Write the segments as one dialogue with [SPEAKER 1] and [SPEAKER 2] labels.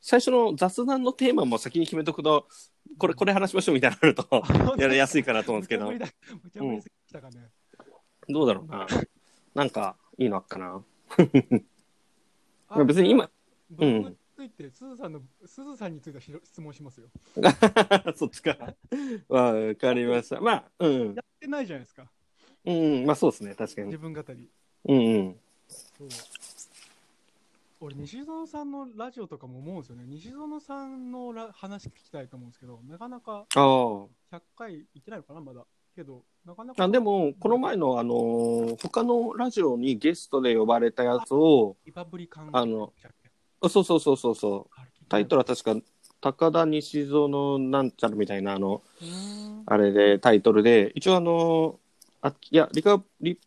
[SPEAKER 1] 最初の雑談のテーマも先に決めとくと、これ、これ話しましょうみたいになると、 やりやすいかなと思うんですけど
[SPEAKER 2] む、ちゃぶりすぎたかね。
[SPEAKER 1] どうだろうな。なんか、いいのあっかな。
[SPEAKER 2] あ
[SPEAKER 1] 別に今、
[SPEAKER 2] 僕について、すずさんの、すずさんについてひろ質問しますよ。
[SPEAKER 1] そっちか。わかりました。まあ、うん
[SPEAKER 2] や。ってないじゃないですか、
[SPEAKER 1] うん、まあそうですね、確かに
[SPEAKER 2] 自。分語り。
[SPEAKER 1] うんうん。
[SPEAKER 2] そう俺、西園さんのラジオとかも思うんですよね。西園さんのら話聞きたいと思うんですけど、なかなか
[SPEAKER 1] あ
[SPEAKER 2] 100回いってないのかな、まだ。けど、なかな
[SPEAKER 1] あ。
[SPEAKER 2] か。
[SPEAKER 1] あでも、この前の、あのー他のラジオにゲストで呼ばれたやつを、
[SPEAKER 2] リパブリカン。
[SPEAKER 1] あの、あそうそうそうそうそう。タイト
[SPEAKER 2] ル。
[SPEAKER 1] ルは確か、高田西園なんちゃらみたいな、あの、
[SPEAKER 2] うーん
[SPEAKER 1] あれで、タイトルで、一応あのーあ、いや、リカ、リ、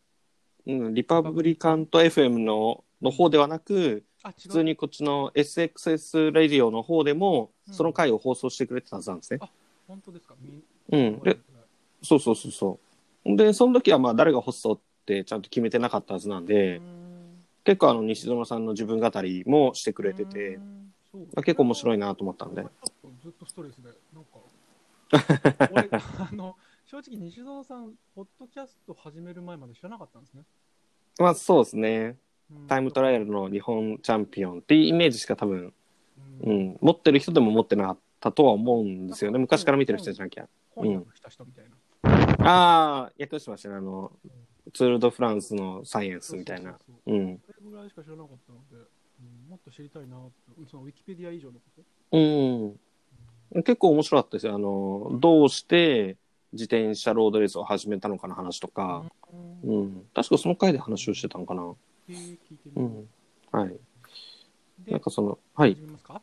[SPEAKER 1] うん、リパブリカント FM の、の方ではなく、
[SPEAKER 2] あ、違う。
[SPEAKER 1] 普通にこっちの SXS レディオの方でも、
[SPEAKER 2] うん
[SPEAKER 1] その回を放送してくれてたはずなんですね。
[SPEAKER 2] 本当ですか。み
[SPEAKER 1] うん。で、そうそうそうそう。で、その時はまあ誰がホストってちゃんと決めてなかったはずなん
[SPEAKER 2] うー
[SPEAKER 1] で、
[SPEAKER 2] ん
[SPEAKER 1] 結構あの西園さんの自分語りもしてくれてて、
[SPEAKER 2] うーんそう
[SPEAKER 1] まあ、結構面白いなと思ったんで。
[SPEAKER 2] ずっとストレスで、なんか、俺、 あの、正直、西澤さん、ポッドキャスト始める前まで知らなかったんですね。
[SPEAKER 1] まあそうですね。
[SPEAKER 2] うん
[SPEAKER 1] タイムトライアルの日本チャンピオンっていうイメージしか多分、
[SPEAKER 2] う
[SPEAKER 1] うんん、持ってる人でも持ってなかったとは思うんですよね。昔から見てる人じゃなきゃ。
[SPEAKER 2] 翻訳した人みたいな。
[SPEAKER 1] ああ、訳してましたね。あの、ツール・ド・フランスのサイエンスみたいな。
[SPEAKER 2] そうそう
[SPEAKER 1] うん。
[SPEAKER 2] そう。それぐらいしか知らなかったので、うんもっと知りたいなって、そのウィキペディア以上のこと。
[SPEAKER 1] うん。結構面白かったですよ。あの、どうして自転車ロードレースを始めたのかの話とか、
[SPEAKER 2] う
[SPEAKER 1] う
[SPEAKER 2] ん
[SPEAKER 1] ん。確かその回で話をしてたのかな。
[SPEAKER 2] えー聞いてみ
[SPEAKER 1] う
[SPEAKER 2] よ
[SPEAKER 1] ん。はい。
[SPEAKER 2] うで
[SPEAKER 1] なんかその、はい
[SPEAKER 2] 始。めますか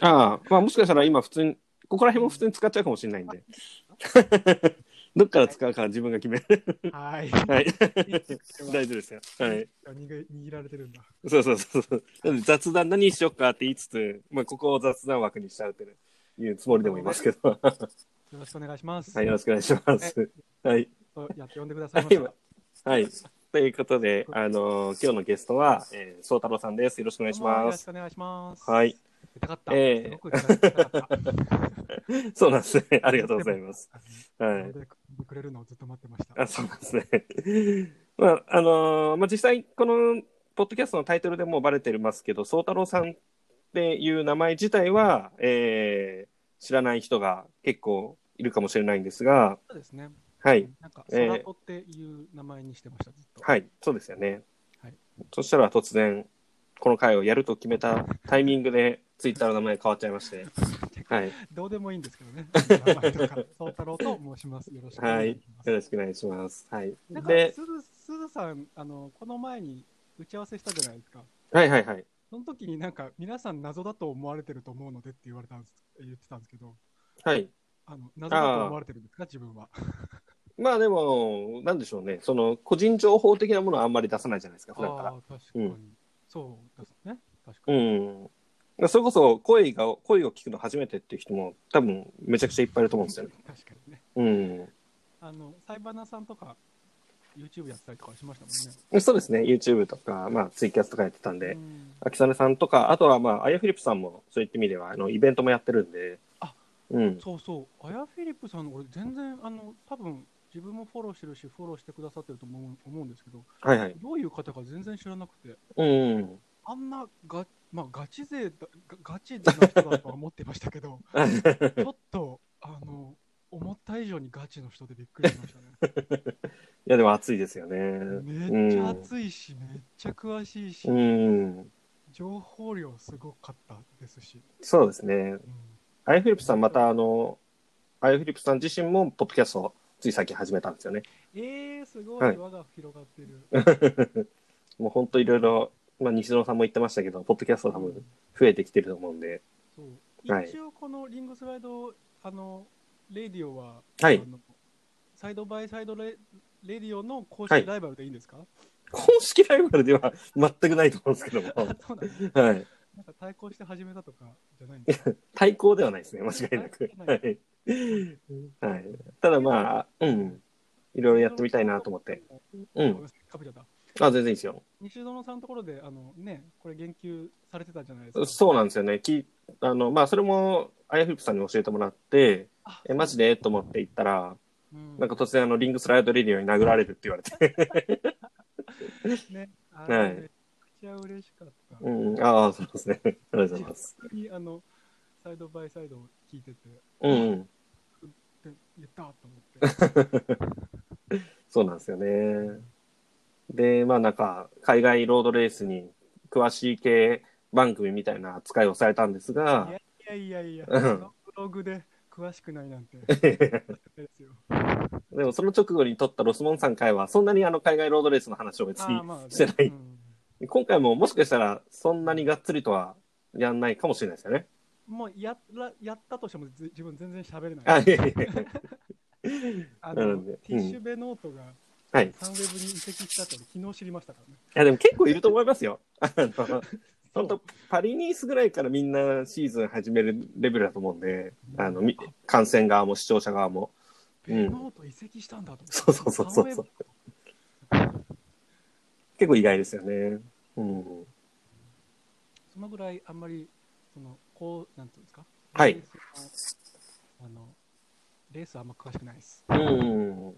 [SPEAKER 1] ああ、まあもしかしたら今普通に、ここら辺も普通に使っちゃうかもしれないんで。どっから使うか自分が決める。
[SPEAKER 2] はい。
[SPEAKER 1] はい。
[SPEAKER 2] 大
[SPEAKER 1] 大丈夫ですよ。はい。
[SPEAKER 2] 握握られてるんだ。
[SPEAKER 1] そうそうそうそう。なので雑談何しよっかって言いつつ、まあここを雑談枠にしちゃうっていうつもりでもいますけど。
[SPEAKER 2] よろしくお願いします。
[SPEAKER 1] はい、よろしくお願いします。はい。
[SPEAKER 2] やって呼んでくださいました。
[SPEAKER 1] はいはい。ということで、あの今日のゲストは、えー、宗太郎さんです。よろしくお願いし
[SPEAKER 2] どうもよ
[SPEAKER 1] ま
[SPEAKER 2] ろし
[SPEAKER 1] す。
[SPEAKER 2] くお願いします。。
[SPEAKER 1] はいい。
[SPEAKER 2] 出たかった。
[SPEAKER 1] ええ
[SPEAKER 2] すごく出たかった。
[SPEAKER 1] そうなんですね。ありがとうございます。
[SPEAKER 2] は。
[SPEAKER 1] はいい。
[SPEAKER 2] でくれるのをずっと待ってました。
[SPEAKER 1] あ、そうなんですね。 まあ、あのまあ、実際、この、ポッドキャストのタイトルでもうバレてますけど、宗太郎さんっていう名前自体は、えー、知らない人が結構いるかもしれないんですが、
[SPEAKER 2] そうですね。
[SPEAKER 1] はい。
[SPEAKER 2] なんか、
[SPEAKER 1] え
[SPEAKER 2] 空
[SPEAKER 1] え
[SPEAKER 2] とっていう名前にしてました、ずっと。
[SPEAKER 1] はい、そうですよね。
[SPEAKER 2] はい
[SPEAKER 1] そしたら突然、この回をやると決めたタイミングで、ツイッターの名前変わっちゃいま して。はい。よ
[SPEAKER 2] どうでもいいんですけどね。名 前とか宗太郎と申します。よろしくお願いします。
[SPEAKER 1] ろしくお願いします。はい。
[SPEAKER 2] なんか
[SPEAKER 1] で、
[SPEAKER 2] すず、すずさん、あの、この前に打ち合わせしたじゃないですか。
[SPEAKER 1] はいはいはい。
[SPEAKER 2] その時になんか、皆さん謎だと思われてると思うのでって言われたんです、言ってたんですけど、
[SPEAKER 1] はい。
[SPEAKER 2] あの、謎だと思われてるんですか、自分は。
[SPEAKER 1] まあでも、なんでしょうね。その、個人情報的なものはあんまり出さないじゃないですか、普段から
[SPEAKER 2] あ。あ、確かに。
[SPEAKER 1] う
[SPEAKER 2] そうですね。確か
[SPEAKER 1] う
[SPEAKER 2] に。
[SPEAKER 1] ん。それこそ、声が、声を聞くの初めてっていう人も、多分、めちゃくちゃいっぱいいると思うんですよね。
[SPEAKER 2] 確かにね。
[SPEAKER 1] う
[SPEAKER 2] あの、サイバナさんとか、YouTube やったりとかしましたもんね。
[SPEAKER 1] ん。そうですね。YouTube とか、まあ、ツイキャスとかやってたんで
[SPEAKER 2] う、ん
[SPEAKER 1] 秋雨さんとか、あとはまあ、アヤフィリップさんも、そういった意味では、あの、イベントもやってるんで、
[SPEAKER 2] あ
[SPEAKER 1] うん。
[SPEAKER 2] そうそう、アヤフィリップさん、俺、全然、あの、多分自分もフォローしてるし、フォローしてくださってると思う思うんですけど、
[SPEAKER 1] はいはい。
[SPEAKER 2] どういう方か全然知らなくて、
[SPEAKER 1] うん。
[SPEAKER 2] あんなが、まあ、ガチ勢だ、がガチな人だとは思ってましたけ ど、ちょっと、あの、思った以上にガチの人でびっくりしました ね。
[SPEAKER 1] いや、でも暑いですよね。
[SPEAKER 2] めっちゃ熱いし、めっちゃ詳しいし
[SPEAKER 1] う、ん。
[SPEAKER 2] 情報量すごかったですし、
[SPEAKER 1] そうですね。
[SPEAKER 2] うん
[SPEAKER 1] アヤフィリップさん、また、あの、アヤフィリップさん自身も、ポッドキャストをつい先始めたんですよね。
[SPEAKER 2] えー、すご、
[SPEAKER 1] はいい
[SPEAKER 2] 輪が広がっ てる。
[SPEAKER 1] もう本当いろいろ、まあ、西野さんも言ってましたけど、ポッドキャスト多分増えてきてると思うんで、
[SPEAKER 2] そう
[SPEAKER 1] はい
[SPEAKER 2] 一応このリングスライドあのレディオは、
[SPEAKER 1] はい
[SPEAKER 2] あのサイドバイサイドレレディオの公
[SPEAKER 1] は
[SPEAKER 2] 式
[SPEAKER 1] い
[SPEAKER 2] ライバルでいいんですか、
[SPEAKER 1] 公式ライバルでは全くないと思うんですけど
[SPEAKER 2] あ
[SPEAKER 1] も、
[SPEAKER 2] そうなんです
[SPEAKER 1] はい。
[SPEAKER 2] なんか対抗して始めたとかじゃないん ですか
[SPEAKER 1] 対抗ではないですね、間違いなく。はい。はい。ただまあ、うん。いろいろやってみたいなと思って。。う
[SPEAKER 2] ごめん
[SPEAKER 1] ん。
[SPEAKER 2] なさいかぶっちゃった。
[SPEAKER 1] あ、全然いいですよ。
[SPEAKER 2] 西園さんのところで、あのね、これ言及されてたじゃないですか。
[SPEAKER 1] そうなんですよね。きあの、まあ、それも、アヤフィップさんに教えてもらって、
[SPEAKER 2] あ
[SPEAKER 1] え、マジでと思って行ったら、
[SPEAKER 2] うん
[SPEAKER 1] なんか突然あの、リングスライドレディオに殴られるって言わ れて、
[SPEAKER 2] ね、あ
[SPEAKER 1] は
[SPEAKER 2] れ
[SPEAKER 1] い
[SPEAKER 2] めちゃくちゃ嬉しかった。
[SPEAKER 1] うん、ああ、そうですね。ありがとうございます。
[SPEAKER 2] 本当にあの、サイドバイサイドを聞いてて、
[SPEAKER 1] うん、うん、
[SPEAKER 2] でやったーと思って。
[SPEAKER 1] そうなんですよね。で、まあなんか、海外ロードレースに詳しい系番組みたいな扱いをされたんですが、
[SPEAKER 2] いやいやいや、
[SPEAKER 1] うん
[SPEAKER 2] そのブログで詳しくない なんて。ですよ
[SPEAKER 1] でもその直後に撮ったロスモンさん回は、そんなにあの海外ロードレースの話を別
[SPEAKER 2] あ
[SPEAKER 1] に
[SPEAKER 2] ー、まあ
[SPEAKER 1] してない
[SPEAKER 2] うん
[SPEAKER 1] 今回ももしかしたらそんなにがっつりとはやんないかもしれないですよね。
[SPEAKER 2] もうやらやったとしてもず自分全然喋れな
[SPEAKER 1] あ、
[SPEAKER 2] い。
[SPEAKER 1] いやいやいや
[SPEAKER 2] あ
[SPEAKER 1] なる
[SPEAKER 2] の
[SPEAKER 1] ほどね
[SPEAKER 2] ティッシュベノートが
[SPEAKER 1] はい。い
[SPEAKER 2] サンウェブに移籍したって俺昨日知りましたからね。
[SPEAKER 1] や、でも結構いると思いますよ。あの、本当パリニースぐらいからみんなシーズン始めるレベルだと思うんで、あの、み観戦側も視聴者側も。
[SPEAKER 2] ベノート移籍したんだと思って。
[SPEAKER 1] そうそうそうそう
[SPEAKER 2] サンウェブ
[SPEAKER 1] 結構意外ですよね。うん。
[SPEAKER 2] そのぐらいあんまりそのこうなんていうんですか
[SPEAKER 1] はい
[SPEAKER 2] レースのあのレースはあんま詳しくないです
[SPEAKER 1] うん。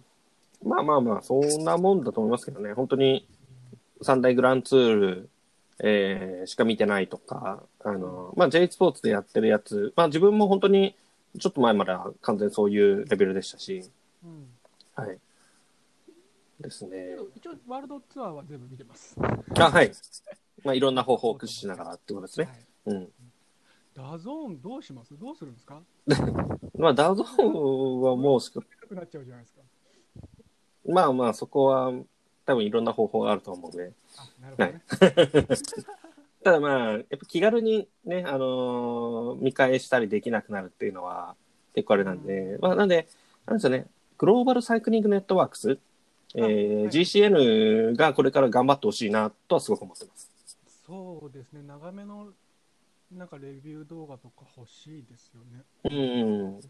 [SPEAKER 1] まあまあまあ、そんなもんだと思いますけどね。本当に、三大グランツール、えーしか見てないとか、あの、まあ J スポーツでやってるやつ、まあ自分も本当に、ちょっと前までは完全にそういうレベルでしたし、
[SPEAKER 2] うん
[SPEAKER 1] はい。ですね
[SPEAKER 2] け。ど一応ワールドツアーは全部見てます
[SPEAKER 1] あ、はい。まあいろんな方法を駆使しながらってことですね。
[SPEAKER 2] はい
[SPEAKER 1] うん。
[SPEAKER 2] ダゾーンどうしますどうするんですか
[SPEAKER 1] まあダゾーンはもうしか、
[SPEAKER 2] 高くなっちゃうじゃないですか
[SPEAKER 1] まあまあそこは多分いろんな方法があると思うんで、
[SPEAKER 2] あなるほどね、
[SPEAKER 1] ただまあ、やっぱ気軽にね、あのー見返したりできなくなるっていうのは結構あれなんで、まあなんで、なんですよね、グローバルサイクリングネットワークス、えー
[SPEAKER 2] はい
[SPEAKER 1] GCN がこれから頑張ってほしいなとはすごく思ってます。
[SPEAKER 2] そうですね長めのなんかレビュー動画とか欲しいですよね
[SPEAKER 1] うん。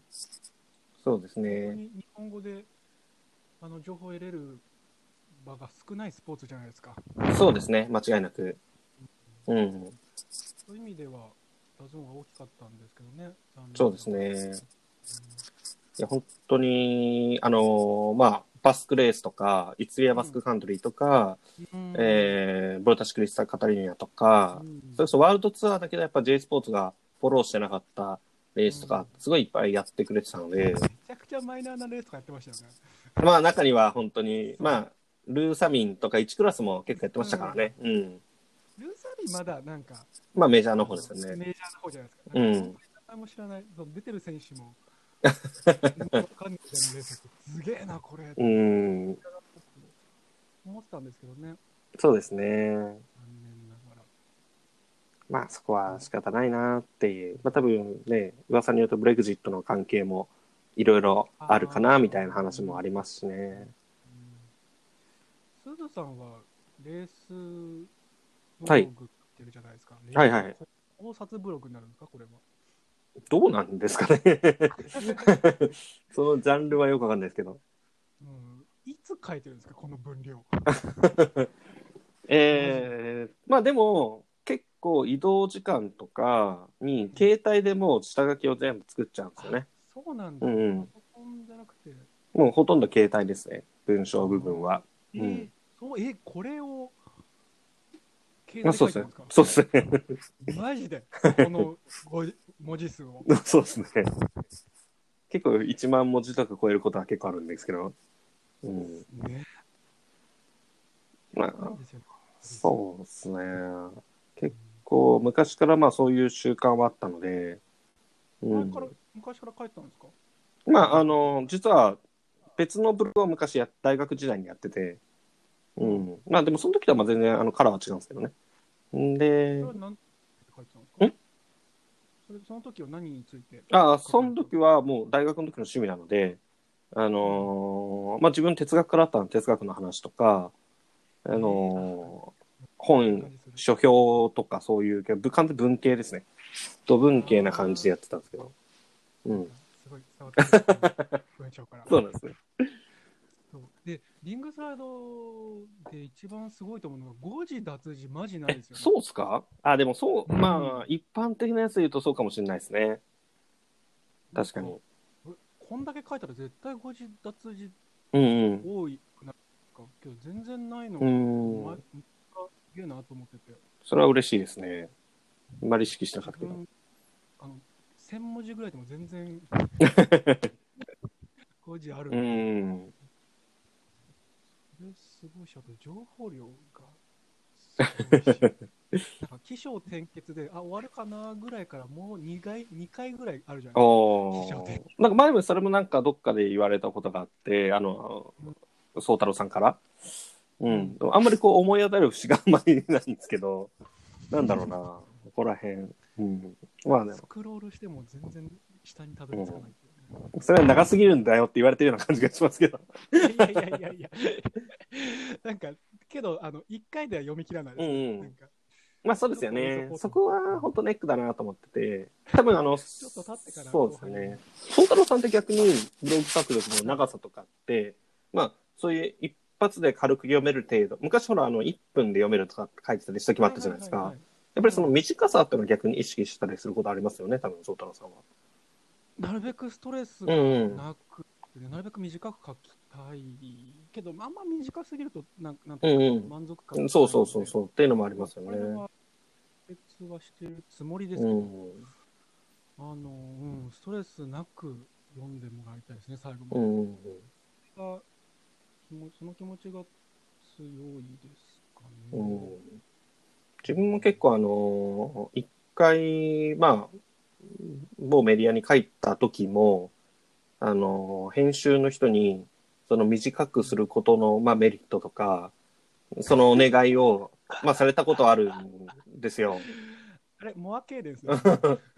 [SPEAKER 1] そうです
[SPEAKER 2] 本当
[SPEAKER 1] ね。
[SPEAKER 2] に日本語であの情報を得れる場が少ないスポーツじゃないですか
[SPEAKER 1] そうですね、間違いなく。うん。
[SPEAKER 2] そういう意味では、ダゾーンが大きかったんですけどね。残念
[SPEAKER 1] そうですね。いや、本当に、あのーまあ、バスクレースとか、イツリアバスクカントリーとか、
[SPEAKER 2] うん。
[SPEAKER 1] えー、ボルタシクリスタ・カタリーニャとか、
[SPEAKER 2] うん
[SPEAKER 1] それこそワールドツアーだけでやっぱ J スポーツがフォローしてなかったレースとか、すごいいっぱいやってくれてたので、
[SPEAKER 2] めちゃくちゃマイナーなレースとかやってましたよね。
[SPEAKER 1] まあ中には本当に、まあ、ルーサミンとか1クラスも結構やってましたからね。うん。
[SPEAKER 2] ルーサリーまだなんか、
[SPEAKER 1] まあメジャーの方ですよね。
[SPEAKER 2] メジャーの方じゃないですか。
[SPEAKER 1] うん
[SPEAKER 2] なんか名前も知らない、その出てる選手も、わかんないじゃんレースすげえな、これ。
[SPEAKER 1] うん。
[SPEAKER 2] 思ってたんですけどね。
[SPEAKER 1] そうですね。
[SPEAKER 2] 残念ながら。
[SPEAKER 1] まあそこは仕方ないなっていう。まあ多分ね、噂によるとブレグジットの関係もいろいろあるかなみたいな話もありますしね。
[SPEAKER 2] うん。すずさんは、レースブ
[SPEAKER 1] はい
[SPEAKER 2] ログってるじゃないですか。
[SPEAKER 1] はいはい。
[SPEAKER 2] 考察ブログになるんですか、これは。
[SPEAKER 1] どうなんです かねそのジャンルはよくわかんないですけど。
[SPEAKER 2] うんいつ書いてるんですか、この分量。
[SPEAKER 1] ええまあでも、結構移動時間とかに、携帯でもう下書きを全部作っちゃうんですよね。
[SPEAKER 2] そうなんだ。
[SPEAKER 1] う
[SPEAKER 2] パ
[SPEAKER 1] んうん。
[SPEAKER 2] ソコンじゃなくて、
[SPEAKER 1] もうほとんど携帯ですね。文章部分は。
[SPEAKER 2] え
[SPEAKER 1] う
[SPEAKER 2] ー
[SPEAKER 1] ん、
[SPEAKER 2] そうえー、これを、携
[SPEAKER 1] あ
[SPEAKER 2] 帯
[SPEAKER 1] そ
[SPEAKER 2] 書
[SPEAKER 1] う
[SPEAKER 2] い
[SPEAKER 1] です
[SPEAKER 2] て
[SPEAKER 1] ね
[SPEAKER 2] るんです
[SPEAKER 1] そ
[SPEAKER 2] か。
[SPEAKER 1] うですね。
[SPEAKER 2] マジで、このご文字数を。
[SPEAKER 1] そうですね。結構1万文字とか超えることは結構あるんですけど。うん。
[SPEAKER 2] ね、
[SPEAKER 1] まあ
[SPEAKER 2] な、んですよ。
[SPEAKER 1] そうですね。結構昔からまあそういう習慣はあったので。う
[SPEAKER 2] 前
[SPEAKER 1] ん
[SPEAKER 2] か。ら昔から書いてたんですか
[SPEAKER 1] まあ、あの、実は別のブログを昔や、大学時代にやってて、うん。まあ、でもその時とはまあ全然あのカラーは違うんですけどね。ん
[SPEAKER 2] そ
[SPEAKER 1] で
[SPEAKER 2] れは、何て書いてたんですか
[SPEAKER 1] ん
[SPEAKER 2] それその時は何について
[SPEAKER 1] ああ、その時はもう大学の時の趣味なので、あのーまあ自分哲学からあったので哲学の話とか、あのー本、書評とかそういう系、ぶ完全に文系ですね。と文系な感じでやってたんですけど。うん。
[SPEAKER 2] すごい伝わってくる文章から。
[SPEAKER 1] そうなんですね。
[SPEAKER 2] そうでリングサイドで一番すごいと思うのが、誤字脱字、マジない
[SPEAKER 1] え
[SPEAKER 2] ですよ、ね。
[SPEAKER 1] そうっすかあ、でもそう、
[SPEAKER 2] うん
[SPEAKER 1] まあ、一般的なやつで言うとそうかもしれないですね。確かに。
[SPEAKER 2] ここんだけ書いたら絶対誤字脱字
[SPEAKER 1] うん
[SPEAKER 2] 多いくなるか、けど全然ないの
[SPEAKER 1] う
[SPEAKER 2] が、
[SPEAKER 1] ん。う
[SPEAKER 2] 前
[SPEAKER 1] ん。
[SPEAKER 2] 言うなと思ってて、
[SPEAKER 1] それは嬉しいですね。あんまり意識してなかったけど。
[SPEAKER 2] うんあの1000文字ぐらいでも 全然誤字ある、
[SPEAKER 1] うん。
[SPEAKER 2] それすごいし、あと情報量がすごいし、なんか起承転結で、あ、終わるかなぐらいからもう2回 ,2 回ぐらいあるじゃない
[SPEAKER 1] お
[SPEAKER 2] 非常的
[SPEAKER 1] なんか前もそれもなんかどっかで言われたことがあって、あの、宗太郎さんから。うん。あんまりこう思い当たる節があんまりないんですけど、なんだろうな、ここら辺。うん。まあね
[SPEAKER 2] です、か。スクロールしても全然下にたどり着かないっていう ね
[SPEAKER 1] それは長すぎるんだよって言われてるような感じがしますけど。
[SPEAKER 2] いやいやいやいやいや、なんか、けど、あの1回では読み切らないですね、
[SPEAKER 1] うんうん
[SPEAKER 2] なんか
[SPEAKER 1] まあそうですよね。そこは本当ネックだなと思ってて、多分あの、
[SPEAKER 2] ちょっと経ってから
[SPEAKER 1] そうですね。宗太郎さんって逆にブログ書く時の長さとかって、まあそういう一発で軽く読める程度、昔ほらあの1分で読めるとか書いてたりした時もあったじゃないです
[SPEAKER 2] はは
[SPEAKER 1] か
[SPEAKER 2] は。は
[SPEAKER 1] やっぱりその短さっていうのを逆に意識したりすることありますよね、多分宗太郎さんは。
[SPEAKER 2] いなるべくストレス
[SPEAKER 1] う
[SPEAKER 2] が
[SPEAKER 1] んうん。
[SPEAKER 2] なくてね、なるべく短く書きたいけど、あんま短すぎると、なんなんて
[SPEAKER 1] う
[SPEAKER 2] いうんか、
[SPEAKER 1] うん
[SPEAKER 2] 満足感
[SPEAKER 1] うんそうそうそう
[SPEAKER 2] う。
[SPEAKER 1] そう。っていうのもありますよ
[SPEAKER 2] こ
[SPEAKER 1] ね
[SPEAKER 2] れ。は別はしてるつもりですけ
[SPEAKER 1] う
[SPEAKER 2] ど、
[SPEAKER 1] ん。
[SPEAKER 2] あのうん、ストレスなく読んでもらいたいですね、最後
[SPEAKER 1] う
[SPEAKER 2] まで。
[SPEAKER 1] んうんうん。
[SPEAKER 2] それが気持ちその気持ちが強いですかね。
[SPEAKER 1] うん自分も結構あの一回まあ某メディアに書いた時もあの編集の人にその短くすることの、まあ、メリットとかそのお願いを、まあ、されたことあるんですよ。
[SPEAKER 2] あれ、モア系ですね。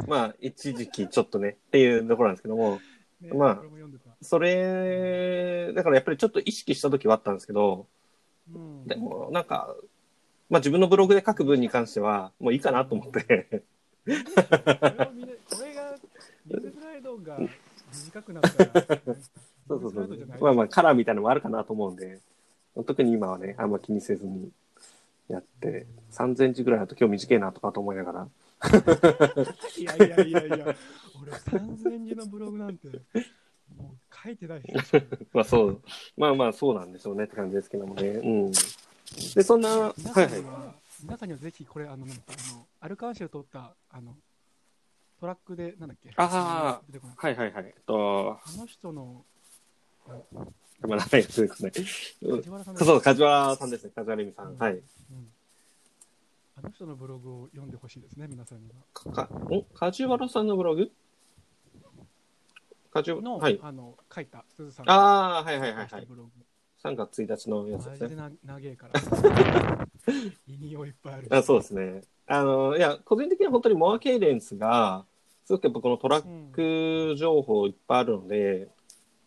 [SPEAKER 1] まあ一時期ちょっとねっていうところなんですけども
[SPEAKER 2] ね
[SPEAKER 1] まあ
[SPEAKER 2] これも読んでた。
[SPEAKER 1] それだからやっぱりちょっと意識した時はあったんですけど
[SPEAKER 2] うん、
[SPEAKER 1] でも、なんか、まあ、自分のブログで書く分に関しては、もういいかなと思って。
[SPEAKER 2] これを見れこれが、リズライドが短くなったら、
[SPEAKER 1] そうそうそ
[SPEAKER 2] リズライドじゃ
[SPEAKER 1] う
[SPEAKER 2] ない。
[SPEAKER 1] まあまあ、カラーみたいなのもあるかなと思うんで、特に今はね、あんま気にせずにやって、3000字ぐらいだと今日短いなとかと思いながら。
[SPEAKER 2] いやいやいやいや、俺3000字のブログなんて、もう書いてない人しかいない
[SPEAKER 1] まあそう、まあまあそうなんでしょうねって感じですけどもね。うん。で、そんな、はい
[SPEAKER 2] 皆
[SPEAKER 1] は
[SPEAKER 2] さ
[SPEAKER 1] い
[SPEAKER 2] ん。には、皆さんにはぜひこれ、あの、なんだっけあのアルカンシェを取った、あの、トラックで、なんだっけ、
[SPEAKER 1] あ
[SPEAKER 2] 出てこない
[SPEAKER 1] はいはいはい。えっと、
[SPEAKER 2] あの人の、
[SPEAKER 1] まあ長いやつですね。うん
[SPEAKER 2] 藤原さんの
[SPEAKER 1] そう、梶原さんですね。梶原由美さん。はい。
[SPEAKER 2] うんあの人のブログを読んでほしいですね、皆さんには。
[SPEAKER 1] か、かん梶原さんのブログ梶原
[SPEAKER 2] の、
[SPEAKER 1] はい。
[SPEAKER 2] あの、書いた、すずさんの
[SPEAKER 1] ああ、はいはいはい
[SPEAKER 2] 書
[SPEAKER 1] はい
[SPEAKER 2] た
[SPEAKER 1] い。
[SPEAKER 2] ブログ。
[SPEAKER 1] 3月1日のやつ
[SPEAKER 2] マ
[SPEAKER 1] で
[SPEAKER 2] ジ
[SPEAKER 1] すね。
[SPEAKER 2] でな長 えから。胃に用いっぱいあるし。
[SPEAKER 1] あそうですね。あの、いや、個人的には本当にモアケイレンスが、すごくやっぱこのトラッ
[SPEAKER 2] うん
[SPEAKER 1] ク情報いっぱいあるので、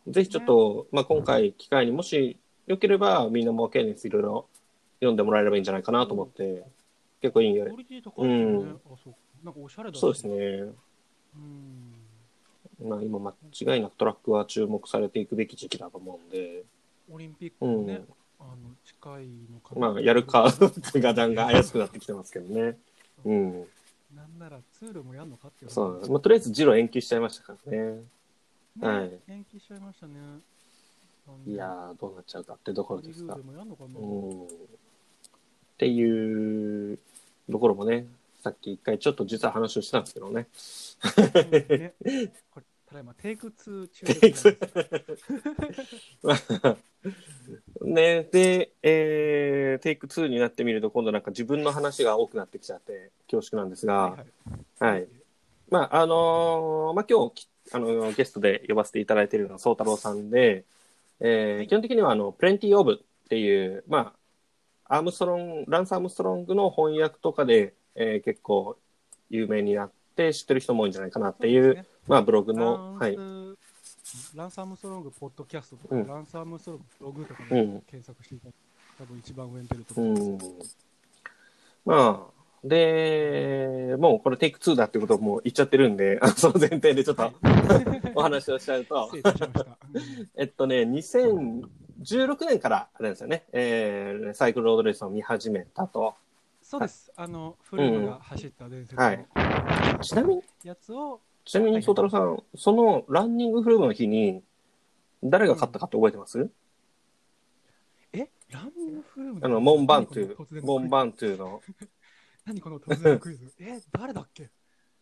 [SPEAKER 1] ぜひちょっと、まあ今回機会にもしよければ、みんなモアケイレンスいろいろ読んでもらえればいいんじゃないかなと思って、結構いいんよ
[SPEAKER 2] クオ。リティ高いですよね。
[SPEAKER 1] うん
[SPEAKER 2] あ、そう。なんかおしゃれだ、
[SPEAKER 1] そうです。ね。
[SPEAKER 2] うん。
[SPEAKER 1] まあ今間違いなくトラックは注目されていくべき時期だと思うんで、
[SPEAKER 2] オリンピック
[SPEAKER 1] う
[SPEAKER 2] も
[SPEAKER 1] ん。
[SPEAKER 2] ね、あの近いのかな。
[SPEAKER 1] まあやるか、 ガダンが怪しくなってきてますけどね。うん。
[SPEAKER 2] なんならツールもやんのかっていう話。
[SPEAKER 1] そうなんです。まあ、とりあえずジロ延期しちゃいましたからね。
[SPEAKER 2] ね
[SPEAKER 1] はい
[SPEAKER 2] 延期しちゃいましたね。あの
[SPEAKER 1] いやー、どうなっちゃうかってところ
[SPEAKER 2] リ
[SPEAKER 1] で
[SPEAKER 2] グ
[SPEAKER 1] す
[SPEAKER 2] ー
[SPEAKER 1] が
[SPEAKER 2] で。もやんのかな。
[SPEAKER 1] うん。っていうところもね、さっき一回ちょっと実は話をしたんですけどね。
[SPEAKER 2] うんねこれただいまテイク2中でございます。
[SPEAKER 1] ね、で、えー、テイク2になってみると、今度なんか自分の話が多くなってきちゃって、恐縮なんですが、はい、まあ、あのーまあ、今日き、あのーゲストで呼ばせていただいているのは宗太郎さんで、えー
[SPEAKER 2] はい
[SPEAKER 1] 基本的にはあの、プレンティー・オブっていう、まあ、アームストロング、ランス・アームストロングの翻訳とかで、えー結構有名になって知ってる人も多いんじゃないかなっていう、
[SPEAKER 2] そうですね
[SPEAKER 1] まあ、ブログ
[SPEAKER 2] ラ
[SPEAKER 1] の、はい。
[SPEAKER 2] ンスランサムストロングポッドキャストとか、
[SPEAKER 1] うん
[SPEAKER 2] ランサムストロングブログとか
[SPEAKER 1] う
[SPEAKER 2] で
[SPEAKER 1] ん
[SPEAKER 2] 検索していただくと、多分一番上に出ると
[SPEAKER 1] う
[SPEAKER 2] 思います。
[SPEAKER 1] ん。まあ、で、もうこれテイク2だってことをもう言っちゃってるんで、あのその前提でちょっと
[SPEAKER 2] はい
[SPEAKER 1] お話をしちゃうと
[SPEAKER 2] 失、礼いたしました。うん
[SPEAKER 1] えっとね、2010 16年からあれですよね、えーサイクルロードレースを見始めたと。
[SPEAKER 2] そうです。あの、フルームが走った伝説
[SPEAKER 1] はい
[SPEAKER 2] の
[SPEAKER 1] ちなみに、
[SPEAKER 2] やつを、
[SPEAKER 1] ちなみに、宗太郎さん、そのランニングフルームの日に、誰が勝ったかって覚えてます、
[SPEAKER 2] えランニングフルーム
[SPEAKER 1] あの、モンバントゥ
[SPEAKER 2] 何この突然
[SPEAKER 1] モ
[SPEAKER 2] のクイズ
[SPEAKER 1] ンバントゥの。
[SPEAKER 2] 何この突然のクイズ。 え、誰だっけ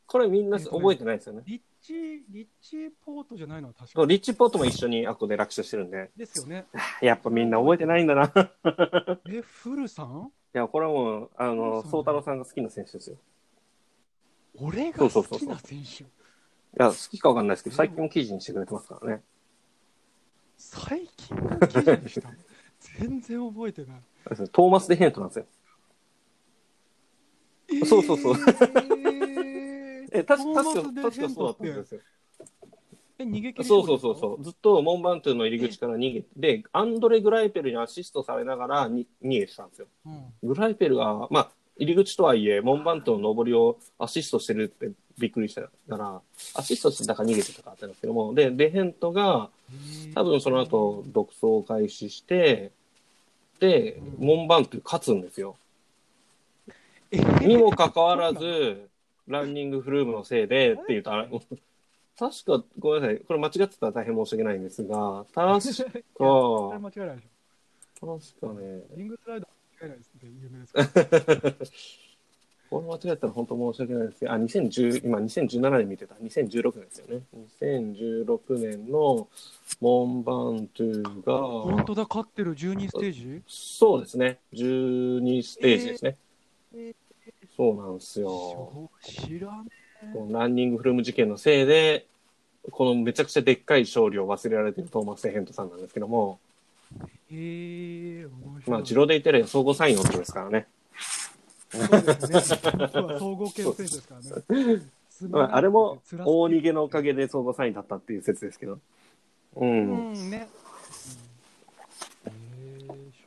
[SPEAKER 1] これみんな覚えてないですよね。
[SPEAKER 2] リッチー、リッチーポートじゃないのは確
[SPEAKER 1] そ
[SPEAKER 2] か
[SPEAKER 1] うリッチポートも一緒にあここで落車してるんで、
[SPEAKER 2] ですよね。
[SPEAKER 1] やっぱみんな覚えてないんだ な。い
[SPEAKER 2] え、フルさん
[SPEAKER 1] や、これはもう、あの、宗太
[SPEAKER 2] そうなんだ
[SPEAKER 1] 郎さんが好きな選手ですよ。
[SPEAKER 2] 俺が
[SPEAKER 1] そうそ
[SPEAKER 2] 好
[SPEAKER 1] うそう
[SPEAKER 2] き
[SPEAKER 1] そう
[SPEAKER 2] な選手。
[SPEAKER 1] いや、好きかわかんないですけど、最近も記事にしてくれてますからね。
[SPEAKER 2] 最近の記事にしたの 全然覚えてない。
[SPEAKER 1] トーマス・デ・ヘントなんですよ。そうそうそう
[SPEAKER 2] えー
[SPEAKER 1] え、確か、
[SPEAKER 2] ト
[SPEAKER 1] 確
[SPEAKER 2] ーマ
[SPEAKER 1] か、
[SPEAKER 2] ス
[SPEAKER 1] 確かそうだったん
[SPEAKER 2] デント
[SPEAKER 1] で
[SPEAKER 2] って
[SPEAKER 1] すよ。
[SPEAKER 2] え、逃げ切り
[SPEAKER 1] そうそうそうそう。ずっとモンバントゥの入り口から逃げて、アンドレ・グライペルにアシストされながらに逃げてたんですよ。
[SPEAKER 2] う。うん。
[SPEAKER 1] グライペルが、まあ、入り口とはいえ、モンバントゥの上りをアシストしてるってびっくりしたから、アシストしてたから逃げてたかってなんですけども、で、デ・ヘントが、多分その後、独走を開始して、で、モンバントゥ勝つんですよ。
[SPEAKER 2] え
[SPEAKER 1] にもかかわらず、ランニングフルームのせいでって言うと、あれ確か、ごめんなさい、これ間違ってたら大変申し訳ないんですが、確か、
[SPEAKER 2] いやそれ
[SPEAKER 1] 確
[SPEAKER 2] 間違いないでし
[SPEAKER 1] かね
[SPEAKER 2] ょ。、リングスライド間違いないですって有名ですから。
[SPEAKER 1] これ間違ってたら本当申し訳ないですけど、あ、2010、今2017年見てた、2016年ですよね。2016年のモンバントゥ
[SPEAKER 2] 本
[SPEAKER 1] が、
[SPEAKER 2] 当だ、勝ってる12ステージ
[SPEAKER 1] そうですね、12ステージですね。
[SPEAKER 2] えー
[SPEAKER 1] そうなんですよ。
[SPEAKER 2] そう知らね
[SPEAKER 1] このランニングフルーム事件のせいで、このめちゃくちゃでっかい勝利を忘れられてるトーマス・ヘントさんなんですけども、
[SPEAKER 2] え。へえ、面白い。
[SPEAKER 1] まあ、ジローデイテレ総合3位の人ですからね。
[SPEAKER 2] そうですね。僕は総合系の選手ですからね。
[SPEAKER 1] まあ、あれも
[SPEAKER 2] 辛すぎる
[SPEAKER 1] 大逃げのおかげで総合3位だったっていう説ですけど。うん。
[SPEAKER 2] うんね。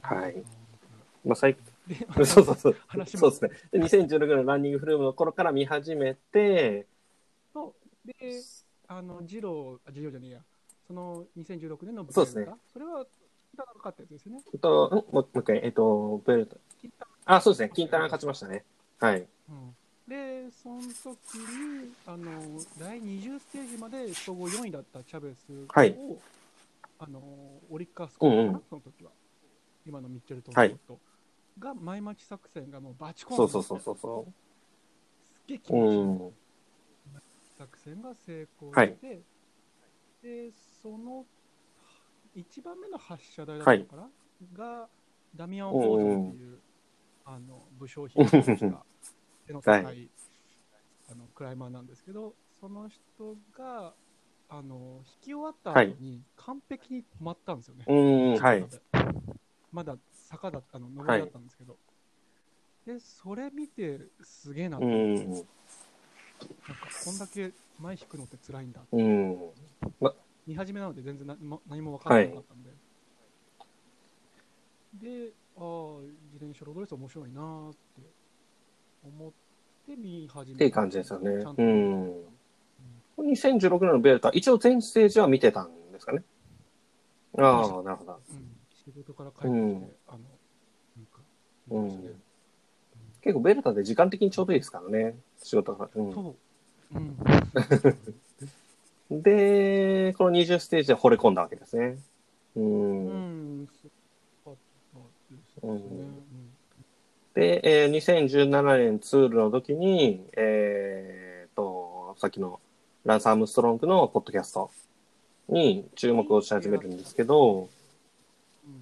[SPEAKER 1] はい
[SPEAKER 2] で
[SPEAKER 1] まあ、最
[SPEAKER 2] まあ
[SPEAKER 1] そうそうそう。
[SPEAKER 2] 話
[SPEAKER 1] そ
[SPEAKER 2] も
[SPEAKER 1] うですね。で2016年のランニングフルームの頃から見始めて、
[SPEAKER 2] とで、あの、ジロー、あジローじゃねえや、その2016年のブ
[SPEAKER 1] そうですね
[SPEAKER 2] レイカそれは、いただかったやつですよね。
[SPEAKER 1] えっと、んもうもう一回、えっと、ベルト。あ、そうですね。金太郎勝ちましたね。はい。
[SPEAKER 2] うんで、その時に、あの、第20ステージまで総合4位だったチャベスを、
[SPEAKER 1] はい
[SPEAKER 2] あの、オリカスコかな、
[SPEAKER 1] うんうん
[SPEAKER 2] その時は。今のミッチェルトン
[SPEAKER 1] はい
[SPEAKER 2] と、が、前待ち作戦がもうバチコン
[SPEAKER 1] そうそうそうそうそ
[SPEAKER 2] すっげえ気
[SPEAKER 1] う。
[SPEAKER 2] 持ちいい。
[SPEAKER 1] うん。
[SPEAKER 2] 作戦が成功して、
[SPEAKER 1] はい
[SPEAKER 2] でその1番目の発射台だったのかな、がダミアン・フォードっていうあの武将品の人が手の高い、
[SPEAKER 1] は
[SPEAKER 2] あのクライマーなんですけどその人があの引き終わった
[SPEAKER 1] は
[SPEAKER 2] 後
[SPEAKER 1] い
[SPEAKER 2] に完璧に止まったんですよね。
[SPEAKER 1] うん、はい。
[SPEAKER 2] まだ坂だったの上りだったんですけど、でそれ見てすげえなと
[SPEAKER 1] う
[SPEAKER 2] 思って、なん
[SPEAKER 1] ん。
[SPEAKER 2] かこんだけ前引くのって辛いんだ
[SPEAKER 1] うん。
[SPEAKER 2] 見始めなので全然何も何も分からなかったんで、でああ自転車ロードレース面白いなーって思って見始
[SPEAKER 1] っ
[SPEAKER 2] めた
[SPEAKER 1] ていう感じですよね
[SPEAKER 2] ちゃん。と
[SPEAKER 1] うん。2016年のベルタ、一応全ステージは見てたんですかね。ああ、なるほど。
[SPEAKER 2] うん仕事から帰ってきて、
[SPEAKER 1] うん
[SPEAKER 2] あのなんか
[SPEAKER 1] うん
[SPEAKER 2] ですね
[SPEAKER 1] 結構ベルタで時間的にちょうどいいですからね。仕事が。う
[SPEAKER 2] と、うん、
[SPEAKER 1] ん、で、この20ステージで惚れ込んだわけですね。う。
[SPEAKER 2] うんん、そうですね、うん
[SPEAKER 1] で、えー2017年ツールの時に、えー、と、さっきのランサムストロングのポッドキャストに注目をし始めるんですけど、
[SPEAKER 2] うん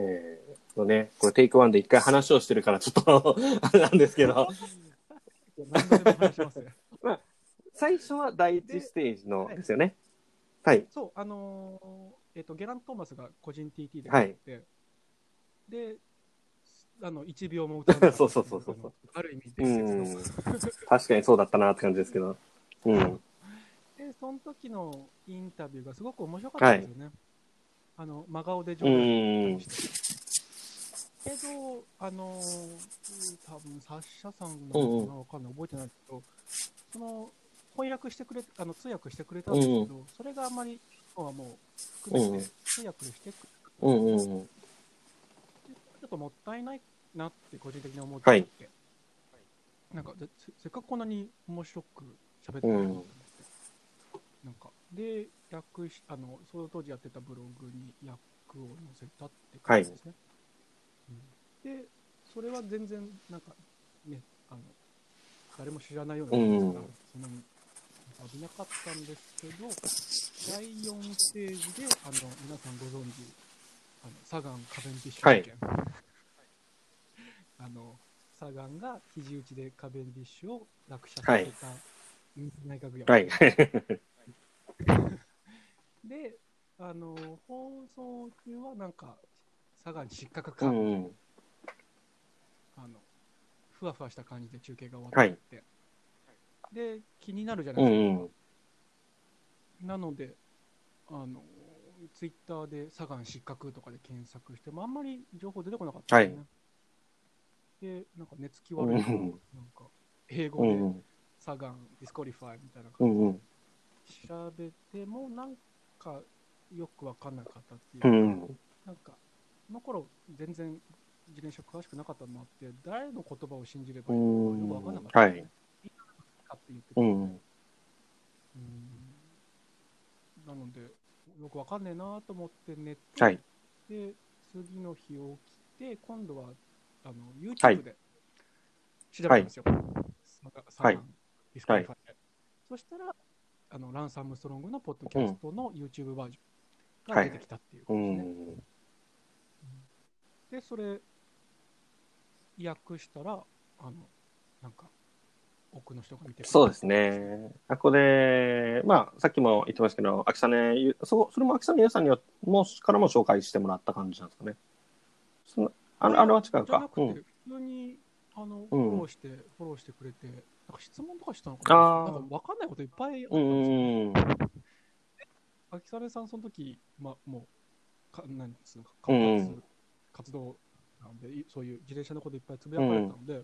[SPEAKER 1] えー、のね、これテイクワンで一回話をしてるからちょっと、 あれなんですけど、
[SPEAKER 2] 何度でも話しますね
[SPEAKER 1] 最初は第一ステージのですよね。はい。
[SPEAKER 2] そう、あのーえっ、と、ゲラン・トーマスが個人 TT で
[SPEAKER 1] はい
[SPEAKER 2] 入って、で、あの、1秒も歌わなかった
[SPEAKER 1] そうそうそうそうそう
[SPEAKER 2] ある意味
[SPEAKER 1] う
[SPEAKER 2] 伝説の、
[SPEAKER 1] ん。確かにそうだったなって感じですけど。うん。
[SPEAKER 2] で、その時のインタビューがすごく面白かったんですよね。あの、真顔で
[SPEAKER 1] う
[SPEAKER 2] 上手
[SPEAKER 1] ん。
[SPEAKER 2] けど、あのー多分サッシャさんなのかな、わかんない、覚えてないけど、その、翻訳してくれ、あの、通訳してくれたんですけど、それがあんまり、今はもう、含め
[SPEAKER 1] うん
[SPEAKER 2] て、通訳してくれなか
[SPEAKER 1] うんうんうん。
[SPEAKER 2] ちょっともったいないなって個人的に思う
[SPEAKER 1] はい
[SPEAKER 2] 時ってなんかでせせっかくこんなに面白く喋ってるのに、
[SPEAKER 1] うん
[SPEAKER 2] なんかで訳しあのその当時やってたブログに訳を載せたって感じですね、うんでそれは全然なんかねあの誰も知らないような
[SPEAKER 1] うん
[SPEAKER 2] そんなに危なかったんですけど第4ステージであの皆さんご存知あのサガン・カベンディッシュ事件、あのサガンが肘打ちでカベンディッシュを落車させた内閣や、
[SPEAKER 1] はい。
[SPEAKER 2] であの放送中はなんかサガンに失格
[SPEAKER 1] う
[SPEAKER 2] か、
[SPEAKER 1] んうん。
[SPEAKER 2] あのふわふわした感じで中継が終わ
[SPEAKER 1] は
[SPEAKER 2] っ
[SPEAKER 1] い
[SPEAKER 2] てって、で気になるじゃな
[SPEAKER 1] う
[SPEAKER 2] い
[SPEAKER 1] ん
[SPEAKER 2] ですか、
[SPEAKER 1] うん。
[SPEAKER 2] なので、あの、ツイッターでサガン失格とかで検索しても、あんまり情報出てこなかったんですよね。で、なんか寝つき悪いから、
[SPEAKER 1] う
[SPEAKER 2] なんんか、英
[SPEAKER 1] う
[SPEAKER 2] 語
[SPEAKER 1] んう
[SPEAKER 2] で
[SPEAKER 1] ん。
[SPEAKER 2] サガン、ディスコリファイみたいな
[SPEAKER 1] う
[SPEAKER 2] 感
[SPEAKER 1] んうん。
[SPEAKER 2] じで調べても、なんか、よくわかんなかったって
[SPEAKER 1] う
[SPEAKER 2] いうか、
[SPEAKER 1] んうん。
[SPEAKER 2] なんか、その頃、全然自転車詳しくなかったのもあって、誰の言葉を信じればいいのかよくわかんなかったんですよね。みんなのかって言ってて
[SPEAKER 1] うんうん。
[SPEAKER 2] うんなので、よくわかんねえなと思って寝て、
[SPEAKER 1] はい
[SPEAKER 2] で、次の日起きて、今度はあの
[SPEAKER 1] はい
[SPEAKER 2] YouTube で調べたんですよ。サガサガ
[SPEAKER 1] は
[SPEAKER 2] ン
[SPEAKER 1] い
[SPEAKER 2] ディスクリファイでそしたらあの、ランサムストロングのポッドキャストの YouTube バージョンが出てきたっていうこ
[SPEAKER 1] う
[SPEAKER 2] とですね。
[SPEAKER 1] ん。
[SPEAKER 2] で、それ、訳したら、あの、なんか、奥の人が見てくれた
[SPEAKER 1] そうですね。あこれ、まあ、さっきも言ってましたけど、秋さね、ゆそうそれも秋さね、皆さんにはもうからも紹介してもらった感じなんですかね。そのあのあれは違う
[SPEAKER 2] じゃな
[SPEAKER 1] か
[SPEAKER 2] く。て、
[SPEAKER 1] うん
[SPEAKER 2] 普通にあの
[SPEAKER 1] う
[SPEAKER 2] フ
[SPEAKER 1] ん
[SPEAKER 2] ォローして、フォローしてくれて、なんか質問とかしたのかな
[SPEAKER 1] あー
[SPEAKER 2] なんか分かんないこといっぱいあった
[SPEAKER 1] うん
[SPEAKER 2] ですよ。
[SPEAKER 1] んうん。
[SPEAKER 2] 秋雨さん、その時、ま、もう、かなんですか、
[SPEAKER 1] う
[SPEAKER 2] 活
[SPEAKER 1] んうん
[SPEAKER 2] 活動なんで、いそういう自転車のこといっぱいつぶやかれてたので、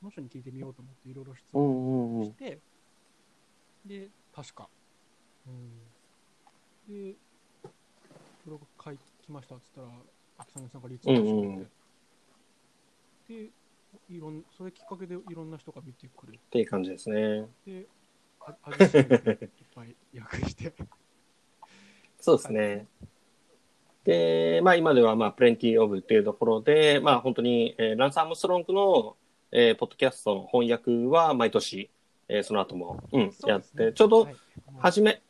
[SPEAKER 2] その人に聞いてみようと思って、いろいろ質
[SPEAKER 1] う
[SPEAKER 2] 問
[SPEAKER 1] んうんう
[SPEAKER 2] し
[SPEAKER 1] ん。
[SPEAKER 2] て、で、確か、うん、で、ブログ書いきましたって言ったら、秋雨さんがリツイートしてくれて、
[SPEAKER 1] うんうん
[SPEAKER 2] で、いろんそれきっかけでいろんな人が見てくれ
[SPEAKER 1] っていう感じですね。
[SPEAKER 2] て、あ味しいでいっぱい訳して。
[SPEAKER 1] そうですね。で、まあ今では、まあ、プレンティーオブっていうところで、まあ本当に、えーランサムストロングの、えーポッドキャストの翻訳は毎年、えーその後も、うん、
[SPEAKER 2] そう
[SPEAKER 1] やっ
[SPEAKER 2] ですね
[SPEAKER 1] て、ちょうど
[SPEAKER 2] はい、
[SPEAKER 1] 始め、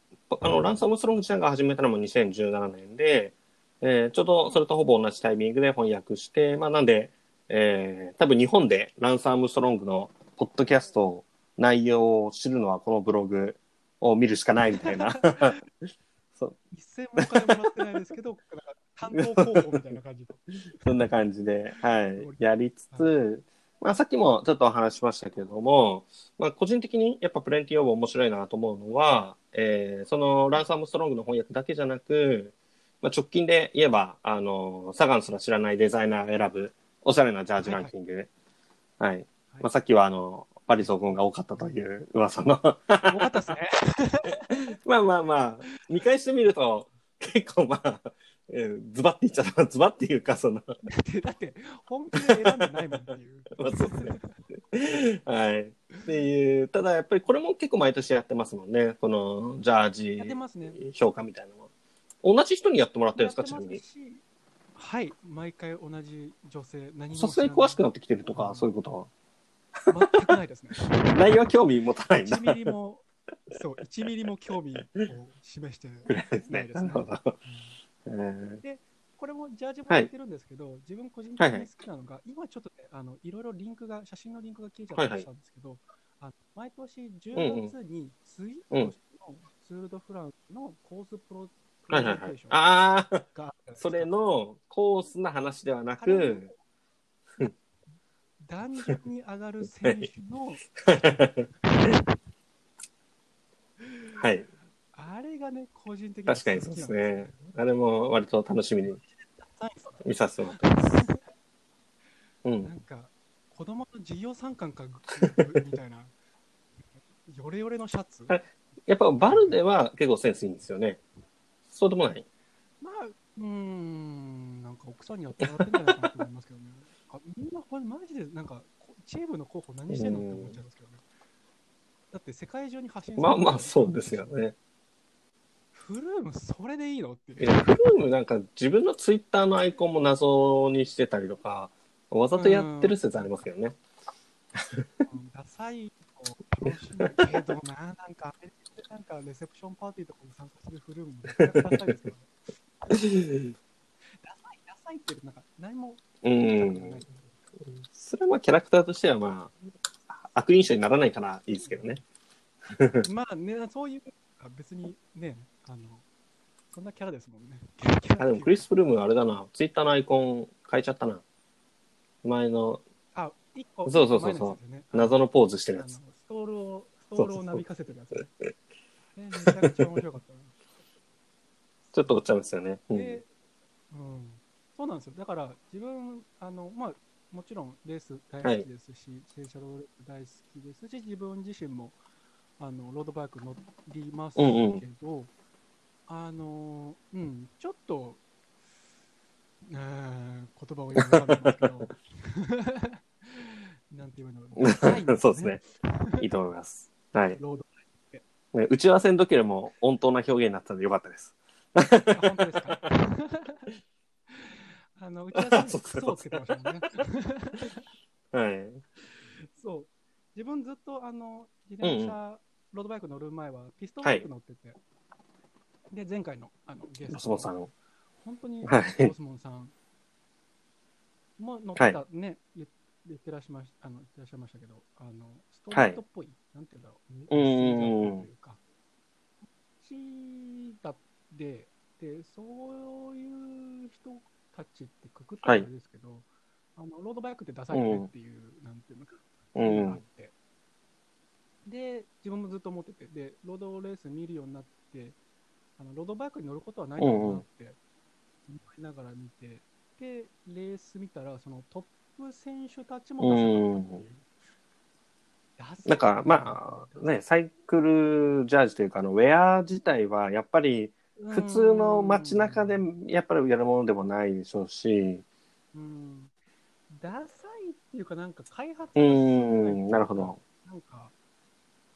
[SPEAKER 1] あの、ランサムストロング自体が始めたのも2017年で、えーちょうどそれとほぼ同じタイミングで翻訳して、まあなんで、えー多分日本でランサムストロングのポッドキャスト内容を知るのはこのブログを見るしかないみたいな。そう
[SPEAKER 2] 一銭もお金もらってないですけど、なんか担当候補みたいな感じ で。
[SPEAKER 1] そんな感じで、はい、やりつつ、まあさっきもちょっとお話ししましたけれども、まあ個人的にやっぱプレンティオーブ面白いなと思うのは、えーそのランサムストロングの翻訳だけじゃなく、まあ直近で言えば、あの、サガンすら知らないデザイナー選ぶ、おしゃれなジャージランキング。はい。まあさっきはあの、パリ総合が多かったという噂の。
[SPEAKER 2] よかったですね。
[SPEAKER 1] まあまあまあ、見返してみると、結構まあ、えーズバって言っちゃった。ズバっていうか、その、
[SPEAKER 2] だって、だって、本気で選んでないもんっていう。
[SPEAKER 1] まあそうですね。 はい。っていう、ただやっぱりこれも結構毎年やってますもんね。このジャ
[SPEAKER 2] やって
[SPEAKER 1] ー
[SPEAKER 2] ますね。
[SPEAKER 1] ジ評価みたいなのも。同じ人にやってもらってるん
[SPEAKER 2] や
[SPEAKER 1] で
[SPEAKER 2] っ
[SPEAKER 1] す
[SPEAKER 2] て
[SPEAKER 1] か、
[SPEAKER 2] ま
[SPEAKER 1] ちなみに
[SPEAKER 2] す。し、はい、毎回同じ女性、何も知
[SPEAKER 1] さ
[SPEAKER 2] らない
[SPEAKER 1] すがに詳しくなってきてるとか、そういうこと
[SPEAKER 2] 全くないですね。
[SPEAKER 1] は。内容は興味持た ないんだ
[SPEAKER 2] 1。ミリも、そう、1ミリも興味を示してないです ね。
[SPEAKER 1] なるほど。えー
[SPEAKER 2] これもジャージもやってるんですけど、自分個人的に好きなのが、今ちょっとね、あのいろいろリンクが、写真のリンクが消えちゃったりしたんですけど、あの毎年10月にスイートのツール・ド・フランスのコースプロプ
[SPEAKER 1] は
[SPEAKER 2] レ
[SPEAKER 1] いはい
[SPEAKER 2] ゼ
[SPEAKER 1] はい
[SPEAKER 2] ンテーシ。ョンが
[SPEAKER 1] ああ、
[SPEAKER 2] あったんです
[SPEAKER 1] そ
[SPEAKER 2] よ
[SPEAKER 1] れのコースな話ではな
[SPEAKER 2] 彼の
[SPEAKER 1] く、
[SPEAKER 2] 壇上に上がる選手の、
[SPEAKER 1] はい。
[SPEAKER 2] あれがね、個人的に
[SPEAKER 1] 確かにそうですね。あれも割と楽しみに
[SPEAKER 2] 好きなんですよ。
[SPEAKER 1] 見させてもらってます。うん
[SPEAKER 2] な。んか、子供の授業参観かみたいな、ヨレヨレのシャツ。
[SPEAKER 1] やっぱバルデは結構センスいいんですよね。そうでもない。
[SPEAKER 2] まあ、うーん、なんか奥さんにやってもらってんじゃないかなと思いますけどね。 あみんな、これマジで、なんか、こチームの候補何してんのって思っちゃうんですけどね。だって世界中に発信
[SPEAKER 1] まあまあ、そうですよ。ね。
[SPEAKER 2] フルーム、それでいいのってい
[SPEAKER 1] え、
[SPEAKER 2] う。
[SPEAKER 1] フームなんか自分のツイッターのアイコンも謎にしてたりとか、わざとやってる説ありますけどね。
[SPEAKER 2] うんダサいを楽しむけどな、なんか、あれなんかレセプションパーティーとかに参加するフルームも絶対ダサいですよね。ダサい、ダサいって、なんか、何も
[SPEAKER 1] う
[SPEAKER 2] 言ったこと
[SPEAKER 1] ん
[SPEAKER 2] ない。。
[SPEAKER 1] それはまあキャラクターとしてはまあ、悪印象にならないからいいですけどね。
[SPEAKER 2] まあね、そういう、あ別にね、あの、そんなキャラですもんね。キャラキャラ
[SPEAKER 1] あ、でもクリス・プルームあれだな。ツイッターのアイコン変えちゃったな。前の
[SPEAKER 2] あ、一個、
[SPEAKER 1] そうそうそうそう
[SPEAKER 2] 前のやつですよね
[SPEAKER 1] 謎のポーズして
[SPEAKER 2] あ
[SPEAKER 1] る
[SPEAKER 2] の
[SPEAKER 1] や
[SPEAKER 2] ス
[SPEAKER 1] つ。
[SPEAKER 2] トールを、スト
[SPEAKER 1] そ
[SPEAKER 2] ー
[SPEAKER 1] うそうそう
[SPEAKER 2] ルをなびかせてるやつ ね。ねめちゃくちゃ面白かったな。
[SPEAKER 1] ちょっとおっちゃうんですよね。うん
[SPEAKER 2] で、うん、そうなんですよ。だから、自分、あの、まあ、もちろんレース大好きですし、自転車ロードレース大好きですし、自分自身も、あの、ロードバイク乗りますけど、あの、うん、ちょっと、えー言葉を言わなかったんですけど、 なんて言えばいいのかなダサいん
[SPEAKER 1] そうです。ね。いいと思います。はい。
[SPEAKER 2] ロード。
[SPEAKER 1] ね打ち合わせの時よりも温当な表現になったのでよかったです。
[SPEAKER 2] あ本当ですか。 あの、うち は
[SPEAKER 1] そう
[SPEAKER 2] クソをつけてましたもんね。
[SPEAKER 1] はい。
[SPEAKER 2] そう。自分ずっとあの自転車、ロードバイク乗る前はピストンバイク乗ってて、で前回のあのゲス
[SPEAKER 1] ボ
[SPEAKER 2] ト
[SPEAKER 1] スボスさん。は
[SPEAKER 2] 本当に
[SPEAKER 1] はい
[SPEAKER 2] ボスモンさんも乗ってたね、言言ってらっしゃいましあの言ってらっしゃいましたけど、あのストレートっぽい、なんていうんだろ
[SPEAKER 1] う
[SPEAKER 2] う、
[SPEAKER 1] ん
[SPEAKER 2] メ
[SPEAKER 1] うんうん
[SPEAKER 2] ッセージだったというか、シーだってで、そういう人たちってくくったらあれですけど、あのロードバイクってダサいよねっていう、なんていうのか、
[SPEAKER 1] う
[SPEAKER 2] があっ
[SPEAKER 1] ん。
[SPEAKER 2] て、で自分もずっと思っててでロードレース見るようになってあのロードバイクに乗ることはないんだろうなって思いながら見てでレース見たらそのトップ選手たちも出さ
[SPEAKER 1] なんか、まあ、ね、サイクルジャージというか、あの、ウェア自体は、やっぱり、普通の街中で、やっぱりやるものでもないでしょうし、
[SPEAKER 2] うんダサいっていうかなんか開発
[SPEAKER 1] う
[SPEAKER 2] が少ない
[SPEAKER 1] ん、なるほど。
[SPEAKER 2] なんか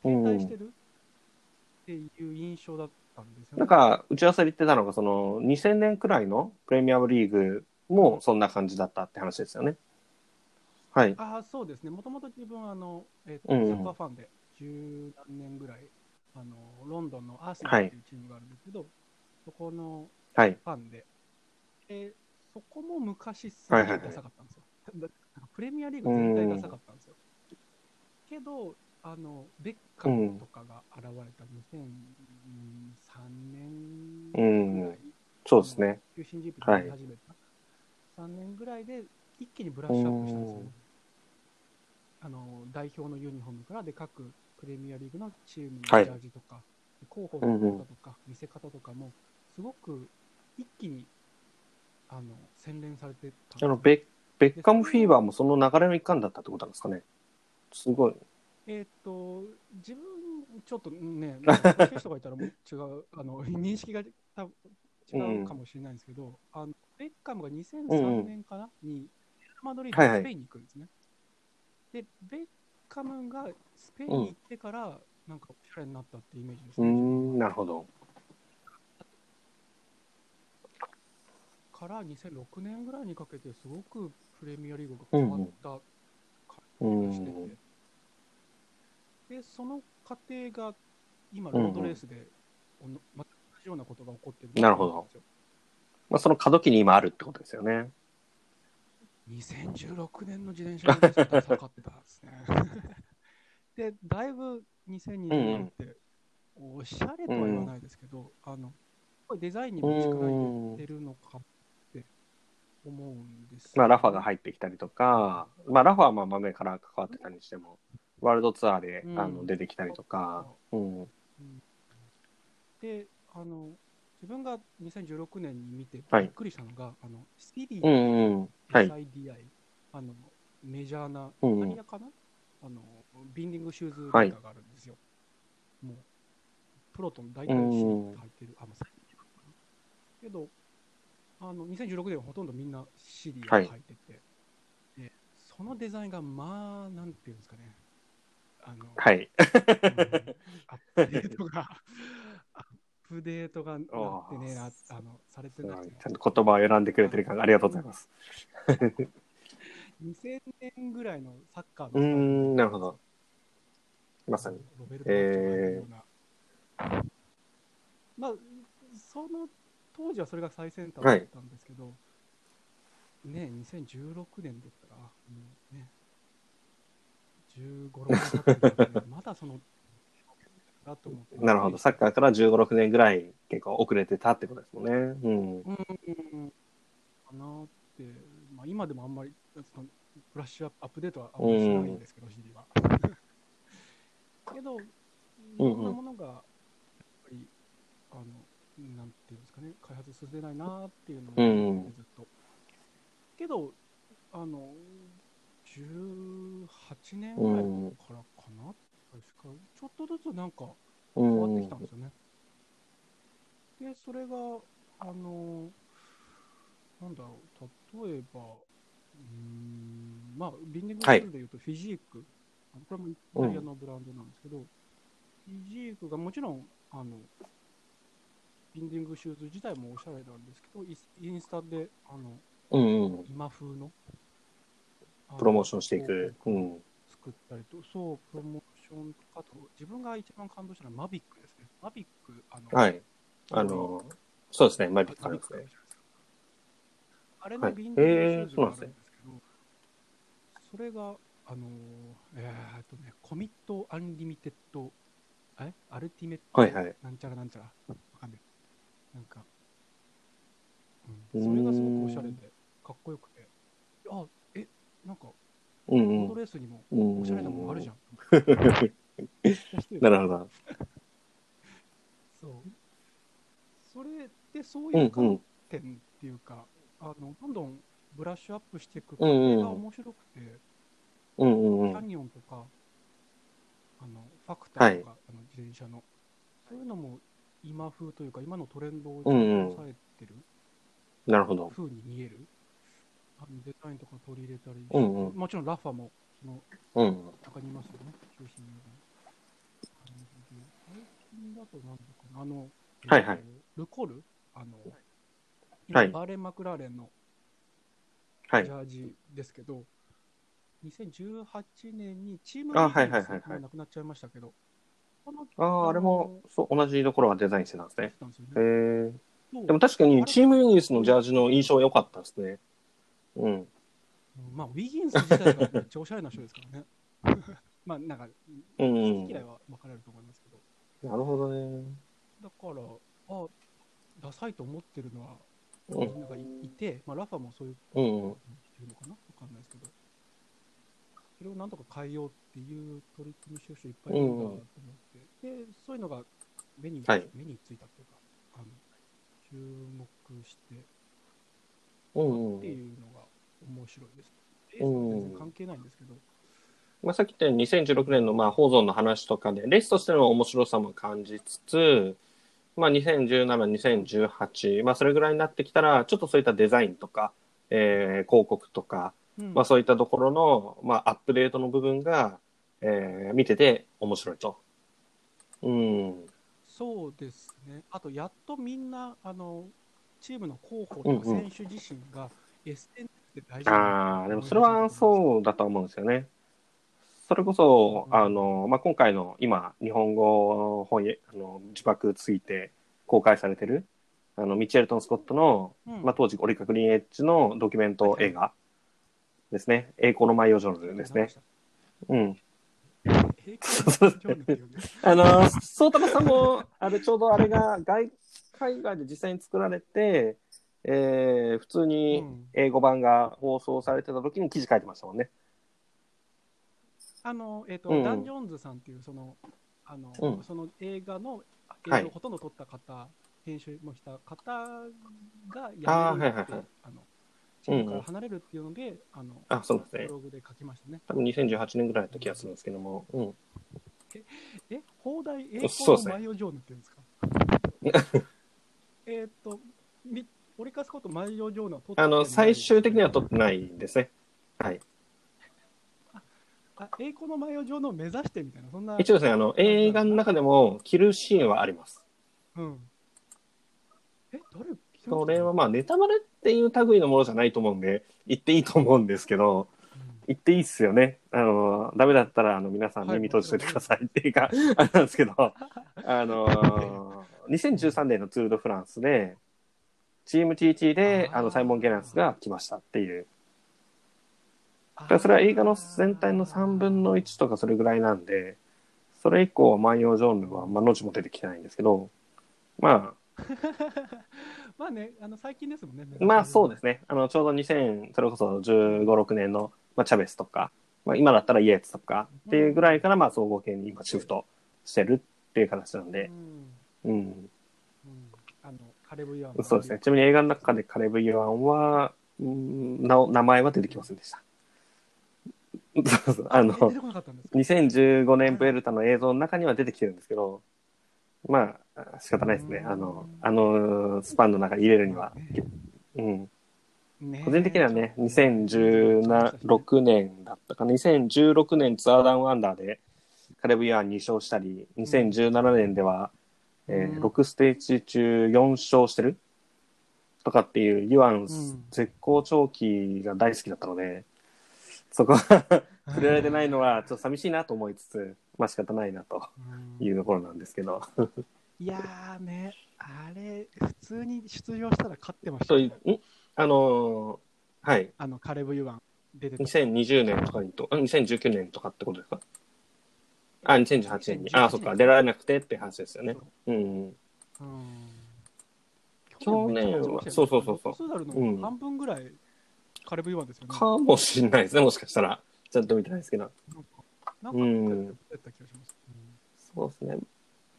[SPEAKER 1] う
[SPEAKER 2] 期待し
[SPEAKER 1] ん
[SPEAKER 2] て。るっていう印象だったんですよね
[SPEAKER 1] なんか、打ち合わせで言ってたのが、その、2000年くらいのプレミアムリーグもそんな感じだったって話ですよね。はい。
[SPEAKER 2] ああそうですね、もともと自分あの、えー
[SPEAKER 1] うんうん
[SPEAKER 2] サッカーファンで十何年ぐらいあの、ロンドンのアーセナルっていうチームがあるんですけど、そこの
[SPEAKER 1] はい。
[SPEAKER 2] ファンで、でそこも昔すご
[SPEAKER 1] はいいはい
[SPEAKER 2] ダ
[SPEAKER 1] はい
[SPEAKER 2] サかったんですよ。だなんかプレミアリーグ全体ダサかったんですよ。けどあの、ベッカムとかが現れた2003年ぐらい、
[SPEAKER 1] そうですね。
[SPEAKER 2] 求心人物に始めた、3年ぐらいで一気にブラッシュアップしたんですよね
[SPEAKER 1] う。
[SPEAKER 2] あの代表のユニフォームからで各プレミアリーグのチームの
[SPEAKER 1] はい
[SPEAKER 2] ジャージとか、候補の方とか見せ方とかもすごく一気にあの洗練されてた
[SPEAKER 1] あ
[SPEAKER 2] ん
[SPEAKER 1] の、
[SPEAKER 2] です
[SPEAKER 1] ベッ、ベッカムフィーバーもその流れの一環だったってことなんですかね。すごい。
[SPEAKER 2] えーっと自分ちょっとね、なんか詳しい人がいたらもう違うあ の認識が多分違うかもしれないんですけど、あのベッカムが
[SPEAKER 1] うんう
[SPEAKER 2] 2003
[SPEAKER 1] ん
[SPEAKER 2] 年かな、にレアルマドリー
[SPEAKER 1] はい
[SPEAKER 2] ド
[SPEAKER 1] はい
[SPEAKER 2] スペインに行くんですね。でベッカムがスペインに行ってから、なんかおしゃれになったってイメージです
[SPEAKER 1] う
[SPEAKER 2] ね。
[SPEAKER 1] ん、なるほど。
[SPEAKER 2] から2006年ぐらいにかけてすごくプレミアリーグが変わった
[SPEAKER 1] う
[SPEAKER 2] 感じがしてて、
[SPEAKER 1] ん。
[SPEAKER 2] でその過程が今
[SPEAKER 1] うんう
[SPEAKER 2] ロ
[SPEAKER 1] ん
[SPEAKER 2] ードレースでおのまた同じようなことが起こってる
[SPEAKER 1] なるほどまあ、その過渡期に今あるってことですよね。
[SPEAKER 2] 2016年の自転車のレースが下がってたんですね。 で、だいぶ2020年って、おしゃれとは言わないですけど、あの、すごいデザインにも力入れてるのかって思うんですよね、
[SPEAKER 1] まあ、ラファが入ってきたりとか、まあ、ラファはまあ豆から関わってたにしても、ワールドツアーで、
[SPEAKER 2] うん
[SPEAKER 1] あの出てきたりとか、うん。
[SPEAKER 2] で、あの、自分が2016年に見てび
[SPEAKER 1] はい
[SPEAKER 2] っくりしたのが、あの、スピーディ
[SPEAKER 1] う
[SPEAKER 2] ー
[SPEAKER 1] ん、うん。はい。
[SPEAKER 2] SIDI、あの、メジャーな
[SPEAKER 1] うん
[SPEAKER 2] イタリアかな、あのビンディングシューズメーカーがあるんですよ。もう、プロトン大体シリーズ入ってる。あ、まあ、最近かなけど、あの2016年はほとんどみんなシリーを履いてて、でそのデザインがまあなんていうんですかねあの、
[SPEAKER 1] はい。
[SPEAKER 2] うんアップデートがアップデートがなってねえなあのされて
[SPEAKER 1] ち
[SPEAKER 2] な
[SPEAKER 1] ゃ
[SPEAKER 2] くて
[SPEAKER 1] んと言葉を選んでくれてる感がありがとうございます。
[SPEAKER 2] 2000年ぐらいのサッカーの
[SPEAKER 1] うーん、なるほど。まさに。
[SPEAKER 2] ロベルトマッチョがいるようなまあその当時はそれが最先端だったんですけど、ね2016年だったらもうね15、6年経ってるからまだ そのだと思って
[SPEAKER 1] なるほど。サッカーから15、6年ぐらい結構遅れてたってことですもんね。うん。
[SPEAKER 2] うんかなって、まあ、今でもあんまりそのフラッシュアップアップデートはあんまりしないんですけど、CD は。けど、いろんなものがやっぱり、あのなんていうんですかね、開発進んでないなっていうの
[SPEAKER 1] う
[SPEAKER 2] を
[SPEAKER 1] んうん
[SPEAKER 2] ずっと。けど、あの18年ぐらいからかな、確かちょっとずつなんか
[SPEAKER 1] う
[SPEAKER 2] 変わって
[SPEAKER 1] ん
[SPEAKER 2] きたんですよね。で、それが、あの、なんだろう、例えば、うーん、まあ、ビンディング
[SPEAKER 1] は
[SPEAKER 2] ス
[SPEAKER 1] い
[SPEAKER 2] で言うと、フィジーク、あのこれもイ
[SPEAKER 1] うん
[SPEAKER 2] タリアのブランドなんですけど、フィジークがもちろん、あの、ビンディングシューズ自体もおしゃれなんですけど、イインスタで、あの、
[SPEAKER 1] うんうん。
[SPEAKER 2] 今風の、あの
[SPEAKER 1] プロモーションしていく。うん。
[SPEAKER 2] 作ったりと、そう、プロモーションとかあと、自分が一番感動したのはマビックですね。マビック、あの、
[SPEAKER 1] はい。あの、そうですね。マ
[SPEAKER 2] あ
[SPEAKER 1] リックさんですね。
[SPEAKER 2] あれ
[SPEAKER 1] は
[SPEAKER 2] の
[SPEAKER 1] い
[SPEAKER 2] ビンテージシューズがあ
[SPEAKER 1] えーそうなんですね
[SPEAKER 2] るんですけど、それが、あのーえーっとね、コミットアンリミテッド、えアルティメット、
[SPEAKER 1] はいはい
[SPEAKER 2] なんちゃらなんちゃら、わかんない。なんか、う
[SPEAKER 1] うー
[SPEAKER 2] ん、
[SPEAKER 1] ん
[SPEAKER 2] それがすごくおしゃれで、かっこよくて、あ、え、なんか、
[SPEAKER 1] う
[SPEAKER 2] ボ
[SPEAKER 1] ん
[SPEAKER 2] ート
[SPEAKER 1] うん。
[SPEAKER 2] レースにも
[SPEAKER 1] うん
[SPEAKER 2] おしゃれなもんあるじゃん。
[SPEAKER 1] なるほど。
[SPEAKER 2] そう。それで、そう
[SPEAKER 1] う
[SPEAKER 2] いうん
[SPEAKER 1] う
[SPEAKER 2] 観
[SPEAKER 1] ん。
[SPEAKER 2] 点っていうか、あのどんどんブラッシュアップしていく
[SPEAKER 1] う
[SPEAKER 2] 過
[SPEAKER 1] んうん
[SPEAKER 2] 程が面白くて、
[SPEAKER 1] うんうんうん
[SPEAKER 2] キャ。ニオンとか、あのファクターとか、あの自転車の、そういうのも今風というか、今のトレンドをちゃんと抑えてる
[SPEAKER 1] なるほど。
[SPEAKER 2] 風に見える、あのデザインとか取り入れたり、
[SPEAKER 1] うんうん
[SPEAKER 2] もちろんラファもその
[SPEAKER 1] うん。
[SPEAKER 2] 中にいますよね、中心に。最近だと何だかな、あの、
[SPEAKER 1] はいはい
[SPEAKER 2] えールコールあの、
[SPEAKER 1] はい
[SPEAKER 2] バーレン・マクラーレンの
[SPEAKER 1] は
[SPEAKER 2] ジ
[SPEAKER 1] い。
[SPEAKER 2] ャージですけど、2018年にチーム
[SPEAKER 1] あ
[SPEAKER 2] リーグ
[SPEAKER 1] はいはい
[SPEAKER 2] で
[SPEAKER 1] はい
[SPEAKER 2] すね
[SPEAKER 1] はい
[SPEAKER 2] もうなくなっちゃいましたけど、この
[SPEAKER 1] ああ、あれも、そう、同じところがデザインしてたんです
[SPEAKER 2] 出
[SPEAKER 1] ね
[SPEAKER 2] て。たんですよ
[SPEAKER 1] へ
[SPEAKER 2] ね
[SPEAKER 1] え。
[SPEAKER 2] そう
[SPEAKER 1] でも確かに、チームユニースのジャージの印象は良かったですね。うん。
[SPEAKER 2] うんまあ、ウィギンス自体がめっちゃおしゃれな人ですからね。 まあ、なんか、
[SPEAKER 1] うんう
[SPEAKER 2] 好
[SPEAKER 1] ん。
[SPEAKER 2] き
[SPEAKER 1] な
[SPEAKER 2] 嫌い
[SPEAKER 1] る
[SPEAKER 2] は分かれると思いますけど、
[SPEAKER 1] ほどね。
[SPEAKER 2] だから、あダサいと思ってるのは、
[SPEAKER 1] う
[SPEAKER 2] み
[SPEAKER 1] ん
[SPEAKER 2] んながいいて、まあ、ラファもそういう
[SPEAKER 1] うんうん。
[SPEAKER 2] っていうのかなわかんないですけど、それをなんとか変えようっていう取り組み収集いっぱいあるんだなと思って、で、そういうのが目に,、
[SPEAKER 1] はい
[SPEAKER 2] 目についたというか、あの注目して
[SPEAKER 1] うんう
[SPEAKER 2] って
[SPEAKER 1] ん。
[SPEAKER 2] いうのが面白いです。レースは全然関係ないんですけど、
[SPEAKER 1] まあ、さっき言ったように2016年のまあ宝蔵の話とかでレースとしての面白さも感じつつ、まあ、2017、2018、まあ、それぐらいになってきたらちょっとそういったデザインとか、えー広告とか、
[SPEAKER 2] うん
[SPEAKER 1] まあ、そういったところの、まあ、アップデートの部分が、えー見てて面白いと。うん。
[SPEAKER 2] そうですね、あとやっとみんな、あのチームの候補とか
[SPEAKER 1] うんう
[SPEAKER 2] 選
[SPEAKER 1] ん
[SPEAKER 2] 手自身が SNS で大事な
[SPEAKER 1] ああ、でもそれはそうだと思うんですよね。それこそ、あの、まあ、今回の今、日本語翻訳、あの、字幕ついて公開されてる、あの、ミッチェルトン・スコットの、
[SPEAKER 2] うん
[SPEAKER 1] まあ、当時、オリカ・グリーン・エッジのドキュメント映画ですね。栄光のマイオジョーンズですね。。うん。
[SPEAKER 2] 平均の上位っていうね
[SPEAKER 1] あの、宗太郎さんも、あれ、ちょうどあれが外、海外で実際に作られて、えー、普通に
[SPEAKER 2] うん
[SPEAKER 1] 英語版が放送されてた時に記事書いてましたもんね。
[SPEAKER 2] あの、えっ、と、
[SPEAKER 1] うん
[SPEAKER 2] ダンジョーンズさんっていう、その、あの、
[SPEAKER 1] うん
[SPEAKER 2] その映画の、あ
[SPEAKER 1] はい
[SPEAKER 2] 映像をほとんど撮った方、編集もした方が
[SPEAKER 1] あ
[SPEAKER 2] や
[SPEAKER 1] ー
[SPEAKER 2] めるっ
[SPEAKER 1] はい
[SPEAKER 2] て、
[SPEAKER 1] はいは
[SPEAKER 2] あ
[SPEAKER 1] い
[SPEAKER 2] の、チームから離れるっていうので、あの、
[SPEAKER 1] あそうですね
[SPEAKER 2] ブログで書きましたね。
[SPEAKER 1] 多分2018年ぐらいだった気がするんですけども、うん、
[SPEAKER 2] え、放題英語
[SPEAKER 1] そうで
[SPEAKER 2] の
[SPEAKER 1] すね
[SPEAKER 2] マイオジョーヌっていうんですかえっと、み、取り返すこと、毎秒上のは取って
[SPEAKER 1] あの、最
[SPEAKER 2] 終
[SPEAKER 1] 終的には取ってないんですね。はい。
[SPEAKER 2] あ、栄光の毎秒上のを目指してみたいな、そんな。
[SPEAKER 1] 一応ですね、あの、映画の中でも、着るシーンはあります。
[SPEAKER 2] うん。え、誰
[SPEAKER 1] これは、まあ、ネタバレっていう類のものじゃないと思うんで、言っていいと思うんですけど、
[SPEAKER 2] うん
[SPEAKER 1] 言っていいっすよね。あの、ダメだったら、あの、皆さん
[SPEAKER 2] はい
[SPEAKER 1] 耳閉じててくださいっていうか、あれなんですけど、あのー、2013年のツール・ド・フランスで、チーム TT で、
[SPEAKER 2] あー
[SPEAKER 1] あの、サイモン・ゲランスが来ましたっていう。
[SPEAKER 2] あ
[SPEAKER 1] だからそれは映画の全体の3分の1とかそれぐらいなんで、それ以降は万葉ジョンルは、まあ、後も出てきてないんですけど、ま
[SPEAKER 2] まあね、あの最近ですもんね。
[SPEAKER 1] あ、まあそうですね。あの、ちょうど2000、それこそ15、6年の、まあ、チャベスとか、まあ、今だったらイエーツとかっていうぐらいから、まあ、総合系に今シフトしてるっていう形なんで
[SPEAKER 2] う、ん
[SPEAKER 1] うん。
[SPEAKER 2] うんあのカレブイアン
[SPEAKER 1] そうですね。。ちなみに映画の中でカレブ・イワンは、うんな名前は出てきませんでした。そうそう。あ
[SPEAKER 2] え出
[SPEAKER 1] の
[SPEAKER 2] て、こなかったんですか。
[SPEAKER 1] 2015年プエルタの映像の中には出てきてるんですけど、まあ、仕方ないですね。あの、あのスパンの中に入れるには。うん。
[SPEAKER 2] ね
[SPEAKER 1] 個人的にはね、2016年だったかな。2016年ツアーダウンアンダーでカレブイアン2勝したり、2017年では、えー
[SPEAKER 2] うん
[SPEAKER 1] 6ステージ中4勝してるとかっていう、ユアン
[SPEAKER 2] ん
[SPEAKER 1] 絶好調期が大好きだったので、そこは触れられてないのはちょっと寂しいなと思いつつ、まあ仕方ないなと
[SPEAKER 2] うん
[SPEAKER 1] いうところなんですけど。
[SPEAKER 2] いやーね、あれ、普通に出場したら勝ってました
[SPEAKER 1] と
[SPEAKER 2] よ
[SPEAKER 1] い
[SPEAKER 2] ね。
[SPEAKER 1] んあのーはい。
[SPEAKER 2] あのカレブイアン出てた。
[SPEAKER 1] 2020年とかにと、あ2019年とかってことですかあ、2018年に。あ、
[SPEAKER 2] 2018
[SPEAKER 1] そっか、出られなくてって話ですよね。うん。
[SPEAKER 2] うん
[SPEAKER 1] 去年はそうそうそうそう
[SPEAKER 2] トータル
[SPEAKER 1] うん
[SPEAKER 2] の半分ぐらいカレブイワンですよね。
[SPEAKER 1] かもしんないですね、もしかしたら。ちゃんと見てないですけど。
[SPEAKER 2] なんかなんか
[SPEAKER 1] うん
[SPEAKER 2] やった気がします。うん
[SPEAKER 1] そうですね。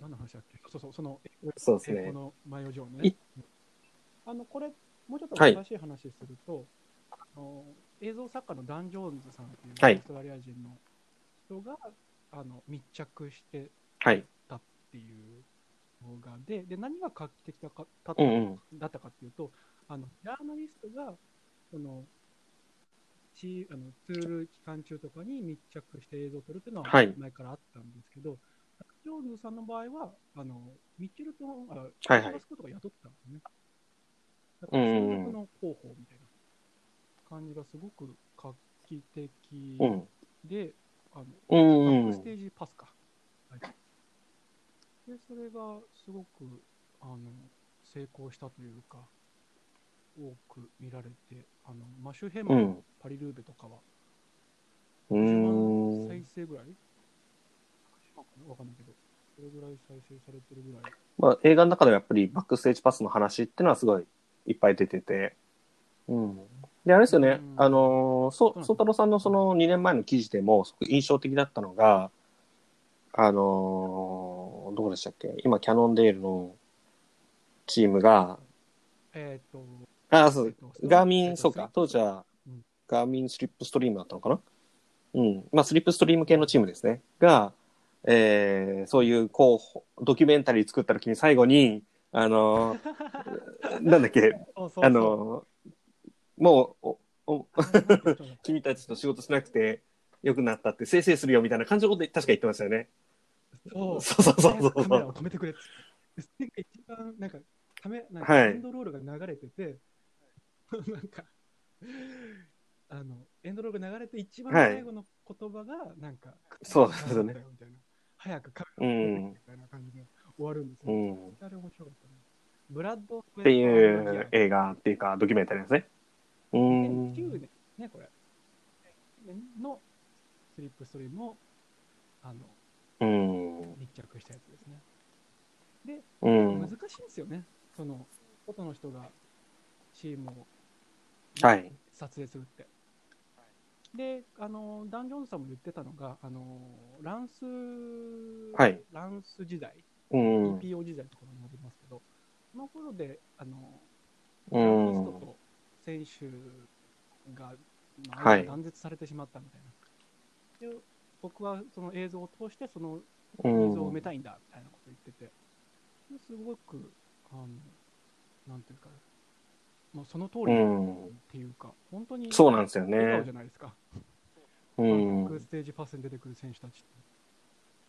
[SPEAKER 2] 何の話だっけそうそう、その、
[SPEAKER 1] そうです
[SPEAKER 2] こ
[SPEAKER 1] ね。
[SPEAKER 2] のマヨジョー
[SPEAKER 1] い
[SPEAKER 2] ね。あの、これ、もうちょっと詳しい話すると、あの映像作家のダン・ジョーンズさんっていう
[SPEAKER 1] はい
[SPEAKER 2] オーストラリア人の人が、あの密着してっ
[SPEAKER 1] はい。
[SPEAKER 2] ていう動画で、で、何が画期的だかだっ
[SPEAKER 1] う
[SPEAKER 2] た
[SPEAKER 1] んうん。
[SPEAKER 2] だったかっていうと、あの、ジャーナリストが、その、チーあのツール期間中とかに密着して映像を撮るっていうの
[SPEAKER 1] は
[SPEAKER 2] はい前からあったんですけど、ジョーズさんの場合は、あの、ミッチェルトン、あ、
[SPEAKER 1] はいはい
[SPEAKER 2] ニコラスコとか雇ってたんですね。だ
[SPEAKER 1] う
[SPEAKER 2] か
[SPEAKER 1] ん
[SPEAKER 2] ら
[SPEAKER 1] うんうん
[SPEAKER 2] 戦略の広報みたいな感じがすごく画期的
[SPEAKER 1] うん。
[SPEAKER 2] で、あの、
[SPEAKER 1] うんう
[SPEAKER 2] ステ
[SPEAKER 1] ん。
[SPEAKER 2] ージパスか。はい、で、それがすごくあの成功したというか、多く見られて、あのマシュヘマ
[SPEAKER 1] う
[SPEAKER 2] の
[SPEAKER 1] ん。
[SPEAKER 2] パリルーベとかは、
[SPEAKER 1] う
[SPEAKER 2] 10万
[SPEAKER 1] ーん
[SPEAKER 2] 再。生ぐらい、わかんないけど、それぐらい再生されてるぐらい。
[SPEAKER 1] まあ、映画の中ではやっぱりバックステージパスの話っていうのはすごいいっぱい出てて。うん。で、あれですよね、
[SPEAKER 2] うん
[SPEAKER 1] あのー、
[SPEAKER 2] そうなん
[SPEAKER 1] そ、宗
[SPEAKER 2] です
[SPEAKER 1] 太郎さんのその2年前の記事でも、すごく印象的だったのが、あのー、どこでしたっけ今、キャノンデールのチームが、
[SPEAKER 2] えっ、ー、と、
[SPEAKER 1] あ、そ
[SPEAKER 2] え
[SPEAKER 1] う
[SPEAKER 2] っ、と
[SPEAKER 1] ガーミ
[SPEAKER 2] えっ
[SPEAKER 1] ン、
[SPEAKER 2] と
[SPEAKER 1] そうか、当 時は
[SPEAKER 2] うん、
[SPEAKER 1] ガーミンスリップストリームだったのかなうん。まあ、スリップストリーム系のチームですね。が、えー、そういう、こう、ドキュメンタリー作った時に最後に、あの ーなんだっけ、
[SPEAKER 2] そうそうそう
[SPEAKER 1] あ、のーもう、お お
[SPEAKER 2] あれなんて言ったの
[SPEAKER 1] 君たちと仕事しなくて良くなったって、せいせいするよみたいな感じのことで確か言ってましたよね。
[SPEAKER 2] そ
[SPEAKER 1] そう うそうそうそう
[SPEAKER 2] カメラ
[SPEAKER 1] そ
[SPEAKER 2] を止めてくれっつって。でなんか一番、なんか、ため、なん
[SPEAKER 1] は
[SPEAKER 2] か、
[SPEAKER 1] い
[SPEAKER 2] エンドロールが流れてて、 なんか、あの、エンドロールが流れて一番
[SPEAKER 1] はい
[SPEAKER 2] 最後の言葉が、なんか、
[SPEAKER 1] そうですよね
[SPEAKER 2] みたいな。早くカ
[SPEAKER 1] う。う
[SPEAKER 2] メラを
[SPEAKER 1] ん
[SPEAKER 2] み。たいな感じで終わるんです
[SPEAKER 1] う
[SPEAKER 2] よ。
[SPEAKER 1] ん。っ
[SPEAKER 2] あれ面白かったね。ブラッド・って
[SPEAKER 1] いう映画っていうか、ドキュメンタリーですね。うー
[SPEAKER 2] 2009
[SPEAKER 1] ん。
[SPEAKER 2] 年ね、これ。のスリップストリームを、あの、
[SPEAKER 1] うん。
[SPEAKER 2] 密着したやつですね。
[SPEAKER 1] うん
[SPEAKER 2] 難。しいんですよね、その外の人がチームを
[SPEAKER 1] はい。
[SPEAKER 2] 撮影するって。で、あのダン・ジョンさんも言ってたのが、あのランス、
[SPEAKER 1] はい
[SPEAKER 2] ランス時代、
[SPEAKER 1] うん。うん。
[SPEAKER 2] EPO 時代とかになりますけど、その頃で、あの
[SPEAKER 1] う
[SPEAKER 2] リス
[SPEAKER 1] ん
[SPEAKER 2] ト。と選手が、まあ
[SPEAKER 1] はい
[SPEAKER 2] 断絶されてしまったみたいな。で僕はその映像を通して、その
[SPEAKER 1] う
[SPEAKER 2] 水を埋
[SPEAKER 1] ん
[SPEAKER 2] めたいんだみたいなこと言ってて、すごく、あの、なんていうか、まあ、その通
[SPEAKER 1] う
[SPEAKER 2] りっ
[SPEAKER 1] ん。
[SPEAKER 2] ていうか、本当に
[SPEAKER 1] そうなんですよ
[SPEAKER 2] 笑顔
[SPEAKER 1] ね
[SPEAKER 2] じ。ゃないですか、
[SPEAKER 1] う
[SPEAKER 2] 韓国
[SPEAKER 1] ん
[SPEAKER 2] ス。テージパスに出てくる選手たちって。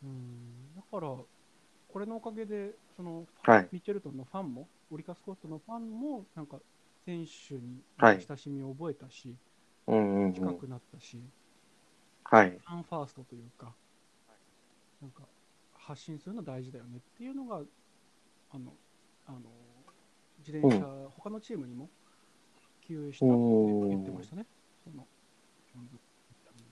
[SPEAKER 2] うん、だから、これのおかげで、その
[SPEAKER 1] はい。
[SPEAKER 2] ミッチェルトンのファンも、オリカ・スコットのファンも、なんか、選手に
[SPEAKER 1] はい
[SPEAKER 2] 親しみを覚えたし、
[SPEAKER 1] うんうんう
[SPEAKER 2] 近
[SPEAKER 1] ん。
[SPEAKER 2] くなったし、
[SPEAKER 1] はい。
[SPEAKER 2] ファンファーストというか、なんか、発信するの大事だよねっていうのが、あの、あの自転車、他のチームにも普及したって言ってましたね。その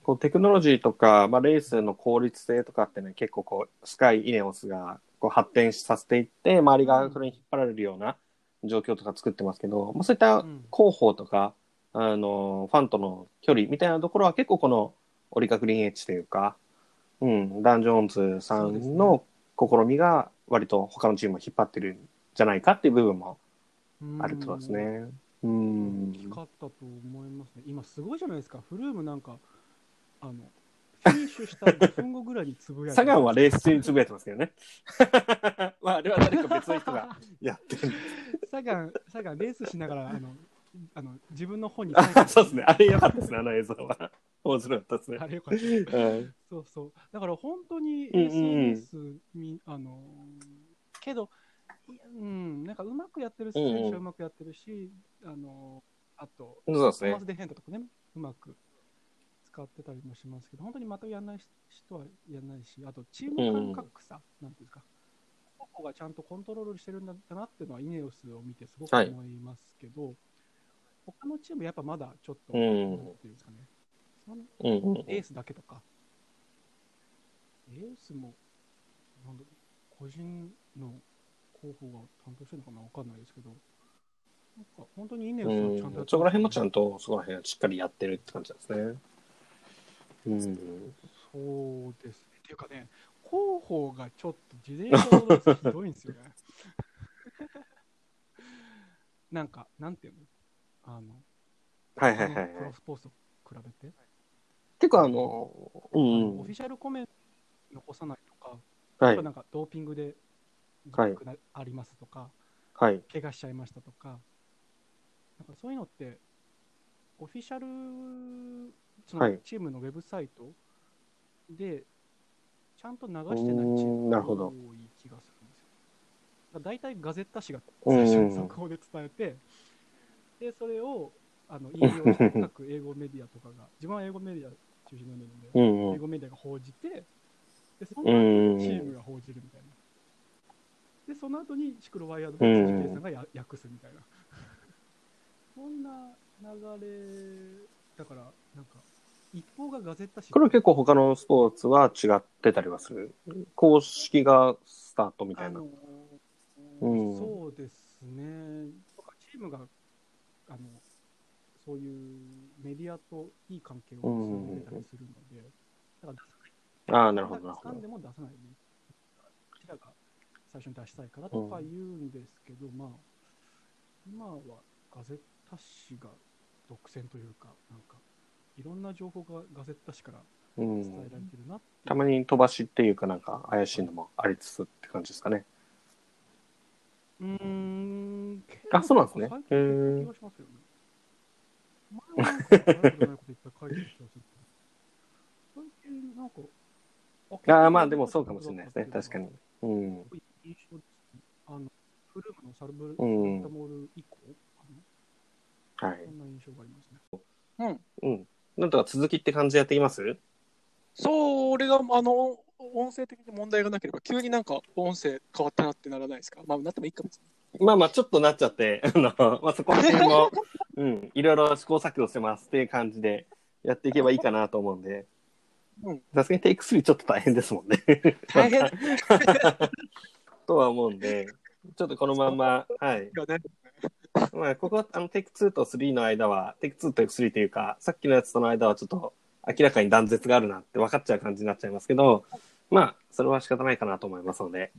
[SPEAKER 1] こうテクノロジーとか、まあ、レースの効率性とかってね、結構こう、スカイイネオスがこう発展させていって、周りがそれに引っ張られるような状況とか作ってますけど、まあ、そういった
[SPEAKER 2] うん
[SPEAKER 1] 広報とか、あの、ファンとの距離みたいなところは結構この、オリカグリーンエッジというか、うん、ダン・ジョーンズさ
[SPEAKER 2] そうです
[SPEAKER 1] ん
[SPEAKER 2] ね
[SPEAKER 1] の試みが割と他のチームを引っ張ってるんじゃないかっていう部分もあるってことです。ね。う
[SPEAKER 2] 大
[SPEAKER 1] ん。
[SPEAKER 2] きかったと思いますね。今すごいじゃないですか。フルームなんか、あの、フィニッシュした5分後ぐらいにつぶやいて
[SPEAKER 1] サガンはレース中につぶやいてますけど ね。まあ、あれは誰か別の人がやってる。
[SPEAKER 2] サガン、サガン、レースしながら、あの、あの自分の本に書いて
[SPEAKER 1] あそうですね。あれ良かったですね、あの映像は。面白かったですね
[SPEAKER 2] あ。れよかった。
[SPEAKER 1] うん
[SPEAKER 2] そうそう。だから本当に
[SPEAKER 1] うんうんうん
[SPEAKER 2] SNS み、あのーけど、いやうん、なんかうまくやってる選
[SPEAKER 1] うん
[SPEAKER 2] 手
[SPEAKER 1] うん
[SPEAKER 2] はうまくやってるし、あのーあと、
[SPEAKER 1] そうです
[SPEAKER 2] トマ
[SPEAKER 1] ね
[SPEAKER 2] ス。デヘントとかね、うまく使ってたりもしますけど、本当にまたやらない人はやらないし、あとチーム感覚さ、なんていうんですか、個々がちゃんとコントロールしてるんだなっていうのは、イネオスを見てすごく
[SPEAKER 1] はい
[SPEAKER 2] 思いますけど、他のチーム、やっぱまだちょっと、
[SPEAKER 1] う
[SPEAKER 2] なん
[SPEAKER 1] ん
[SPEAKER 2] ていうんですかね、その
[SPEAKER 1] うんうん
[SPEAKER 2] エースだけとか、エースも、なんだ個人の候補が担当してるのかな、わかんないですけど、なんか本当にイネオス
[SPEAKER 1] う
[SPEAKER 2] は
[SPEAKER 1] ん
[SPEAKER 2] ちゃんとやってる
[SPEAKER 1] そこら辺もちゃんと、そこら辺はしっかりやってるって感じなんですね。うん。
[SPEAKER 2] そうですね。っていうかね、広報がちょっと自転車のドレスひどいんですよね。 なんか、なんていうのあの、
[SPEAKER 1] はいはいはいは
[SPEAKER 2] 他のプロ
[SPEAKER 1] い。
[SPEAKER 2] スポーツと比べて、
[SPEAKER 1] 結構あの、う
[SPEAKER 2] あの
[SPEAKER 1] んう
[SPEAKER 2] オフ
[SPEAKER 1] ん
[SPEAKER 2] ィ。シャルコメント残さないとか、
[SPEAKER 1] は
[SPEAKER 2] やっ
[SPEAKER 1] い
[SPEAKER 2] ぱ。なんかドーピングで
[SPEAKER 1] はい
[SPEAKER 2] 自覚なありますとか、
[SPEAKER 1] はい。
[SPEAKER 2] 怪我しちゃいましたとか、なんかそういうのって、オフィシャル、そ
[SPEAKER 1] は
[SPEAKER 2] の
[SPEAKER 1] い
[SPEAKER 2] チームのウェブサイトで、ちゃんと流して
[SPEAKER 1] う
[SPEAKER 2] ないチーム
[SPEAKER 1] んなるほど。
[SPEAKER 2] 多い気がするんですよ。だから大体ガゼッタ紙が
[SPEAKER 1] うん
[SPEAKER 2] 最初に速報で伝えて、で、それをあの引用して各英語メディアとかが、自分は英語メディア中心なので、
[SPEAKER 1] うんう
[SPEAKER 2] 英
[SPEAKER 1] ん。
[SPEAKER 2] 語メディアが報じて、で、その
[SPEAKER 1] う
[SPEAKER 2] 後
[SPEAKER 1] んう
[SPEAKER 2] チーム
[SPEAKER 1] ん。
[SPEAKER 2] が報じるみたいな。で、その後にシクロワイヤードの TK さんがや訳すみたいな。 そんな流れだから、なんか、一方がガゼッタ紙
[SPEAKER 1] これは結構他のスポーツは違ってたりはする。公式がスタートみた
[SPEAKER 2] あ
[SPEAKER 1] いな
[SPEAKER 2] の。、
[SPEAKER 1] うん
[SPEAKER 2] そうですね。とかチームが、あの、そういうメディアといい関係を結んでたりするので、だから出さない
[SPEAKER 1] ああ、なるほど、なるほ
[SPEAKER 2] 掴ん
[SPEAKER 1] ど
[SPEAKER 2] で。も出さないね。こちらが最初に出したいからとか言うんですけど、まあ、今はガゼッタ紙が独占というか、なんか、いろんな情報がガゼッタ紙から
[SPEAKER 1] う
[SPEAKER 2] 伝え
[SPEAKER 1] ん
[SPEAKER 2] ら。れてるなっていう
[SPEAKER 1] たまに飛ばしっていうかなんか怪しいのもありつつって感じですかね。
[SPEAKER 2] うーん。
[SPEAKER 1] あそうなんですね
[SPEAKER 2] 最
[SPEAKER 1] へ
[SPEAKER 2] 近
[SPEAKER 1] ー
[SPEAKER 2] 気がしますよね。前はなんか、やることないこといっぱい書いてる気がする。最近なんか、
[SPEAKER 1] ああ、まあでもそうかもしれないですね。確かに。。うん。
[SPEAKER 2] 印象ですねあの、フルームのサルブ
[SPEAKER 1] うん
[SPEAKER 2] タ。モール以降かな
[SPEAKER 1] はい。
[SPEAKER 2] そんな印象がありますね。
[SPEAKER 1] うん。なんとか続きって感じでやっていきます
[SPEAKER 3] そう、俺が、あの、音声的に問題がなければ、急になんか音声変わったなってならないですかまあ、なってもいいかもしれない。
[SPEAKER 1] まあまあ、ちょっとなっちゃって、 あの、まあそこら辺 も、うん、いろいろ試行錯誤してますっていう感じでやっていけばいいかなと思うんで
[SPEAKER 3] うん。
[SPEAKER 1] さすがにテイク3ちょっと大変ですもんね。
[SPEAKER 3] 大変だ
[SPEAKER 1] とは思うんで、ちょっとこのまんま、はい。
[SPEAKER 3] よね。
[SPEAKER 1] まあ、ここは、あの、テイク2と3の間は、テイク2とテイク3というか、さっきのやつとの間はちょっと明らかに断絶があるなって分かっちゃう感じになっちゃいますけど、まあ、それは仕方ないかなと思いますので、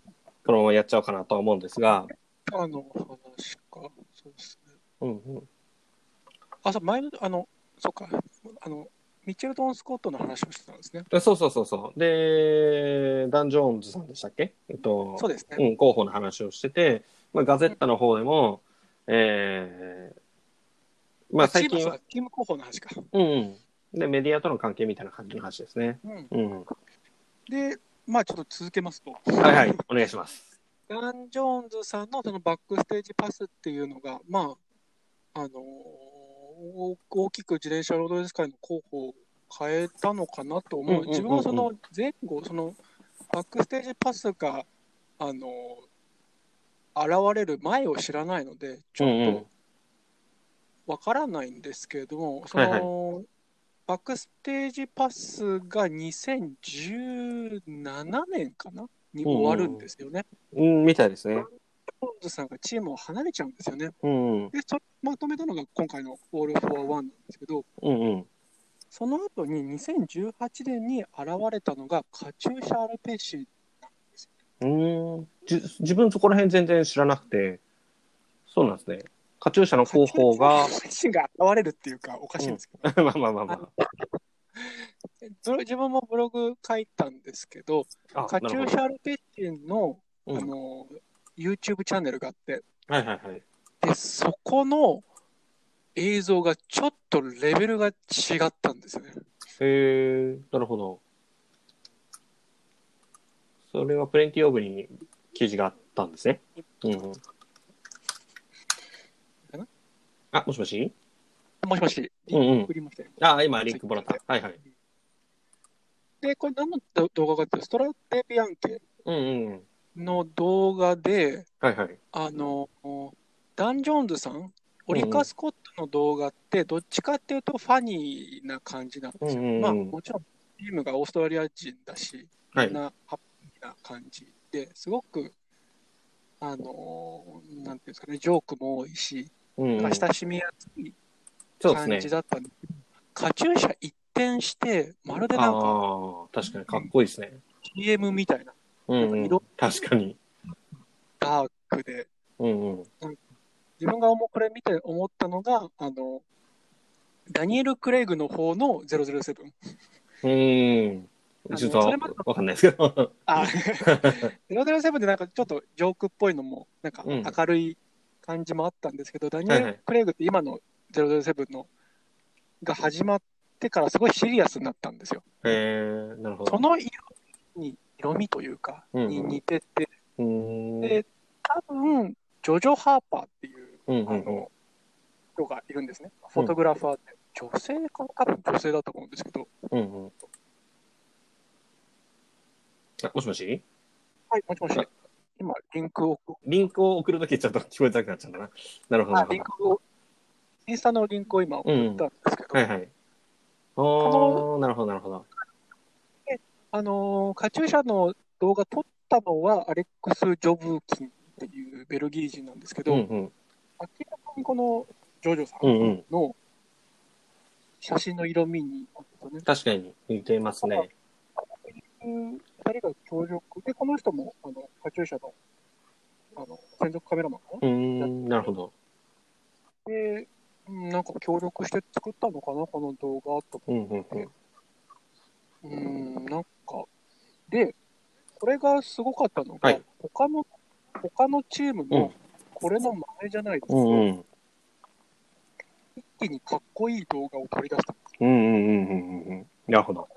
[SPEAKER 1] このままやっちゃおうかなとは思うんですが、
[SPEAKER 3] あの、話か。そうですね。
[SPEAKER 1] うんうん。
[SPEAKER 3] あ、そう、前の、あの、そうか。あの、ミッチェルトン・スコットの話をしてたんですね。
[SPEAKER 1] でそうそうそうそう。で、ダン・ジョーンズさんでしたっけえっと、
[SPEAKER 3] そうです
[SPEAKER 1] う
[SPEAKER 3] ね。
[SPEAKER 1] ん、広報の話をしてて、まあ、ガゼッタの方でも、えーまあ
[SPEAKER 2] チ
[SPEAKER 1] 最
[SPEAKER 2] ーム
[SPEAKER 1] 近
[SPEAKER 2] は
[SPEAKER 1] は、
[SPEAKER 2] チーム候補の話か。
[SPEAKER 1] うん。で、メディアとの関係みたいな感じの話ですね。
[SPEAKER 2] うん。
[SPEAKER 1] うん。
[SPEAKER 2] で、まあちょっと続けますと。
[SPEAKER 1] はいはい、お願いします。
[SPEAKER 2] ダン・ジョーンズさんのそのバックステージパスっていうのが、まあ、あのー大大きく自転車ロードレース界の候補を変えたのかなと思う。
[SPEAKER 1] うんうんうんうん
[SPEAKER 2] 自分はその前後、そのバックステージパスが、あのー現れる前を知らないので、ち
[SPEAKER 1] うんう
[SPEAKER 2] ょっ
[SPEAKER 1] ん。
[SPEAKER 2] とわからないんですけれども、そ
[SPEAKER 1] はい
[SPEAKER 2] の、バックステージパスが2017年かなに終わるんですよね。
[SPEAKER 1] うん、みたいですね。
[SPEAKER 2] ジョーンズさんがチームを離れちゃうんですよね。
[SPEAKER 1] うん。うん
[SPEAKER 2] で、それまとめたのが今回のオール・フォア・ワンなんですけど、
[SPEAKER 1] うん。
[SPEAKER 2] その後に2018年に現れたのがカチューシャ・アルペシー。
[SPEAKER 1] うん。じ自分そこら辺全然知らなくて、そうなんですね。カチューシャの候補が
[SPEAKER 2] カ、チューシャアルペシーが現れるっていうかおかしいんですけど、
[SPEAKER 1] まあまあまあま
[SPEAKER 2] それ自分もブログ書いたんですけど、
[SPEAKER 1] あ。あ
[SPEAKER 2] カチューシャ・アルペシーの,、
[SPEAKER 1] な
[SPEAKER 2] あ
[SPEAKER 1] るほど
[SPEAKER 2] の YouTube チャンネルがあって、
[SPEAKER 1] うんはいはいはい。
[SPEAKER 2] で、そこの映像がちょっとレベルが違ったんですよね。
[SPEAKER 1] へえ、なるほど。それはプレンティオーブに記事があったんですね。うんうん
[SPEAKER 2] かな。
[SPEAKER 1] あ、もしもし
[SPEAKER 2] もしもし、
[SPEAKER 1] うんうん
[SPEAKER 2] 送りましたよ
[SPEAKER 1] あ、今リンクもらった。はいはい。
[SPEAKER 2] で、これ何の動画かっていうと、ストラテビアンケ
[SPEAKER 1] うんうん。
[SPEAKER 2] の動画で、
[SPEAKER 1] はいはい。
[SPEAKER 2] あの、ダン・ジョーンズさん、オリカ・スコットの動画って、どっちかっていうとファニーな感じなんですよ。
[SPEAKER 1] うんうんうん
[SPEAKER 2] まあ、もちろん、チームがオーストラリア人だし、
[SPEAKER 1] は
[SPEAKER 2] み
[SPEAKER 1] い
[SPEAKER 2] ん。なハッピーな感じで、すごく、あの、なんていうんですかね、ジョークも多いし、
[SPEAKER 1] うんうん
[SPEAKER 2] なんか親しみやすい
[SPEAKER 1] そうです
[SPEAKER 2] 感
[SPEAKER 1] ね
[SPEAKER 2] じ。だったんですけどカチューシャ一転して、まるで
[SPEAKER 1] あ
[SPEAKER 2] なんか
[SPEAKER 1] あ、確かにかっこいいですね。
[SPEAKER 2] CM みたいな、
[SPEAKER 1] うん、うん
[SPEAKER 2] 色。
[SPEAKER 1] 確かに。
[SPEAKER 2] ダークで、
[SPEAKER 1] うんうん。
[SPEAKER 2] 自分が思うこれ見て思ったのが、あの、ダニエル・クレイグの方の007。
[SPEAKER 1] うん。
[SPEAKER 2] の
[SPEAKER 1] ちょっと
[SPEAKER 2] それまで
[SPEAKER 1] わかんないですけど。
[SPEAKER 2] あ、007でなんかちょっとジョークっぽいのも、なんか
[SPEAKER 1] うん
[SPEAKER 2] 明るい感じもあったんですけど、ダニ
[SPEAKER 1] は
[SPEAKER 2] エ
[SPEAKER 1] いはい
[SPEAKER 2] ル・クレイグって今の007のが始まってからすごいシリアスになったんですよ。
[SPEAKER 1] へえ、なるほど
[SPEAKER 2] そ。の色に、色味というか、
[SPEAKER 1] うん
[SPEAKER 2] に似てて、
[SPEAKER 1] うん。うん
[SPEAKER 2] で多分、ジョジョ・ハーパーっていう、
[SPEAKER 1] うん
[SPEAKER 2] あ
[SPEAKER 1] うん。
[SPEAKER 2] の、人がいるんですね。フォトグラファーって。女性か多分女性だと思うんですけど、
[SPEAKER 1] うんうん。あ、もしもし
[SPEAKER 2] はい、もしもし
[SPEAKER 1] あ。
[SPEAKER 2] 今、リンクを、
[SPEAKER 1] リンクを送るときちょっと聞こえづらくなっちゃったな。なるほど。
[SPEAKER 2] あ、リンクを、インスタのリンクを今送ったんですけど、
[SPEAKER 1] はいはい。おー、なるほど、なるほど。
[SPEAKER 2] あのーカチューシャの動画撮ったのはアレックス・ジョブキンっていうベルギー人なんですけ
[SPEAKER 1] う
[SPEAKER 2] ど、
[SPEAKER 1] ん
[SPEAKER 2] 明
[SPEAKER 1] うん。
[SPEAKER 2] らかにこのジョジョさ
[SPEAKER 1] うんうん
[SPEAKER 2] んの写真の色味に、ね、
[SPEAKER 1] 確かに似てますね。
[SPEAKER 2] 2人が協力で、この人もあのカチューシャのあの専属カメラマンかな
[SPEAKER 1] うーん、なるほど。
[SPEAKER 2] で、うんなんか協力して作ったのかな、この動画とか。
[SPEAKER 1] うんうんうん。
[SPEAKER 2] うん、なんか、で、これがすごかったのが、
[SPEAKER 1] はい
[SPEAKER 2] 他の、他のチーム
[SPEAKER 1] う
[SPEAKER 2] の
[SPEAKER 1] ん、
[SPEAKER 2] これの前じゃないですか、
[SPEAKER 1] うんうん。
[SPEAKER 2] 一気にかっこいい動画を取り出した。
[SPEAKER 1] うんうんうんうんうん。なるほど。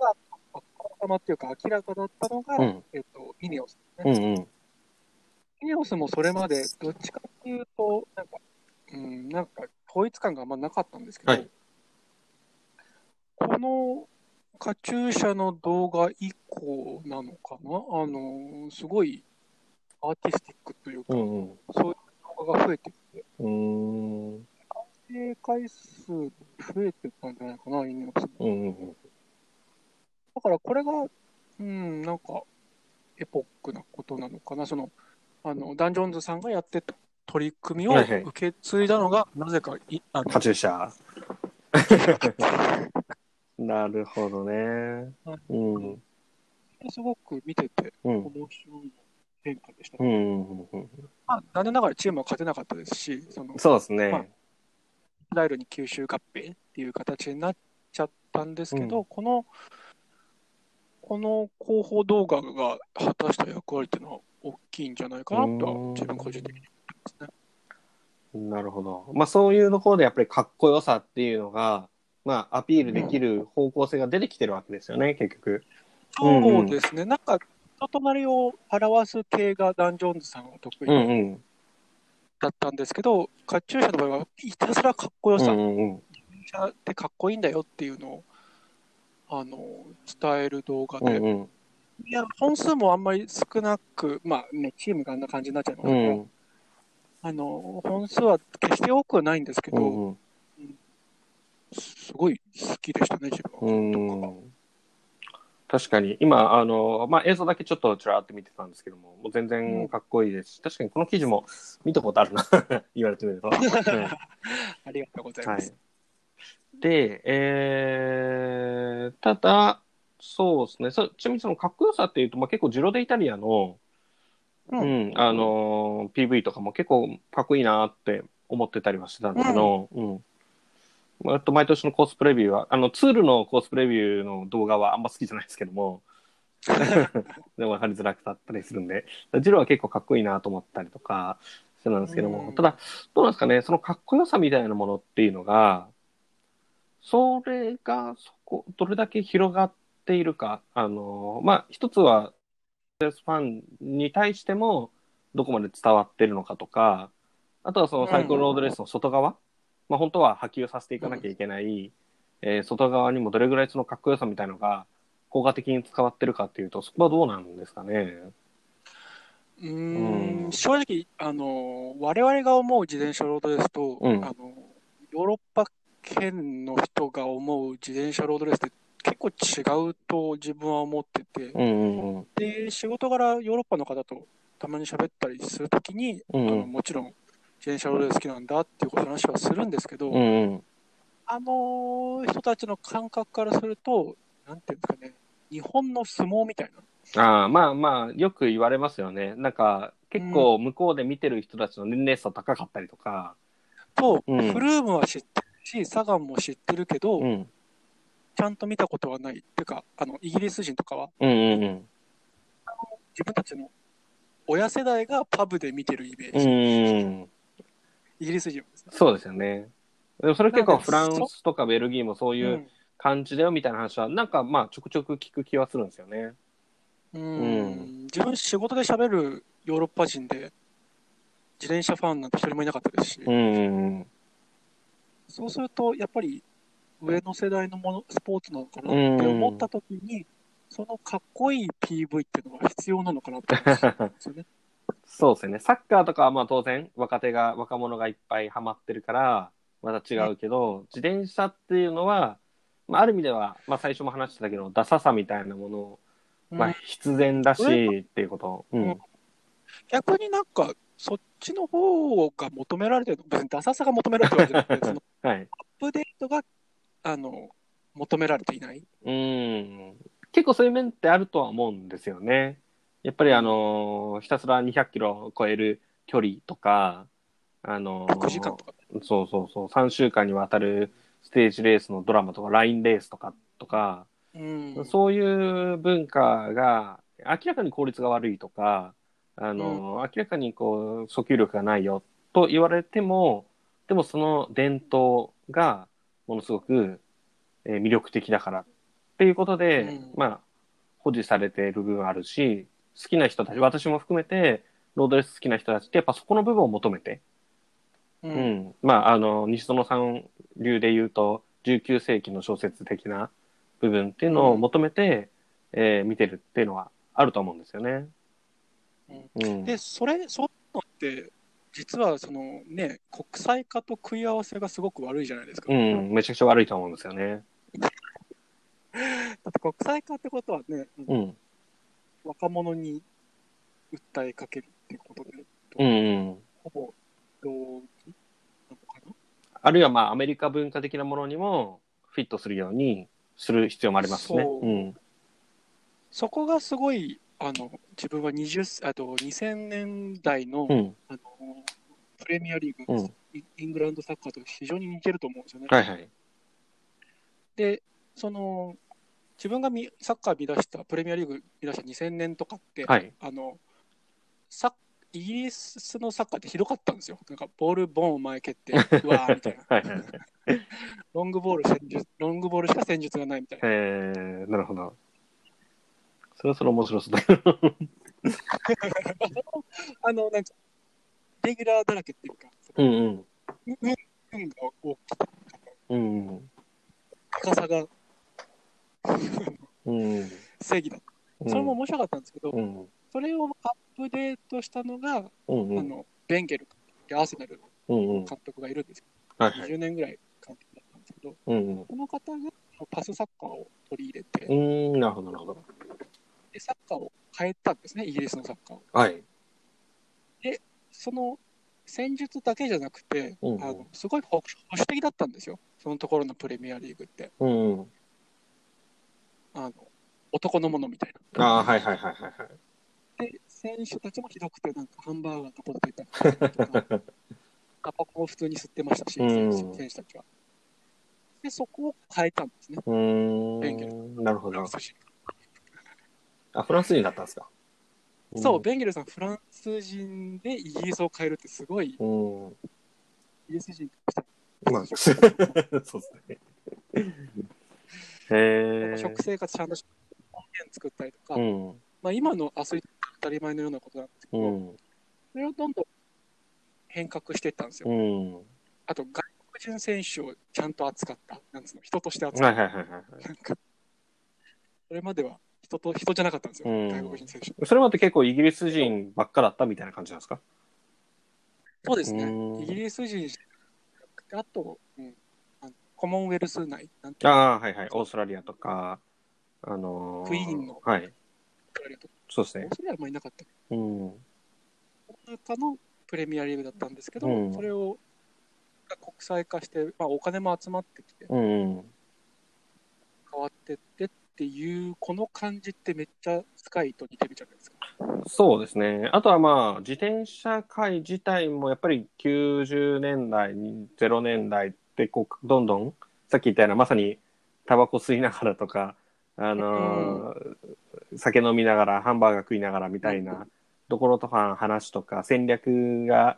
[SPEAKER 2] あたまっていうか、明らかだったのが、
[SPEAKER 1] うん
[SPEAKER 2] えっと、イネオスです
[SPEAKER 1] う
[SPEAKER 2] ね。
[SPEAKER 1] んうん。
[SPEAKER 2] イネオスもそれまで、どっちかっていうと、なんか、うん、なんか、統一感があんまなかったんですけど、
[SPEAKER 1] はい
[SPEAKER 2] この、カチューシャの動画以降なのかなあの、すごい、アーティスティックというか、
[SPEAKER 1] うんうん。
[SPEAKER 2] そういう動画が増えてきて、
[SPEAKER 1] うーん。
[SPEAKER 2] 再生回数増えてったんじゃないかな、イニオスも。
[SPEAKER 1] うんうんうん。
[SPEAKER 2] だからこれが、うん、なんか、エポックなことなのかな、その、あの、ダンジョーンズさんがやってた取り組みを
[SPEAKER 1] はいはい
[SPEAKER 2] 受け継いだのが、なぜかい、あの
[SPEAKER 1] カチューシャ。なるほどね。うん。
[SPEAKER 2] すごく見てて
[SPEAKER 1] うん
[SPEAKER 2] 面。白い変化でした。
[SPEAKER 1] うんうんうん
[SPEAKER 2] まあ、残念ながらチームは勝てなかったですし、その、イス
[SPEAKER 1] そうです
[SPEAKER 2] まあ
[SPEAKER 1] ね。
[SPEAKER 2] ラエルに吸収合併っていう形になっちゃったんですけど、この、この広報動画が果たした役割っていうのは大きいんじゃないかなとは、自分個人的に思いますね。
[SPEAKER 1] なるほど。まあそういうところでやっぱりかっこよさっていうのが、まあアピールできる方向性が出てきてるわけですよね、結局。うんう
[SPEAKER 2] そ
[SPEAKER 1] ん
[SPEAKER 2] うですね、なんか、人となりを表す系がダンジョンズさんが得意
[SPEAKER 1] うん
[SPEAKER 2] だ
[SPEAKER 1] うん。
[SPEAKER 2] ったんですけど、カチューシャの場合は、ひたすらかっこよ
[SPEAKER 1] うん
[SPEAKER 2] さ、
[SPEAKER 1] うんうん。
[SPEAKER 2] 自転車ってかっこいいんだよっていうのをあの伝える動画
[SPEAKER 1] う
[SPEAKER 2] で、
[SPEAKER 1] んうん。
[SPEAKER 2] いや本数もあんまり少なく、まあね、チームがあんな感じになっちゃいま
[SPEAKER 1] う
[SPEAKER 2] すけど、
[SPEAKER 1] ん
[SPEAKER 2] あの本数は決して多くはないんですけ
[SPEAKER 1] う
[SPEAKER 2] ど、
[SPEAKER 1] んうん。
[SPEAKER 2] すごい好きでしたね、自分
[SPEAKER 1] う
[SPEAKER 2] は。
[SPEAKER 1] ん確かに今あの、まあ、映像だけちょっとちらーって見てたんですけどももう全然かっこいいですし、確かにこの記事も見たことあるな 言われてみ ると。うん
[SPEAKER 2] ありがとうござい
[SPEAKER 1] は
[SPEAKER 2] ま
[SPEAKER 1] い
[SPEAKER 2] す。、
[SPEAKER 1] で、えー、ただそうですねそちなみにそのかっこよさっていうと、まあ、結構ジロデイタリアの、
[SPEAKER 2] う
[SPEAKER 1] うんんあのー PV とかも結構かっこいいなって思ってたりはしてたんですけど、うんまああと毎年のコースプレビューはあのツールのコースプレビューの動画はあんま好きじゃないですけどもでも分かりづらくなったりするんでジロは結構かっこいいなと思ったりとかしてたんですけども、
[SPEAKER 2] うん
[SPEAKER 1] ただどうなんですかねそのかっこよさみたいなものっていうのがそれがそこどれだけ広がっているかあのまあ一つはエンゼルスファンに対してもどこまで伝わってるのかとかあとはそのサイクルロードレースの外側、まあ、本当は波及させていかなきゃいけない、えー外側にもどれぐらいそのかっこよさみたいのが効果的に使わってるかっていうとそこはどうなんですかね。
[SPEAKER 2] うー
[SPEAKER 1] うん
[SPEAKER 2] ん正直あの、我々が思う自転車ロードレースと、
[SPEAKER 1] うん
[SPEAKER 2] あのヨーロッパ圏の人が思う自転車ロードレースって結構違うと自分は思ってて、
[SPEAKER 1] うんうんうん
[SPEAKER 2] で仕事柄ヨーロッパの方とたまに喋ったりするときに、
[SPEAKER 1] うん
[SPEAKER 2] あ
[SPEAKER 1] う
[SPEAKER 2] の
[SPEAKER 1] ん
[SPEAKER 2] もちろん自転車ロードレース好きなんだっていうことの話はするんですけど、
[SPEAKER 1] うんうん
[SPEAKER 2] あの人たちの感覚からすると、なんていうんですかね、日本の相撲みたいな。
[SPEAKER 1] ああまあまあよく言われますよねなんか結構向こうで見てる人たちの年齢差高かったりとか、
[SPEAKER 2] と、
[SPEAKER 1] うん
[SPEAKER 2] フルームは知ってるし、サガンも知ってるけど、
[SPEAKER 1] うん、
[SPEAKER 2] ちゃんと見たことはない。っていうか、あの、イギリス人とかは、
[SPEAKER 1] うんうんうん
[SPEAKER 2] 自分たちの親世代がパブで見てるイメー
[SPEAKER 1] う
[SPEAKER 2] ジ。
[SPEAKER 1] ん
[SPEAKER 2] イギリス人はですね。
[SPEAKER 1] そうですよねでもそれ結
[SPEAKER 2] な
[SPEAKER 1] 構
[SPEAKER 2] んか
[SPEAKER 1] フランスとかベルギーもそういう、感じだよみたいな話はなんかまあちょくちょく聞く気はするんですよね。
[SPEAKER 2] うん
[SPEAKER 1] う
[SPEAKER 2] 自分仕事で喋るヨーロッパ人で、自転車ファンなんて一人もいなかったですし、
[SPEAKER 1] うん
[SPEAKER 2] そうすると、やっぱり上の世代のものスポーツなのかなって思った時に、そのかっこいい PV っていうのが必要なのかなって思うんですよね。
[SPEAKER 1] そうですよねサッカーとかはまあ当然若手が若者がいっぱいハマってるからまた違うけど、自転車っていうのは、まあ、ある意味では、まあ、最初も話してたけどダサさみたいなものを、ま
[SPEAKER 2] う
[SPEAKER 1] あ
[SPEAKER 2] ん、
[SPEAKER 1] 必然だしっていうこと。うん
[SPEAKER 2] うん逆になんか、そっちの方が求められてるの、別にダサさが求められてるわけじゃなくて、その
[SPEAKER 1] はい
[SPEAKER 2] アップデートがあの求められていない。
[SPEAKER 1] うん結構そういう面ってあるとは思うんですよね。やっぱりあのーひたすら200キロを超える距離とか、あのー
[SPEAKER 2] 6時間とか。
[SPEAKER 1] そうそうそう、3週間にわたるステージレースのドラマとか、ラインレースとか、とか、
[SPEAKER 2] うん。
[SPEAKER 1] そういう文化が、明らかに効率が悪いとか、あの、明らかにこう、訴求力がないよと言われても、でもその伝統がものすごくえー魅力的だからっていうことで、
[SPEAKER 2] うん
[SPEAKER 1] まあ、保持されている部分あるし、好きな人たち、私も含めて、ロードレース好きな人たちってやっぱそこの部分を求めて、
[SPEAKER 2] う。
[SPEAKER 1] うんん、まああの西園さん流で言うと19世紀の小説的な部分っていうのを求めて、えー見てるっていうのはあると思うんですよね。うん、
[SPEAKER 2] で、それ、そういうのって、実はそのね、国際化と食い合わせがすごく悪いじゃないですか。
[SPEAKER 1] う
[SPEAKER 2] だ
[SPEAKER 1] ん、めちゃくちゃ悪いと思うんですよね。
[SPEAKER 2] って国際化ってことはね、
[SPEAKER 1] うん、
[SPEAKER 2] 若者に訴えかけるっていうことで、
[SPEAKER 1] うん、うん。
[SPEAKER 2] ほぼ同期なのかな
[SPEAKER 1] あるいはまあアメリカ文化的なものにもフィットするようにする必要もありますね。
[SPEAKER 2] そう
[SPEAKER 1] うん、
[SPEAKER 2] そこがすごい、あの、自分は20、あと2000年代の、
[SPEAKER 1] うん、
[SPEAKER 2] あの、プレミアリーグ、
[SPEAKER 1] うん
[SPEAKER 2] イイングランドサッカーと非常に似てると思うんですよね。
[SPEAKER 1] はいはい。
[SPEAKER 2] で、その、自分がみサッカー見出した、プレミアリーグ見出した2000年とかって、
[SPEAKER 1] はい。。
[SPEAKER 2] あのサッイギリスのサッカーって広かったんですよ。なんかボール、ボンを前蹴って、うわーみたいな
[SPEAKER 1] はいはい。
[SPEAKER 2] ロングボール戦術、ロングボールしか戦術がないみたいな。
[SPEAKER 1] えー、なるほど。 それはそれ面白そうだ。
[SPEAKER 2] あの、なんか、レギュラーだらけっていうか、
[SPEAKER 1] うんうん。
[SPEAKER 2] 運が大きい
[SPEAKER 1] うんうん。
[SPEAKER 2] 高さが
[SPEAKER 1] うん。
[SPEAKER 2] 正義だった。それも面白かったんですけど、
[SPEAKER 1] うん。
[SPEAKER 2] それをアップデートしたのが、
[SPEAKER 1] うんう
[SPEAKER 2] あ
[SPEAKER 1] ん。
[SPEAKER 2] のベンゲルってアーセナルの
[SPEAKER 1] うんうん。
[SPEAKER 2] 監督がいるんですよ。
[SPEAKER 1] はいはい。
[SPEAKER 2] 20年ぐらい監督だったんですけど、
[SPEAKER 1] うんうん。
[SPEAKER 2] この方がパスサッカーを取り入れて、
[SPEAKER 1] うーん、なるほど、なるほど。
[SPEAKER 2] でサッカーを変えたんですね、イギリスのサッカーを。
[SPEAKER 1] はい。
[SPEAKER 2] その戦術だけじゃなくて、
[SPEAKER 1] うん
[SPEAKER 2] あのすごい保保守的だったんですよ、そのところのプレミアリーグって。
[SPEAKER 1] うんうん。
[SPEAKER 2] あの男のものみたいな。
[SPEAKER 1] ああ、はいはいはいはいはい。
[SPEAKER 2] で、選手たちもひどくて、なんかハンバーガーとポテトいっぱいとか、タバコも普通に吸ってましたし、
[SPEAKER 1] うん
[SPEAKER 2] 選手選手たちは。で、そこを変えたんですね。
[SPEAKER 1] うーん。なるほど。あ、フランス人だったんですか。
[SPEAKER 2] そう、ベンゲルさん、フランス人でイギリスを変えるってすごい、イ
[SPEAKER 1] うん。うん。
[SPEAKER 2] ギリス人として
[SPEAKER 1] まあ、そうですね。へ
[SPEAKER 2] なんか
[SPEAKER 1] え。
[SPEAKER 2] 食生活ちゃんとして音源作ったりとか、
[SPEAKER 1] うん。
[SPEAKER 2] まあ、今のアスリート当たり前のようなことなんですけ
[SPEAKER 1] う
[SPEAKER 2] ど、
[SPEAKER 1] ん。
[SPEAKER 2] それをどんどん変革していったんですよ。
[SPEAKER 1] うん。
[SPEAKER 2] あと、外国人選手をちゃんと扱った、なんつうの、人として
[SPEAKER 1] は
[SPEAKER 2] 扱
[SPEAKER 1] いは
[SPEAKER 2] っ
[SPEAKER 1] い
[SPEAKER 2] た。
[SPEAKER 1] はいはい。
[SPEAKER 2] なんか、それまでは人と人じゃなかったんですよ、
[SPEAKER 1] うん
[SPEAKER 2] 外国人選手。
[SPEAKER 1] それまで結構イギリス人ばっかだったみたいな感じなんですか
[SPEAKER 2] そうですね
[SPEAKER 1] うん、
[SPEAKER 2] イギリス人しかなくてあと、うんあのコモンウェルス内、なんて
[SPEAKER 1] あ
[SPEAKER 2] いう
[SPEAKER 1] あ、はいはい。オーストラリアとか、あのー
[SPEAKER 2] クイーンの
[SPEAKER 1] はい。
[SPEAKER 2] か、あれとか
[SPEAKER 1] そうです
[SPEAKER 2] オ
[SPEAKER 1] ね
[SPEAKER 2] ー。ストラリアはあんまりいなかったけ
[SPEAKER 1] うん。
[SPEAKER 2] ど、その中のプレミアリーグだったんですけど、
[SPEAKER 1] うん
[SPEAKER 2] それを国際化して、まあ、お金も集まってきて、
[SPEAKER 1] うんうん。
[SPEAKER 2] 変わってってっていう、この感じってめっちゃスカイと似てるじゃないですか。
[SPEAKER 1] そうですね。あとはまあ、自転車界自体もやっぱり90年代、0年代ってこう、どんどん、さっき言ったような、まさにタバコ吸いながらとか、あのー酒飲みながら、ハンバーガー食いながらみたいなところとか、話とか、戦略が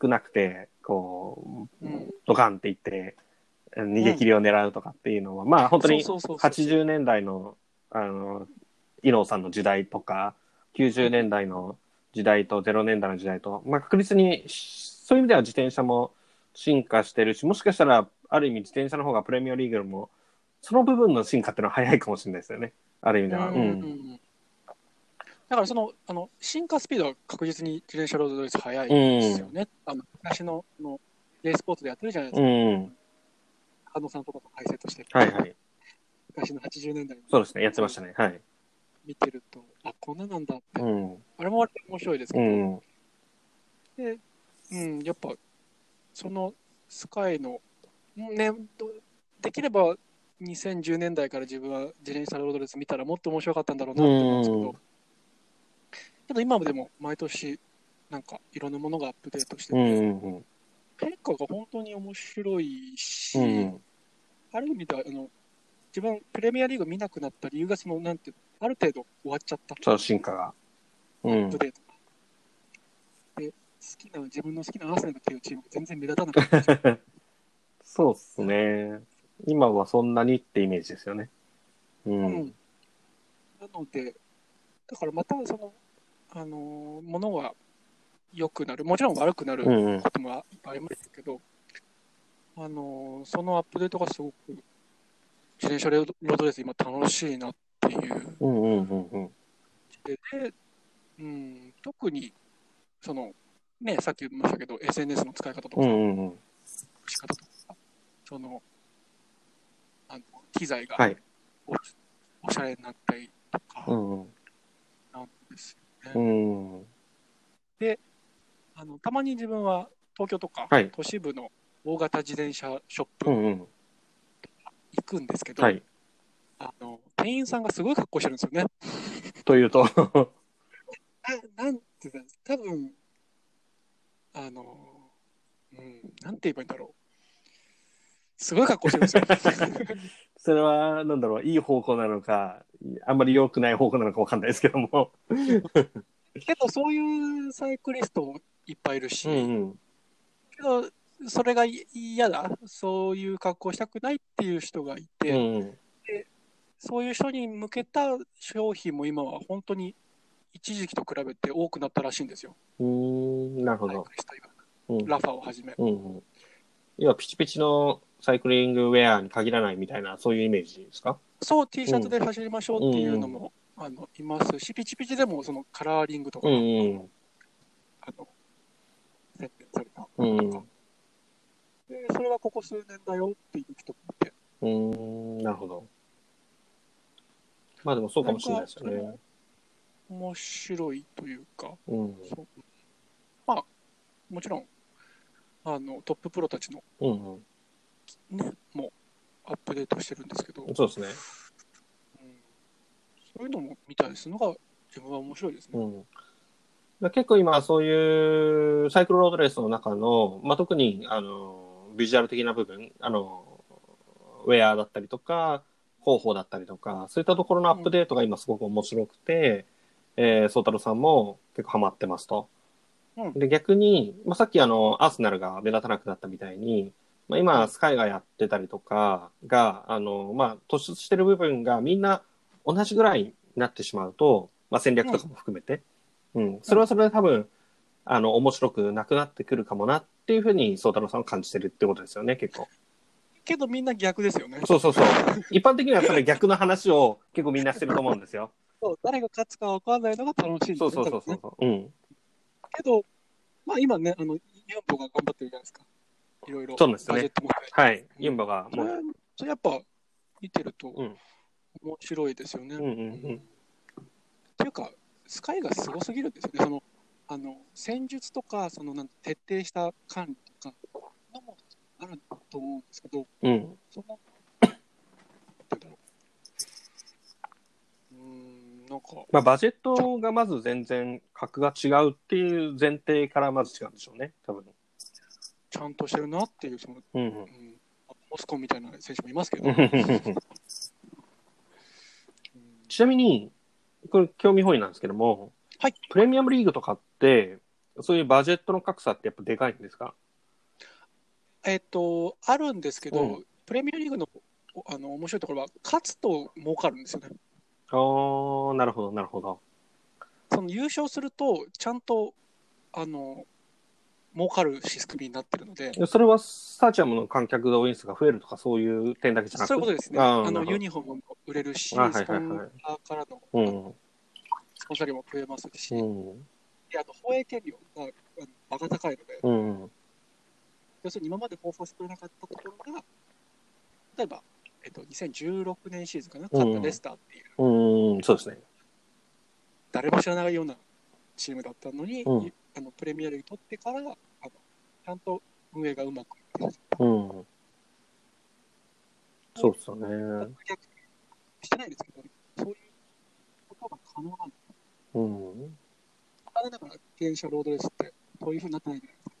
[SPEAKER 1] 少なくて、こう、
[SPEAKER 2] うん
[SPEAKER 1] ドカンっていって、逃げ切りを狙うとかっていうのは、まあ本当に
[SPEAKER 2] そうそうそうそう
[SPEAKER 1] 80年代の、あの、伊能さんの時代とか、90年代の時代と0年代の時代と、まあ確実に、そういう意味では自転車も進化してるし、もしかしたら、ある意味自転車の方がプレミアリーグよりも、その部分の進化っていうのは早いかもしれないですよね。ある意味では。
[SPEAKER 2] うんうんうんだからそのあの進化スピードは確実に自転車ロードレース速いですよね、あの昔のあのレースポーツでやってるじゃないです
[SPEAKER 1] う
[SPEAKER 2] か、
[SPEAKER 1] ん。うん。
[SPEAKER 2] 加納さんとかと解説して、
[SPEAKER 1] はいはい。
[SPEAKER 2] 昔の80年代の
[SPEAKER 1] そうですね。やってましたね。はい。
[SPEAKER 2] 見てると、あこんななんだって、
[SPEAKER 1] うん。
[SPEAKER 2] あれも割と面白いですけ
[SPEAKER 1] う
[SPEAKER 2] ど、うん
[SPEAKER 1] ん。
[SPEAKER 2] やっぱそのスカイの、ね、どできれば2010年代から自分は自転車ロードレース見たらもっと面白かったんだろうなって思うんですけど、
[SPEAKER 1] うん
[SPEAKER 2] けど今でも毎年なんかいろんなものがアップデートして
[SPEAKER 1] う
[SPEAKER 2] て、
[SPEAKER 1] んうん
[SPEAKER 2] 変化が本当に面白いし、
[SPEAKER 1] うん。うん。
[SPEAKER 2] ある意味ではあの自分プレミアリーグ見なくなった理由がそのなんていうのある程度終わっちゃった
[SPEAKER 1] そう、進化が。う
[SPEAKER 2] アッ
[SPEAKER 1] ん
[SPEAKER 2] プ。デート、で好きな自分の好きなアーセナルっていうチームが全然目立たなかったんですよ
[SPEAKER 1] そうっすね。今はそんなにってイメージですよね。うん。
[SPEAKER 2] うんなのでだからまたそのあのーものは良くなるもちろん悪くなる
[SPEAKER 1] うんうん
[SPEAKER 2] こともありますけど、あのーそのアップデートがすごく自転車ロードレース今楽しいなっていう
[SPEAKER 1] うんうんうんうん。
[SPEAKER 2] でで、うん、特にその、ね、さっき言いましたけど SNS の使い方とか、
[SPEAKER 1] うんうんうん。
[SPEAKER 2] 仕方とかそのあの機材が
[SPEAKER 1] はい
[SPEAKER 2] お,、おしゃれになったりと
[SPEAKER 1] う
[SPEAKER 2] か
[SPEAKER 1] ん
[SPEAKER 2] なんですよね、
[SPEAKER 1] うん。うん。
[SPEAKER 2] あのたまに自分は東京とか、
[SPEAKER 1] はい
[SPEAKER 2] 都市部の大型自転車ショッ
[SPEAKER 1] う
[SPEAKER 2] プ
[SPEAKER 1] んうん。
[SPEAKER 2] 行くんですけど、
[SPEAKER 1] はい。
[SPEAKER 2] あの店員さんがすごい格好してるんですよね。
[SPEAKER 1] というと。
[SPEAKER 2] ななんて言うんです多分あの、うん、なんて言えばいいんだろう。すごい格好してる んですよ。
[SPEAKER 1] それは、なんだろう、いい方向なのか、あんまり良くない方向なのかわかんないですけども。
[SPEAKER 2] けど、そういうサイクリストもいっぱいいるし、
[SPEAKER 1] うん
[SPEAKER 2] けど、それが嫌だ、そういう格好したくないっていう人がいて、
[SPEAKER 1] うん。
[SPEAKER 2] そういう人に向けた商品も今は本当に一時期と比べて多くなったらしいんですよ。
[SPEAKER 1] うん。うーん、なるほ
[SPEAKER 2] サイ
[SPEAKER 1] ど
[SPEAKER 2] ク。リスト曰く
[SPEAKER 1] うん。
[SPEAKER 2] ラファをはじめ。
[SPEAKER 1] うんうん。要はピチピチのサイクリングウェアに限らないみたいな、そういうイメージですか
[SPEAKER 2] そう、T シャツで走りましょうっていうのも、あのいますし、ピチピチでもそのカラーリングとか、
[SPEAKER 1] うんうん。
[SPEAKER 2] あの設定された。
[SPEAKER 1] うん
[SPEAKER 2] でそれはここ数年だよっていう人もいて、
[SPEAKER 1] うん。うーん、なるほど。まあでもそうかもしれないですよ
[SPEAKER 2] なん
[SPEAKER 1] ね。
[SPEAKER 2] 面白いというか、
[SPEAKER 1] うん。
[SPEAKER 2] そうまあ、もちろん、あのトッププロたちの、
[SPEAKER 1] うん、う
[SPEAKER 2] ね、もうアップデートしてるんですけど、
[SPEAKER 1] ん。そうですね。
[SPEAKER 2] うんそういうのも見たりするのが自分は面白いです
[SPEAKER 1] う
[SPEAKER 2] ね。
[SPEAKER 1] ん。だ結構今そういうサイクルロードレースの中の、まあ、特にあのビジュアル的な部分あのウェアだったりとか広報だったりとかそういったところのアップデートが今すごく面白くて、えー、宗太郎さんも結構ハマってますと。
[SPEAKER 2] うん
[SPEAKER 1] で逆に、まあ、さっきあのアーセナルが目立たなくなったみたいに、まあ、今スカイがやってたりとかがあの、まあ、突出してる部分がみんな同じぐらいになってしまうと、まあ、戦略とかも含めて、うんそれはそれで多分あの面白くなくなってくるかもなっていうふうに宗太郎さんは感じてるってことですよね結構
[SPEAKER 2] けどみんな逆ですよね。
[SPEAKER 1] そうそうそう一般的にはそれ逆の話を結構みんなしてると思うんですよ
[SPEAKER 2] そう誰が勝つか分かんないのが楽しいんです
[SPEAKER 1] そ
[SPEAKER 2] よ
[SPEAKER 1] うそうそうそ
[SPEAKER 2] 多分ね
[SPEAKER 1] うそう、うん、
[SPEAKER 2] けど、まあ今ね、あの、ユンボが頑張ってるじゃないですか。いろいろ。
[SPEAKER 1] そうなんですよね
[SPEAKER 2] ガジェットも含めて
[SPEAKER 1] はいユンボがも
[SPEAKER 2] それ
[SPEAKER 1] う、
[SPEAKER 2] それやっぱ見てると
[SPEAKER 1] うん
[SPEAKER 2] 面白いですよね。
[SPEAKER 1] うんうんうん
[SPEAKER 2] っていうか、スカイがすごすぎるんですよね。その、あの、戦術とか、その、なん徹底した管理とかのもあると思うんですけど、
[SPEAKER 1] うん、
[SPEAKER 2] その、なんて言うんだろう。うーん、なんか、
[SPEAKER 1] まあバジェットがまず全然格が違うっていう前提からまず違うんでしょうね多分
[SPEAKER 2] ちゃんとしてるなっていう、その、
[SPEAKER 1] うん
[SPEAKER 2] うん、モスコンみたいな選手もいますけど、
[SPEAKER 1] うん
[SPEAKER 2] うん
[SPEAKER 1] ちなみにこれ興味本位なんですけども、
[SPEAKER 2] はい
[SPEAKER 1] プレミアムリーグとかってそういうバジェットの格差ってやっぱでかいんですか
[SPEAKER 2] えっと、あるんですけど、
[SPEAKER 1] う
[SPEAKER 2] プレミアリーグのおあの面白いところは、勝つと儲かるんですよね。
[SPEAKER 1] あーなるほどなるほど
[SPEAKER 2] その優勝すると、ちゃんとあの儲かる仕組みになってるので、
[SPEAKER 1] でそれはスタジアムの観客動員数が増えるとかそういう点だけじゃなくて
[SPEAKER 2] そういうことですね。
[SPEAKER 1] あ
[SPEAKER 2] あ
[SPEAKER 1] ーなる
[SPEAKER 2] の
[SPEAKER 1] ほど
[SPEAKER 2] ユニフォームも売れるし、ス
[SPEAKER 1] あ
[SPEAKER 2] ポ
[SPEAKER 1] はい
[SPEAKER 2] ンサ
[SPEAKER 1] はいはい
[SPEAKER 2] ーからの
[SPEAKER 1] うん
[SPEAKER 2] スポンサー料も増えますし、
[SPEAKER 1] うん
[SPEAKER 2] であと放映権料があのバカ高いので、
[SPEAKER 1] うん
[SPEAKER 2] 要するに今まで放送してくれなかったところが、例えば、えっと、2016年シーズンかな、勝ったレスターっていう、
[SPEAKER 1] うんうんそうですね
[SPEAKER 2] 誰も知らないようなチームだったのに、
[SPEAKER 1] うん
[SPEAKER 2] あのプレミアリーグ取ってからあのちゃんと運営がうまくいって
[SPEAKER 1] うんそうですよね
[SPEAKER 2] 逆してないですけど、そういうことが可能なんで
[SPEAKER 1] うん
[SPEAKER 2] お金だから、自転車ロードレースって、そういうふうになってないじゃないですか。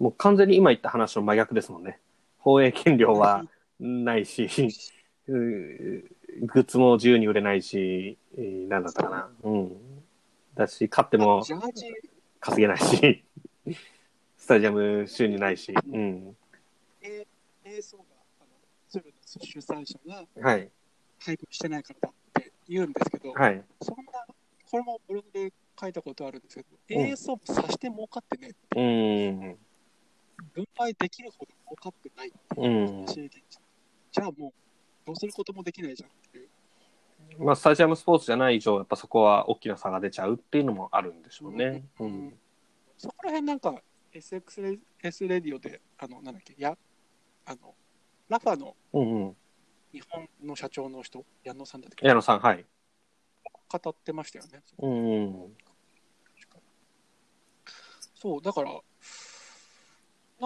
[SPEAKER 1] もう完全に今言った話の真逆ですもんね。放映権料はないし、うーグッズも自由に売れないし、えーなんだったかな。うん。だし、買っても
[SPEAKER 2] ジャージ、
[SPEAKER 1] 稼げないし、 スタジアム収入ないし、うん。
[SPEAKER 2] A、A 層が、あの、ツールの主催者が
[SPEAKER 1] はい。
[SPEAKER 2] 配布してないからだって言うんですけど、
[SPEAKER 1] はい。
[SPEAKER 2] そんな、これもブログで書いたことあるんですけど、
[SPEAKER 1] うん
[SPEAKER 2] A 層もさして儲かってね、
[SPEAKER 1] うん。
[SPEAKER 2] 分配できるほど儲かってない。
[SPEAKER 1] うん。
[SPEAKER 2] しじゃあもう、どうすることもできないじゃんっていう。
[SPEAKER 1] まあ、スタジアムスポーツじゃない以上、やっぱそこは大きな差が出ちゃうっていうのもあるんでしょうね。うん。
[SPEAKER 2] そこら辺なんか、SX レ S レディオで、あの、なんだっけ、や、あの、ラファの
[SPEAKER 1] うんうん。
[SPEAKER 2] 日本の社長の人、矢野さんだっけ
[SPEAKER 1] 矢野さん、はい。
[SPEAKER 2] 語ってましたよね。
[SPEAKER 1] うん。
[SPEAKER 2] そう、だから、な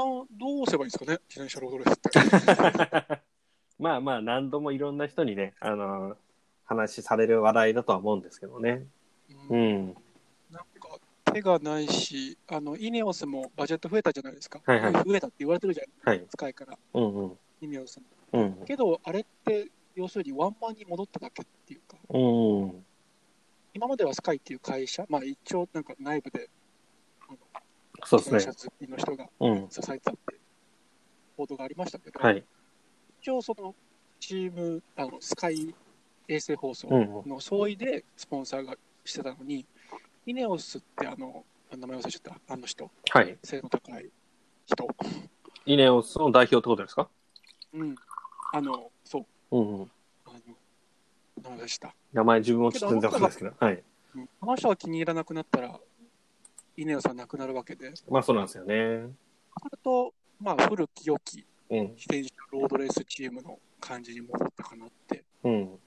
[SPEAKER 2] どうすればいいんですかね、自転車ロードレ ースって。
[SPEAKER 1] まあまあ何度もいろんな人にね、あの話される話題だとは思うんですけどね。
[SPEAKER 2] う
[SPEAKER 1] うんん。
[SPEAKER 2] なんか、手がないし、あの、イネオスもバジェット増えたじゃないですか。
[SPEAKER 1] はいはい
[SPEAKER 2] 増えたって言われてるじゃない
[SPEAKER 1] はい。
[SPEAKER 2] 使いから、
[SPEAKER 1] うんうん。
[SPEAKER 2] イネオスも。
[SPEAKER 1] うん。
[SPEAKER 2] けど、あれって、要するにワンマンに戻っただけっていうか、
[SPEAKER 1] うん。
[SPEAKER 2] 今まではスカイっていう会社、まあ、一応なんか内部で
[SPEAKER 1] そう
[SPEAKER 2] 自
[SPEAKER 1] で
[SPEAKER 2] 転
[SPEAKER 1] す
[SPEAKER 2] 車
[SPEAKER 1] ね。
[SPEAKER 2] 好きの人が
[SPEAKER 1] うん。
[SPEAKER 2] 支えてたって報道がありましたけど、
[SPEAKER 1] はい。
[SPEAKER 2] 一応そのチームあのスカイ衛星放送
[SPEAKER 1] うんうん。
[SPEAKER 2] の相違でスポンサーがしてたのに、イネオスってあのあ名前忘れちゃったあの人
[SPEAKER 1] はい。
[SPEAKER 2] 背の高い人、
[SPEAKER 1] イネオスの代表ってことですか
[SPEAKER 2] うん、あのそう
[SPEAKER 1] うんうん。
[SPEAKER 2] あの名前忘れちゃった
[SPEAKER 1] 名前自分もちょっと全然わかんないですけど。はい。
[SPEAKER 2] うんあの人が気に入らなくなったらイネオスはなくなるわけで
[SPEAKER 1] まあそうなんですよね。
[SPEAKER 2] それとまあ古き良き
[SPEAKER 1] うん。
[SPEAKER 2] 自転車ロードレースチームの感じに戻ったかなって
[SPEAKER 1] うん。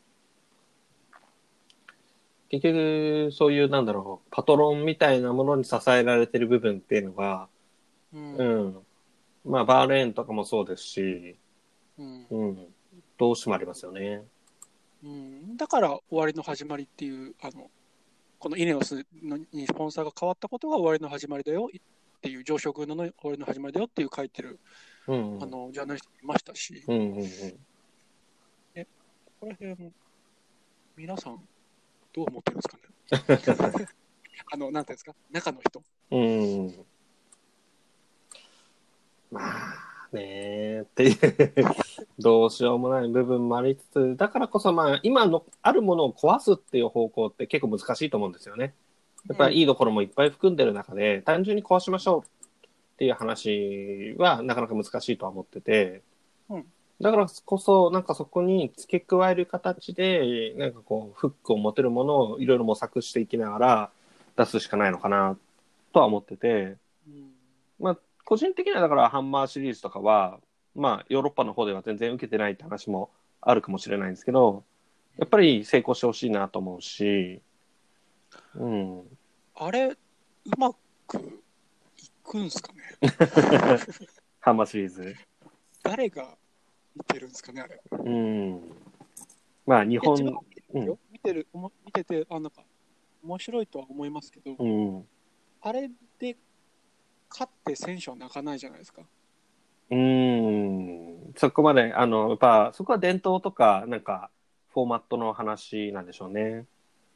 [SPEAKER 1] 結局、そういう、なんだろう、パトロンみたいなものに支えられてる部分っていうのが、
[SPEAKER 2] うん
[SPEAKER 1] うん。まあ、バーレーンとかもそうですし、
[SPEAKER 2] うん
[SPEAKER 1] うん。どうしてもありますよね。
[SPEAKER 2] うん、だから終わりの始まりっていうあのこのイネオスのにスポンサーが変わったことが終わりの始まりだよっていう上昇軍の終わりの始まりだよっていう書いてる、
[SPEAKER 1] うん。
[SPEAKER 2] あのジャーナリストもいましたし、
[SPEAKER 1] うんうんうん。
[SPEAKER 2] この辺も皆さんどう思ってるんですかねあのなんていうんですか中の人
[SPEAKER 1] うん。まあねっていう、どうしようもない部分もありつつ、だからこそまあ、今のあるものを壊すっていう方向って結構難しいと思うんですよね。やっぱりいいところもいっぱい含んでる中で、単純に壊しましょうっていう話はなかなか難しいとは思ってて、
[SPEAKER 2] うん
[SPEAKER 1] だからこそ、なんかそこに付け加える形で、なんかこう、フックを持てるものをいろいろ模索していきながら出すしかないのかなとは思ってて、
[SPEAKER 2] うん
[SPEAKER 1] まあ、個人的にはだからハンマーシリーズとかは、まあ、ヨーロッパの方では全然受けてないって話もあるかもしれないんですけど、やっぱり成功してほしいなと思うし、うん。
[SPEAKER 2] あれうまくいくんすかね
[SPEAKER 1] ハンマーシリーズ。
[SPEAKER 2] 誰が見てるんですかねあれ
[SPEAKER 1] うん。まあ、日
[SPEAKER 2] 一番
[SPEAKER 1] 本、
[SPEAKER 2] よ見てる、おも見てて、あ、なんか、面白いとは思いますけど、
[SPEAKER 1] うん。
[SPEAKER 2] あれで勝って選手は泣かないじゃないですか。
[SPEAKER 1] うん。そこまで、あの、やっぱ、そこは伝統とか、なんか、フォーマットの話なんでしょうね。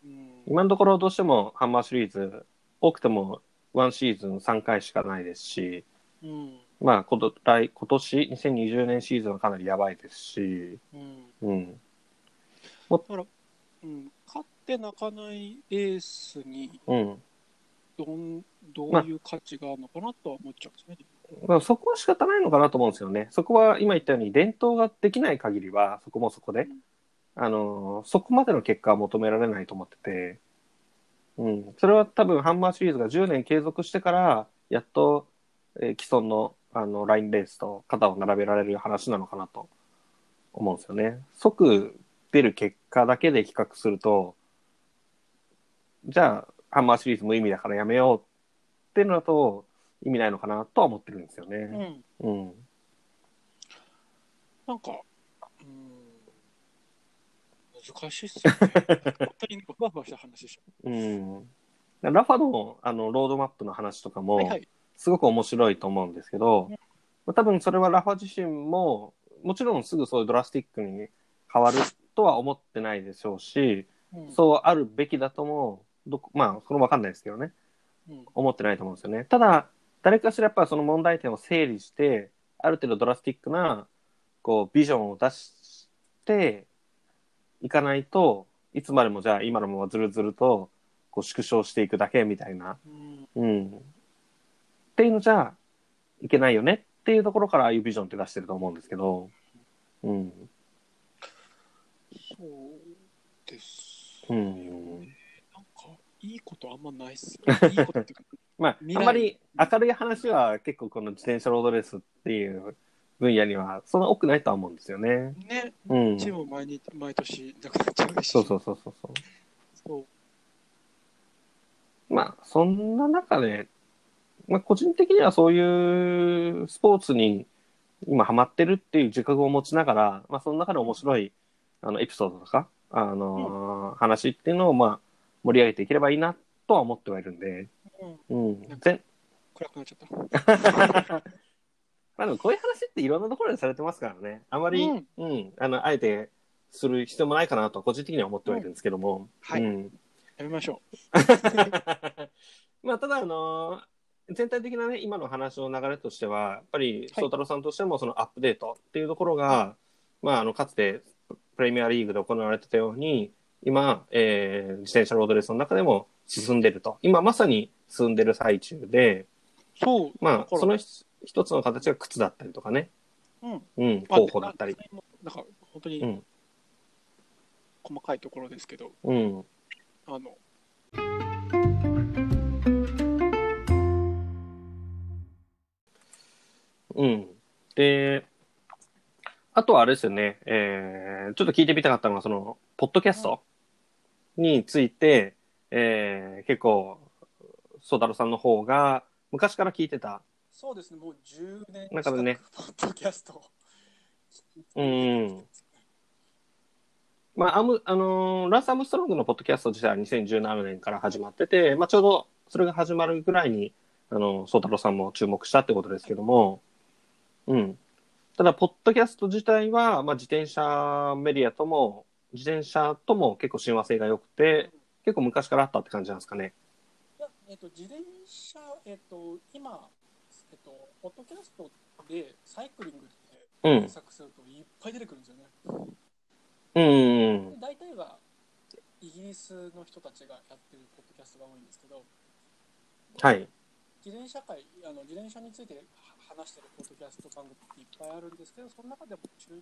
[SPEAKER 2] うん
[SPEAKER 1] 今のところどうしてもハンマーシリーズ、多くても1シーズン3回しかないですし、
[SPEAKER 2] うん。
[SPEAKER 1] まあ、こと来今年、2020年シーズンはかなりやばいですし、
[SPEAKER 2] うん。
[SPEAKER 1] うん。
[SPEAKER 2] うん。勝って泣かないエースに、
[SPEAKER 1] うん。
[SPEAKER 2] どん、どういう価値があるのかなとは思っちゃうんですね。
[SPEAKER 1] まあ、そこは仕方ないのかなと思うんですよね。そこは今言ったように伝統ができない限りは、そこもそこで、あのーそこまでの結果は求められないと思ってて、うん。それは多分ハンマーシリーズが10年継続してから、やっと、えー既存の、あの、ラインレースと肩を並べられる話なのかなと思うんですよね。即出る結果だけで比較すると、じゃあ、ハンマーシリーズ無意味だからやめようっていうのだと、意味ないのかなとは思ってるんですよ
[SPEAKER 2] う
[SPEAKER 1] ね。
[SPEAKER 2] ん。
[SPEAKER 1] うん。
[SPEAKER 2] なんか、うん。難しいっすよね。本当になんかふわふわした話でし
[SPEAKER 1] うん。ラファの、あの、ロードマップの話とか
[SPEAKER 2] ょ。
[SPEAKER 1] も、
[SPEAKER 2] はいはい。
[SPEAKER 1] すごく面白いと思うんですけど、
[SPEAKER 2] うん
[SPEAKER 1] まあ多分それはラファ自身も、もちろんすぐそういうドラスティックに変わるとは思ってないでしょうし、
[SPEAKER 2] うん。
[SPEAKER 1] そうあるべきだとも、どこまあ、それわかんないですけどね、
[SPEAKER 2] うん。
[SPEAKER 1] 思ってないと思うんですよね。ただ、誰かしらやっぱその問題点を整理して、ある程度ドラスティックな、こう、ビジョンを出していかないと、いつまでもじゃあ今のままずるずると、こう縮小していくだけみたいな
[SPEAKER 2] うん。
[SPEAKER 1] うん。っていうのじゃいけないよねっていうところからああいうビジョンって出してると思うんですけど、うん。
[SPEAKER 2] そうです。
[SPEAKER 1] うん。
[SPEAKER 2] なんか、いいことあんまないっすよ。いいことっていうか、
[SPEAKER 1] まあ、
[SPEAKER 2] 未
[SPEAKER 1] あ
[SPEAKER 2] 来
[SPEAKER 1] んまり明るい話は結構この自転車ロードレースっていう分野にはそんな多くないとは思うんですよね。
[SPEAKER 2] ね、
[SPEAKER 1] うん。
[SPEAKER 2] チームも毎日毎年なくなっちゃうし、
[SPEAKER 1] そうそうそうそうそ
[SPEAKER 2] そう
[SPEAKER 1] う。まあ、そんな中で、まあ個人的にはそういうスポーツに今ハマってるっていう自覚を持ちながら、まあ、その中で面白いあのエピソードとか、あのー話っていうのをまあ盛り上げていければいいなとは思ってはいるんで、うん
[SPEAKER 2] なんか
[SPEAKER 1] ぜん
[SPEAKER 2] 暗くなっちゃっ
[SPEAKER 1] まあ、でもこういう話っていろんなところでされてますからねあまり、
[SPEAKER 2] うん
[SPEAKER 1] うんあのあえてする必要もないかなとは個人的には思ってはいるんですけども、
[SPEAKER 2] うんはい
[SPEAKER 1] うん
[SPEAKER 2] やめましょ
[SPEAKER 1] まあ、ただ、あのー全体的なね、今の話の流れとしては、やっぱり、
[SPEAKER 2] はい
[SPEAKER 1] 翔太郎さんとしても、そのアップデートっていうところが、まあ、あの、かつて、プレミアリーグで行われてたように、今、えー自転車ロードレースの中でも進んでると。今、まさに進んでる最中で、
[SPEAKER 2] う。そう。
[SPEAKER 1] まあ、
[SPEAKER 2] ほら
[SPEAKER 1] その一一つの形が靴だったりとかね、
[SPEAKER 2] うん。
[SPEAKER 1] うん、候補だったり。。
[SPEAKER 2] なんか、本当
[SPEAKER 1] う
[SPEAKER 2] に
[SPEAKER 1] ん
[SPEAKER 2] 細かいところですけど、
[SPEAKER 1] うん。
[SPEAKER 2] あの、
[SPEAKER 1] うん。で、あとはあれですよね、えーちょっと聞いてみたかったのが、その、ポッドキャストについて、えー結構、ソダロさんの方が、昔から聞いてた。
[SPEAKER 2] そうですね、もう10年
[SPEAKER 1] だからね
[SPEAKER 2] 近くポッドキャストを
[SPEAKER 1] うん。まあ、アム、あのーランサムストロングのポッドキャスト自体は2017年から始まってて、まあ、ちょうどそれが始まるぐらいに、あの、宗太郎さんも注目したってことですけども、うん。ただ、ポッドキャスト自体は、まあ、自転車メディアとも、自転車とも結構親和性が良くて、結構昔からあったって感じなんですかね。
[SPEAKER 2] いや、えっと、自転車、えっと、今、えっと、ポッドキャストでサイクリングで
[SPEAKER 1] うん
[SPEAKER 2] 検。索するといっぱい出てくるんですよね。
[SPEAKER 1] うん
[SPEAKER 2] で。大体はイギリスの人たちがやってるポッドキャストが多いんですけど、
[SPEAKER 1] はい。
[SPEAKER 2] 自転車界、あの自転車について話してるポッドキャスト番組っていっぱいあるんですけど、その中でも中心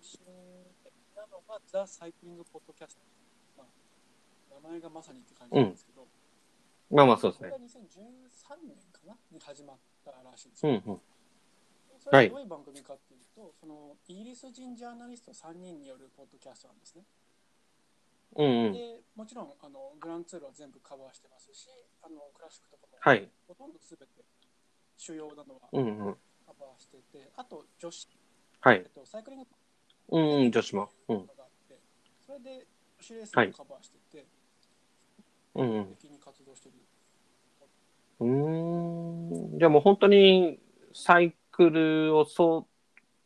[SPEAKER 2] 的なのがザ・サイクリング・ポッドキャスト。まあ、名前がまさにって感じなんですけど、
[SPEAKER 1] まあまあ、そうです
[SPEAKER 2] これ
[SPEAKER 1] ね
[SPEAKER 2] が。2013年かなに始まったらしいんです
[SPEAKER 1] う
[SPEAKER 2] よ。
[SPEAKER 1] ん、うん。
[SPEAKER 2] それはどういう番組かっていうと、そのイギリス人ジャーナリスト3人によるポッドキャストなんですね。
[SPEAKER 1] うん、うん。
[SPEAKER 2] でもちろんあのグランツールは全部カバーしてますし、あのクラシックとかも
[SPEAKER 1] はい。
[SPEAKER 2] ほとんど全て主要なのは
[SPEAKER 1] うん、うん。
[SPEAKER 2] カバーしてて、あと女子、
[SPEAKER 1] は
[SPEAKER 2] え
[SPEAKER 1] い
[SPEAKER 2] っ。と、サイクリング
[SPEAKER 1] うん、うん女子も。うん、
[SPEAKER 2] とかがあって、それで女子レースもカバーしてて、
[SPEAKER 1] うん、うん。
[SPEAKER 2] 的に活動してる。
[SPEAKER 1] うーん。じゃあもう本当にサイクルをそ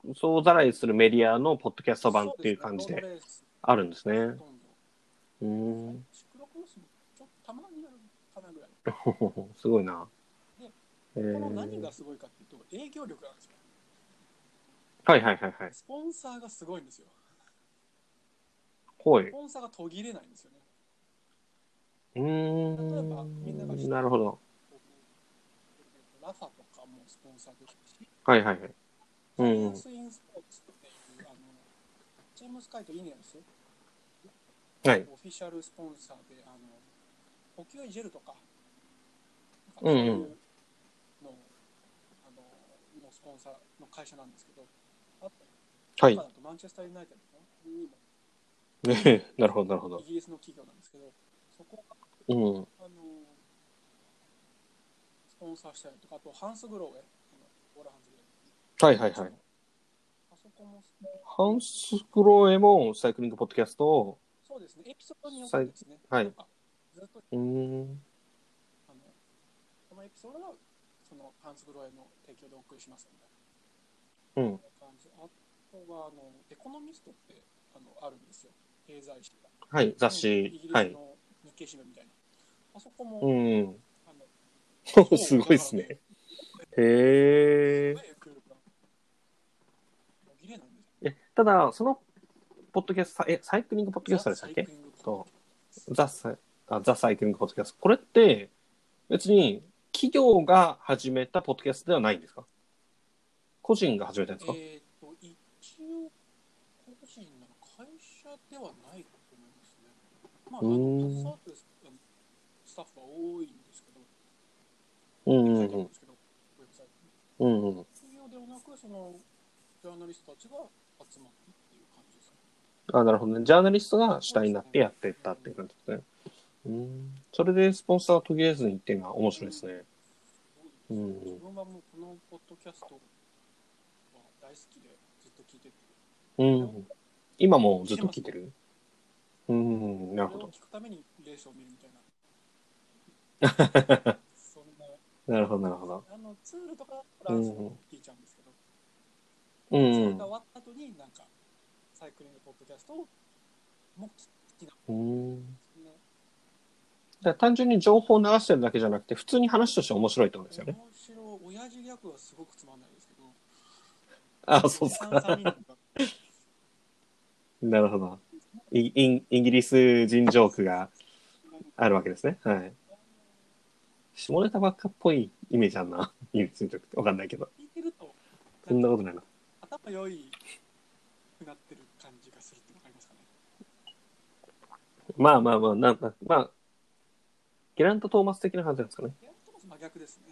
[SPEAKER 1] う、そうざらいするメディアのポッドキャスト版っていう感じ
[SPEAKER 2] そう
[SPEAKER 1] です
[SPEAKER 2] ねロードレース
[SPEAKER 1] あるんですね
[SPEAKER 2] ほ。とんど
[SPEAKER 1] うーん。
[SPEAKER 2] シクロクロスもちょっとたまにあるかなぐらい。
[SPEAKER 1] すごいな。え
[SPEAKER 2] この何
[SPEAKER 1] ー
[SPEAKER 2] がすごいかっていうと、営業力なんですよ。
[SPEAKER 1] はいはいはいはい。
[SPEAKER 2] スポンサーがすごいんですよ。
[SPEAKER 1] ほい
[SPEAKER 2] ス。ポンサーが途切れないんですよね。
[SPEAKER 1] うーん。なるほど。
[SPEAKER 2] ラファとかもスポンサーでしたし、
[SPEAKER 1] はいはいはい。う
[SPEAKER 2] サイエ
[SPEAKER 1] ん
[SPEAKER 2] ン。ス・イン・スポーツっていう、あのジェームス・カイト・イネアス、
[SPEAKER 1] はい。
[SPEAKER 2] オフィシャルスポンサーで、あの補給ジェルとか、
[SPEAKER 1] うんうん
[SPEAKER 2] なんかそういうのをあののスポンサーの会社なんですけど、あと、
[SPEAKER 1] はい
[SPEAKER 2] 今。だとマンチェスター・ユナイテッドにも
[SPEAKER 1] なるほどなるほど
[SPEAKER 2] イ。ギリスの企業なんですけど、そこが
[SPEAKER 1] うん。
[SPEAKER 2] あのスポンサーしたりとか、あとハンス・グローウェイ、あのオーラ・ハンス・グローウェイ。
[SPEAKER 1] はいはいはい。
[SPEAKER 2] あそこもそう
[SPEAKER 1] ハンスクロエもサイクリングポッドキャストを、
[SPEAKER 2] そうですね、エピソードによってですね、
[SPEAKER 1] はい
[SPEAKER 2] なんかずっと
[SPEAKER 1] うーん。
[SPEAKER 2] あのこのエピソードはそのハンス・グロエの提供でお送りしますみたい
[SPEAKER 1] うん。
[SPEAKER 2] な感じ。あとはあのエコノミストってあのあるんですよ、経済誌が。
[SPEAKER 1] はい。雑
[SPEAKER 2] イ
[SPEAKER 1] 誌
[SPEAKER 2] ギリ。ス
[SPEAKER 1] はい。
[SPEAKER 2] の日経新聞みたいな。あそこも、
[SPEAKER 1] うん。
[SPEAKER 2] あの
[SPEAKER 1] すごいっすね。
[SPEAKER 2] そう
[SPEAKER 1] へ
[SPEAKER 2] だ
[SPEAKER 1] ー
[SPEAKER 2] からすごい影響力が途切れないんですよ
[SPEAKER 1] え、ただ、その、ポッドキャスト、え、サイクリングポッドキャストでしたっ
[SPEAKER 2] ザ
[SPEAKER 1] け
[SPEAKER 2] サイクリング
[SPEAKER 1] とザサイあザ・サイクリングポッドキャスト。これって、別に、企業が始めたポッドキャストではないんですか個人が始めたんですか、
[SPEAKER 2] えっ、と、一応、個人なの会社ではないと思いますね。まあ、あ
[SPEAKER 1] う
[SPEAKER 2] の、
[SPEAKER 1] ーん
[SPEAKER 2] 携わってるスタッフは多いんですけど、
[SPEAKER 1] うんう
[SPEAKER 2] 書い
[SPEAKER 1] ん
[SPEAKER 2] て
[SPEAKER 1] う
[SPEAKER 2] あるん
[SPEAKER 1] ん。
[SPEAKER 2] ですけど、ウェブサイトに。
[SPEAKER 1] うんうん。
[SPEAKER 2] 企業ではなく、その、ジャーナリストたちが集まってっていう感じですね。
[SPEAKER 1] あ、なるほどね。ジャーナリストが主体になってやってったっていう感じですね。うん。それでスポンサーが途切れずにっていうのは面白いですね。
[SPEAKER 2] すごい
[SPEAKER 1] うん
[SPEAKER 2] 自分はもうこのポッドキャストは大好きでずっと聞いてて、
[SPEAKER 1] うん。今もずっと聞いてるうん、なるほ
[SPEAKER 2] それ
[SPEAKER 1] ど
[SPEAKER 2] を。聞くためにレースを見るみたいな。そん な、
[SPEAKER 1] なるほど、なるほど。
[SPEAKER 2] あの、ツールとかだったら、そう聞いちゃうんですけど、
[SPEAKER 1] う
[SPEAKER 2] それ
[SPEAKER 1] ん
[SPEAKER 2] が終わった後になんかサイクリングポッドキャストをもう聞きな
[SPEAKER 1] うん。
[SPEAKER 2] そんな
[SPEAKER 1] から単純に情報を流してるだけじゃなくて、普通に話として面白いってことですよね。
[SPEAKER 2] 面白い親父ギャグはすごくつまんないですけど。
[SPEAKER 1] あ、そうっす
[SPEAKER 2] おじさ
[SPEAKER 1] か。
[SPEAKER 2] ん三人とか
[SPEAKER 1] なるほど。イインイギリス人ジョークがあるわけですね。はい。下ネタばっかっぽいイメージあんな。イギリス人ジョークってわかんないけど。
[SPEAKER 2] 聞いてると、
[SPEAKER 1] そんな ことないな。
[SPEAKER 2] 頭良いくなってる感じがするってわかりますかね。
[SPEAKER 1] まあまあまあ、なんまあ、ゲラント・トーマス的な感じなんですかね。
[SPEAKER 2] いやトーマス真逆ですね。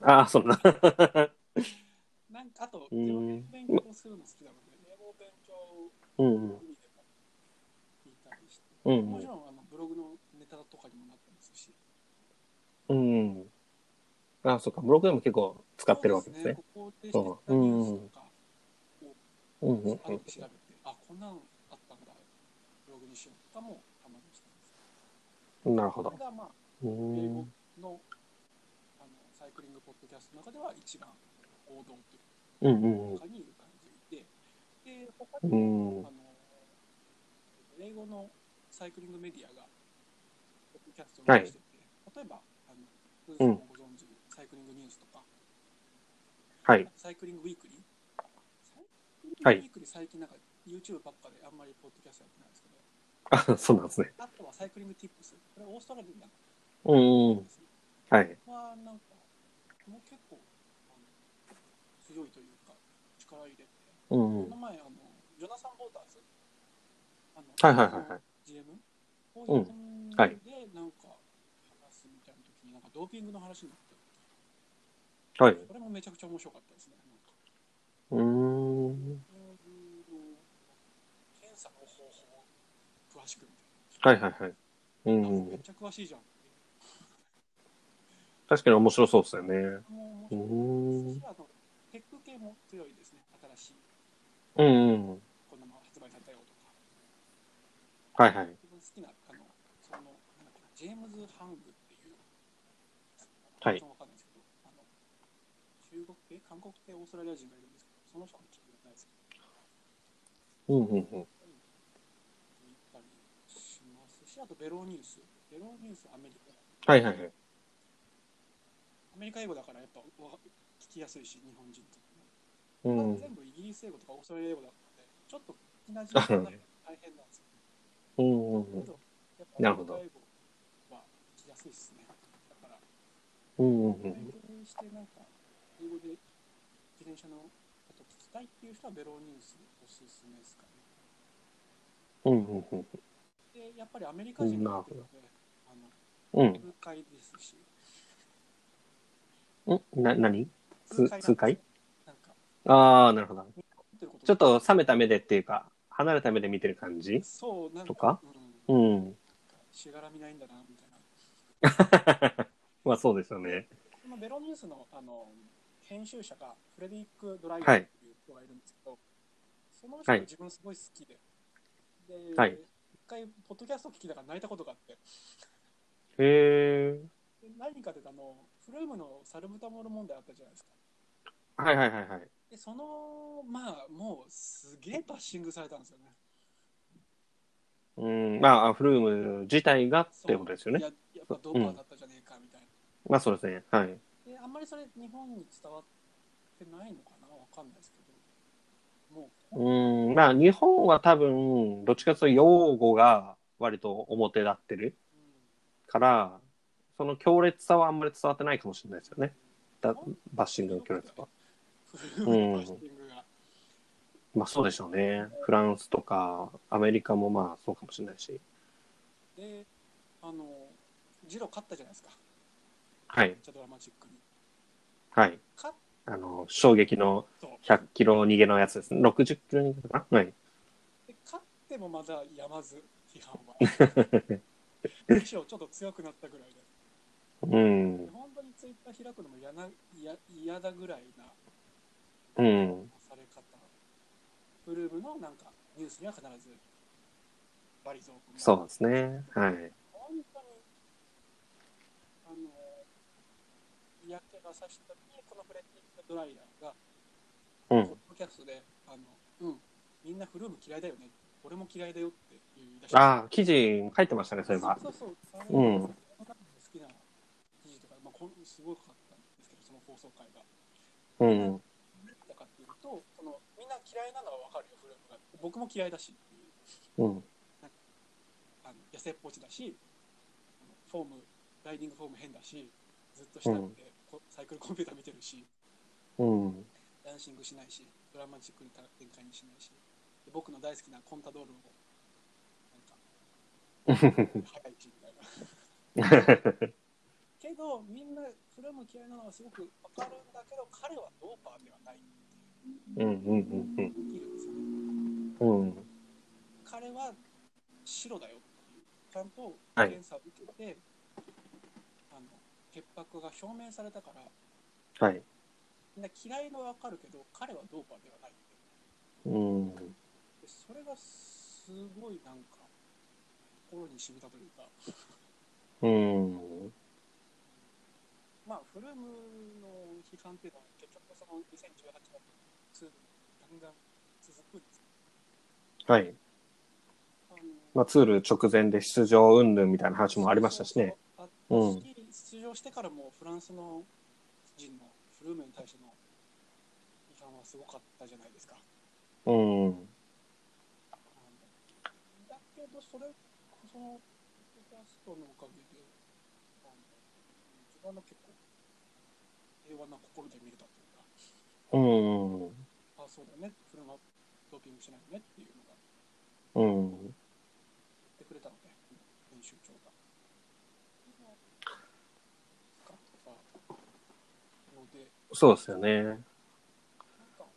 [SPEAKER 1] ああ、そんな。
[SPEAKER 2] なんかあと、
[SPEAKER 1] うん
[SPEAKER 2] 英語勉強するの好きなので、英語勉強を
[SPEAKER 1] うんうん。
[SPEAKER 2] 海でも聞いたりして、
[SPEAKER 1] うん
[SPEAKER 2] もちろんあのブログのネタとかにもなってますし、
[SPEAKER 1] うん。うん。ああ、そうか。ブログでも結構使ってるわけですね。
[SPEAKER 2] そうですね。ここでニュースとか、
[SPEAKER 1] うんうんうん。
[SPEAKER 2] 後で調べて、あ、こんなのあったんだ、ブログにしようとかもたまにしてます。
[SPEAKER 1] なるほ
[SPEAKER 2] こ
[SPEAKER 1] ど
[SPEAKER 2] れ。がまあ、
[SPEAKER 1] う
[SPEAKER 2] 英語
[SPEAKER 1] ん。
[SPEAKER 2] のあのサイクリングポッドキャストの中では一番王道という
[SPEAKER 1] うんうん
[SPEAKER 2] 他にいる感じで、で、他
[SPEAKER 1] う
[SPEAKER 2] にも、
[SPEAKER 1] ん。うん
[SPEAKER 2] あの、英語のサイクリングメディアが、ポッドキャストを出してて、例えば、あの、鈴木さんもご存知、サイクリングニュースとか、
[SPEAKER 1] はい。
[SPEAKER 2] サイクリングウィークリーサイクリング
[SPEAKER 1] はい
[SPEAKER 2] ウィークリー最近なんか YouTube ばっかであんまりポッドキャストやってないんですけど、
[SPEAKER 1] あ、そうなんですね。
[SPEAKER 2] あとはサイクリングティップス。これオーストラリア
[SPEAKER 1] うんう
[SPEAKER 2] なん
[SPEAKER 1] ん。
[SPEAKER 2] ですね。
[SPEAKER 1] はい。
[SPEAKER 2] はなんか、もう結構、あの強いというか、力入れて、
[SPEAKER 1] うんう
[SPEAKER 2] こ
[SPEAKER 1] ん
[SPEAKER 2] の。前、あの、ジョナサン・ボーターズ、あの、
[SPEAKER 1] はいはいはいはい。
[SPEAKER 2] GM
[SPEAKER 1] う
[SPEAKER 2] を
[SPEAKER 1] ん
[SPEAKER 2] 日本で
[SPEAKER 1] は
[SPEAKER 2] なん
[SPEAKER 1] い
[SPEAKER 2] か話すみたいな時に、なんかドーピングの話になって、
[SPEAKER 1] はい。
[SPEAKER 2] これもめちゃくちゃ面白かったですね。なんか
[SPEAKER 1] うーん。
[SPEAKER 2] ドーピングの検査の方法、詳しくみた
[SPEAKER 1] はいい
[SPEAKER 2] な。
[SPEAKER 1] はいはい。うん
[SPEAKER 2] めっ。ちゃ詳しいじゃん。
[SPEAKER 1] 確かに面白そうですよね。
[SPEAKER 2] も
[SPEAKER 1] う
[SPEAKER 2] う面白い
[SPEAKER 1] ん
[SPEAKER 2] し。あのテック系も強いですね。新しい、
[SPEAKER 1] うんうん。
[SPEAKER 2] こんなの発売されたよとか。
[SPEAKER 1] はいはい。
[SPEAKER 2] 自分好きな、あの、その、なんだっけな、ジェームズ・ハングっていう、
[SPEAKER 1] はい
[SPEAKER 2] ちょっとわかんないですけど、あの、中国系、韓国系、オーストラリア人がいるんですけど、その人の聞きが大好
[SPEAKER 1] うんう
[SPEAKER 2] きで
[SPEAKER 1] んうん。
[SPEAKER 2] 行ったりしますし、あとベローニュース。ベローニュース、アメリカ。
[SPEAKER 1] はいはいはい。
[SPEAKER 2] アメリカ英語だからやっぱわ聞きやすいし、日本人とかね。
[SPEAKER 1] うん。
[SPEAKER 2] 全部イギリス英語とかオーストラリア英語だったんで、ちょっと聞きなじみがない大変なんですよ。
[SPEAKER 1] うんうん
[SPEAKER 2] け
[SPEAKER 1] うん。
[SPEAKER 2] ど、やっぱ
[SPEAKER 1] なるほど
[SPEAKER 2] アメリカ英語は聞きやすいですね。だから、
[SPEAKER 1] うんうんう
[SPEAKER 2] 勉
[SPEAKER 1] ん。
[SPEAKER 2] 強してなんか英語で自転車のこと聞きたいっていう人はベローニュースおすすめですかね。
[SPEAKER 1] うんうんうん。
[SPEAKER 2] でやっぱりアメリカ人が多くてあ
[SPEAKER 1] う
[SPEAKER 2] の
[SPEAKER 1] ん。
[SPEAKER 2] 通会ですし
[SPEAKER 1] んな、何つ通会
[SPEAKER 2] なんか
[SPEAKER 1] ああ、なるほど。
[SPEAKER 2] 見てること
[SPEAKER 1] ちょっと冷めた目でっていうか、離れた目で見てる感じ
[SPEAKER 2] そうなん
[SPEAKER 1] とか
[SPEAKER 2] うん、
[SPEAKER 1] うん。
[SPEAKER 2] しがらみないんだなみたいな。
[SPEAKER 1] まあそうですよね。
[SPEAKER 2] このベローニュースのあの編集者がフレデリック・ドライヤ
[SPEAKER 1] は
[SPEAKER 2] ー
[SPEAKER 1] い
[SPEAKER 2] っていう人がいるんですけど、その人
[SPEAKER 1] は
[SPEAKER 2] が
[SPEAKER 1] い
[SPEAKER 2] 自分すごい好きで、で、
[SPEAKER 1] はい
[SPEAKER 2] 一回ポッドキャスト聞きながら泣いたことがあって。
[SPEAKER 1] へえ。
[SPEAKER 2] で何かというとあのフルームのサルブタモール問題あったじゃないですか
[SPEAKER 1] はいはいはいはい。
[SPEAKER 2] でそのまあもうすげえバッシングされたんですよね
[SPEAKER 1] うん。まあ、フルーム自体がってことですよ
[SPEAKER 2] い
[SPEAKER 1] ね。
[SPEAKER 2] ややっぱドーパーだったじゃねえかみたいな、
[SPEAKER 1] まあそうですね。はい。
[SPEAKER 2] であんまりそれ日本に伝わってないのかなわかんないですけどもう
[SPEAKER 1] うん。まあ日本は多分、どっちかというと用語が割と表立ってるから、その強烈さはあんまり伝わってないかもしれないですよね。だバッシングの強烈さは。
[SPEAKER 2] フルームのバッシングが、
[SPEAKER 1] まあそうでしょうね。フランスとかアメリカもまあそうかもしれないし。
[SPEAKER 2] であのジロー勝ったじゃないですか
[SPEAKER 1] はい
[SPEAKER 2] めっ。ちゃドラマチックに
[SPEAKER 1] はい。
[SPEAKER 2] 勝っ
[SPEAKER 1] あの、衝撃の
[SPEAKER 2] た
[SPEAKER 1] 100キロ逃げのやつですね。60キロ逃げかなはい。
[SPEAKER 2] で勝ってもまだやまず批判は むしろちょっと強くなったぐらいで
[SPEAKER 1] うん。
[SPEAKER 2] 本当にツイッター開くのも嫌な嫌嫌だぐらいな
[SPEAKER 1] うん。
[SPEAKER 2] され方ブルームのなんかニュースには必ずバリゾー君が
[SPEAKER 1] そうですね。はい。
[SPEAKER 2] 本当にあの嫌気がさした時にこのフレッティックドライヤーが
[SPEAKER 1] う
[SPEAKER 2] ポッ
[SPEAKER 1] ん。
[SPEAKER 2] ドキャストであの、うん、みんなフルーム嫌いだよねって俺も嫌いだよっていう言い出し
[SPEAKER 1] ああ、記事書いてましたね、そういえば。
[SPEAKER 2] そうそうそう。
[SPEAKER 1] うん
[SPEAKER 2] 好きな記事とか、まあ、こんすごかったんですけど、その放送回が。
[SPEAKER 1] うん。
[SPEAKER 2] だかっていうと、そのみんな嫌いなのはわかるよ、フレームが。僕も嫌いだし、
[SPEAKER 1] うん。
[SPEAKER 2] あの痩せっぽちだし、フォーム、ライディングフォーム変だし、ずっと下見て、こサイクルコンピューター見てるし、
[SPEAKER 1] うん。
[SPEAKER 2] ダンシングしないし、ドラマチックな展開にしないし、で僕の大好きなコンタドールを、なんか、早いしみたいな。けどみんなフラム嫌いなのはすごくわかるんだけど彼はドーパーではない
[SPEAKER 1] うんうんうん
[SPEAKER 2] いるんですよね
[SPEAKER 1] うん。うん。
[SPEAKER 2] 彼は白だよっていうちゃんと
[SPEAKER 1] はい
[SPEAKER 2] 検査を受けて、あの潔白が表明されたから
[SPEAKER 1] はい。
[SPEAKER 2] みんな嫌いのはわかるけど彼はドーパーではないって
[SPEAKER 1] うん。
[SPEAKER 2] でそれがすごいなんか心に染みたというか
[SPEAKER 1] うん。
[SPEAKER 2] まあ、フルームの批判っていうのは、結局その2018年2にだんだん続くんですけ
[SPEAKER 1] はい。
[SPEAKER 2] ど、あの
[SPEAKER 1] まあ、ツール直前で出場云々みたいな話もありましたしね。。
[SPEAKER 2] あっ
[SPEAKER 1] うん
[SPEAKER 2] たし出場してからもフランスの人のフルームに対しての批判はすごかったじゃないですか。
[SPEAKER 1] うん。
[SPEAKER 2] あのだけど、それ、その、ポッドキャストのおかげで、あの自分の結構、平和な心で見れたというか。
[SPEAKER 1] うん。
[SPEAKER 2] あそうだねそれはドーピングしないねっていうのが
[SPEAKER 1] うん。
[SPEAKER 2] 言ってくれたので編集長が。かとかので
[SPEAKER 1] そうですよね。
[SPEAKER 2] なんか、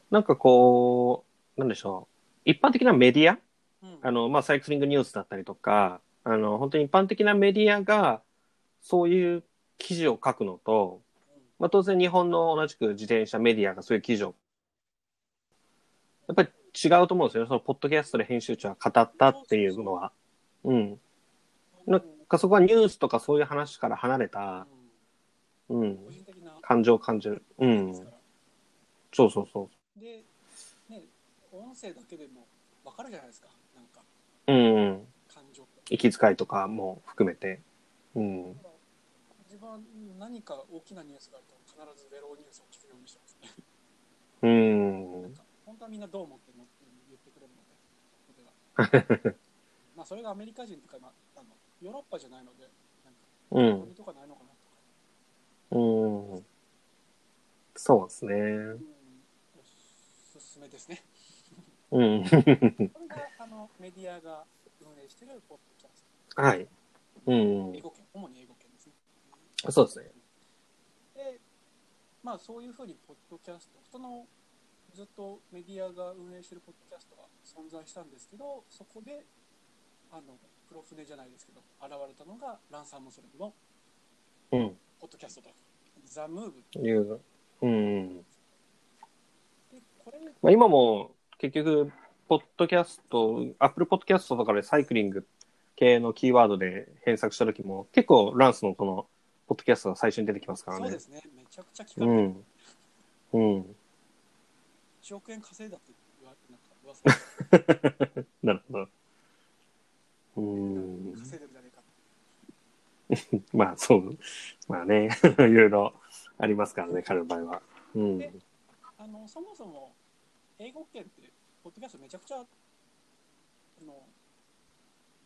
[SPEAKER 1] なんかこう、なんでしょう。一般的なメディア
[SPEAKER 2] うん
[SPEAKER 1] あの、まあ、サイクリングニュースだったりとか、あの、本当に一般的なメディアが、そういう記事を書くのと、
[SPEAKER 2] う
[SPEAKER 1] まあ、当然日本の同じく自転車メディアがそういう記事を、やっぱり違うと思うんですよね。その、ポッドキャストで編集長が語ったっていうのは。うん。
[SPEAKER 2] ん
[SPEAKER 1] なんかそこはニュースとかそういう話から離れた、
[SPEAKER 2] うん
[SPEAKER 1] うん、
[SPEAKER 2] 個人的な
[SPEAKER 1] 感情を感じる。う
[SPEAKER 2] です
[SPEAKER 1] ん
[SPEAKER 2] か。ら
[SPEAKER 1] そうそうそ
[SPEAKER 2] で、ね、音声だけでも分かるじゃないですかなんか
[SPEAKER 1] う。うん。
[SPEAKER 2] 感情って
[SPEAKER 1] 息遣いとかも含めて。うん。
[SPEAKER 2] 自分は何か大きなニュースがあると必ずベローニュースを聞くようにしてますね
[SPEAKER 1] う
[SPEAKER 2] なん
[SPEAKER 1] ん。
[SPEAKER 2] か本当はみんなどう思ってるのって言ってくれるので、ここでは まあそれがアメリカ人とか、まあ、あのヨーロッパじゃないので、なんか、
[SPEAKER 1] う
[SPEAKER 2] 興
[SPEAKER 1] ん。
[SPEAKER 2] 味とかないのかなとか、
[SPEAKER 1] うん。そうですね。
[SPEAKER 2] うん、おすすめですね。
[SPEAKER 1] うん。
[SPEAKER 2] これがあのメディアが運営しているポッドキャス
[SPEAKER 1] はい。う
[SPEAKER 2] ト、
[SPEAKER 1] ん
[SPEAKER 2] 英。語圏、主に英語圏ですね。
[SPEAKER 1] そうですね。
[SPEAKER 2] で、まあそういうふうにポッドキャスト、人のずっとメディアが運営しているポッドキャストが存在したんですけど、そこで、あの、黒船じゃないですけど、現れたのがランサームソレムの
[SPEAKER 1] うん。
[SPEAKER 2] ポッドキャストと、ザ・ムーブっ
[SPEAKER 1] いう。うん。
[SPEAKER 2] て、これ、
[SPEAKER 1] まあ、今も結局、ポッドキャスト、アップルポッドキャストとかでサイクリング系のキーワードで検索した時も、結構ランスのこの、ポッドキャストが最初に出てきますからね。
[SPEAKER 2] そうですね、めちゃくちゃ
[SPEAKER 1] う
[SPEAKER 2] 企画、
[SPEAKER 1] ん。うん。
[SPEAKER 2] 1億円稼いだって言わなんか噂が
[SPEAKER 1] なるほど。うん。
[SPEAKER 2] 稼いでるんじゃねえかって
[SPEAKER 1] まあ、そう。まあね、 いろいろありますからね、彼の場合は。うん。
[SPEAKER 2] あの、そもそも、英語圏って、ポッドキャストめちゃくちゃ、あの、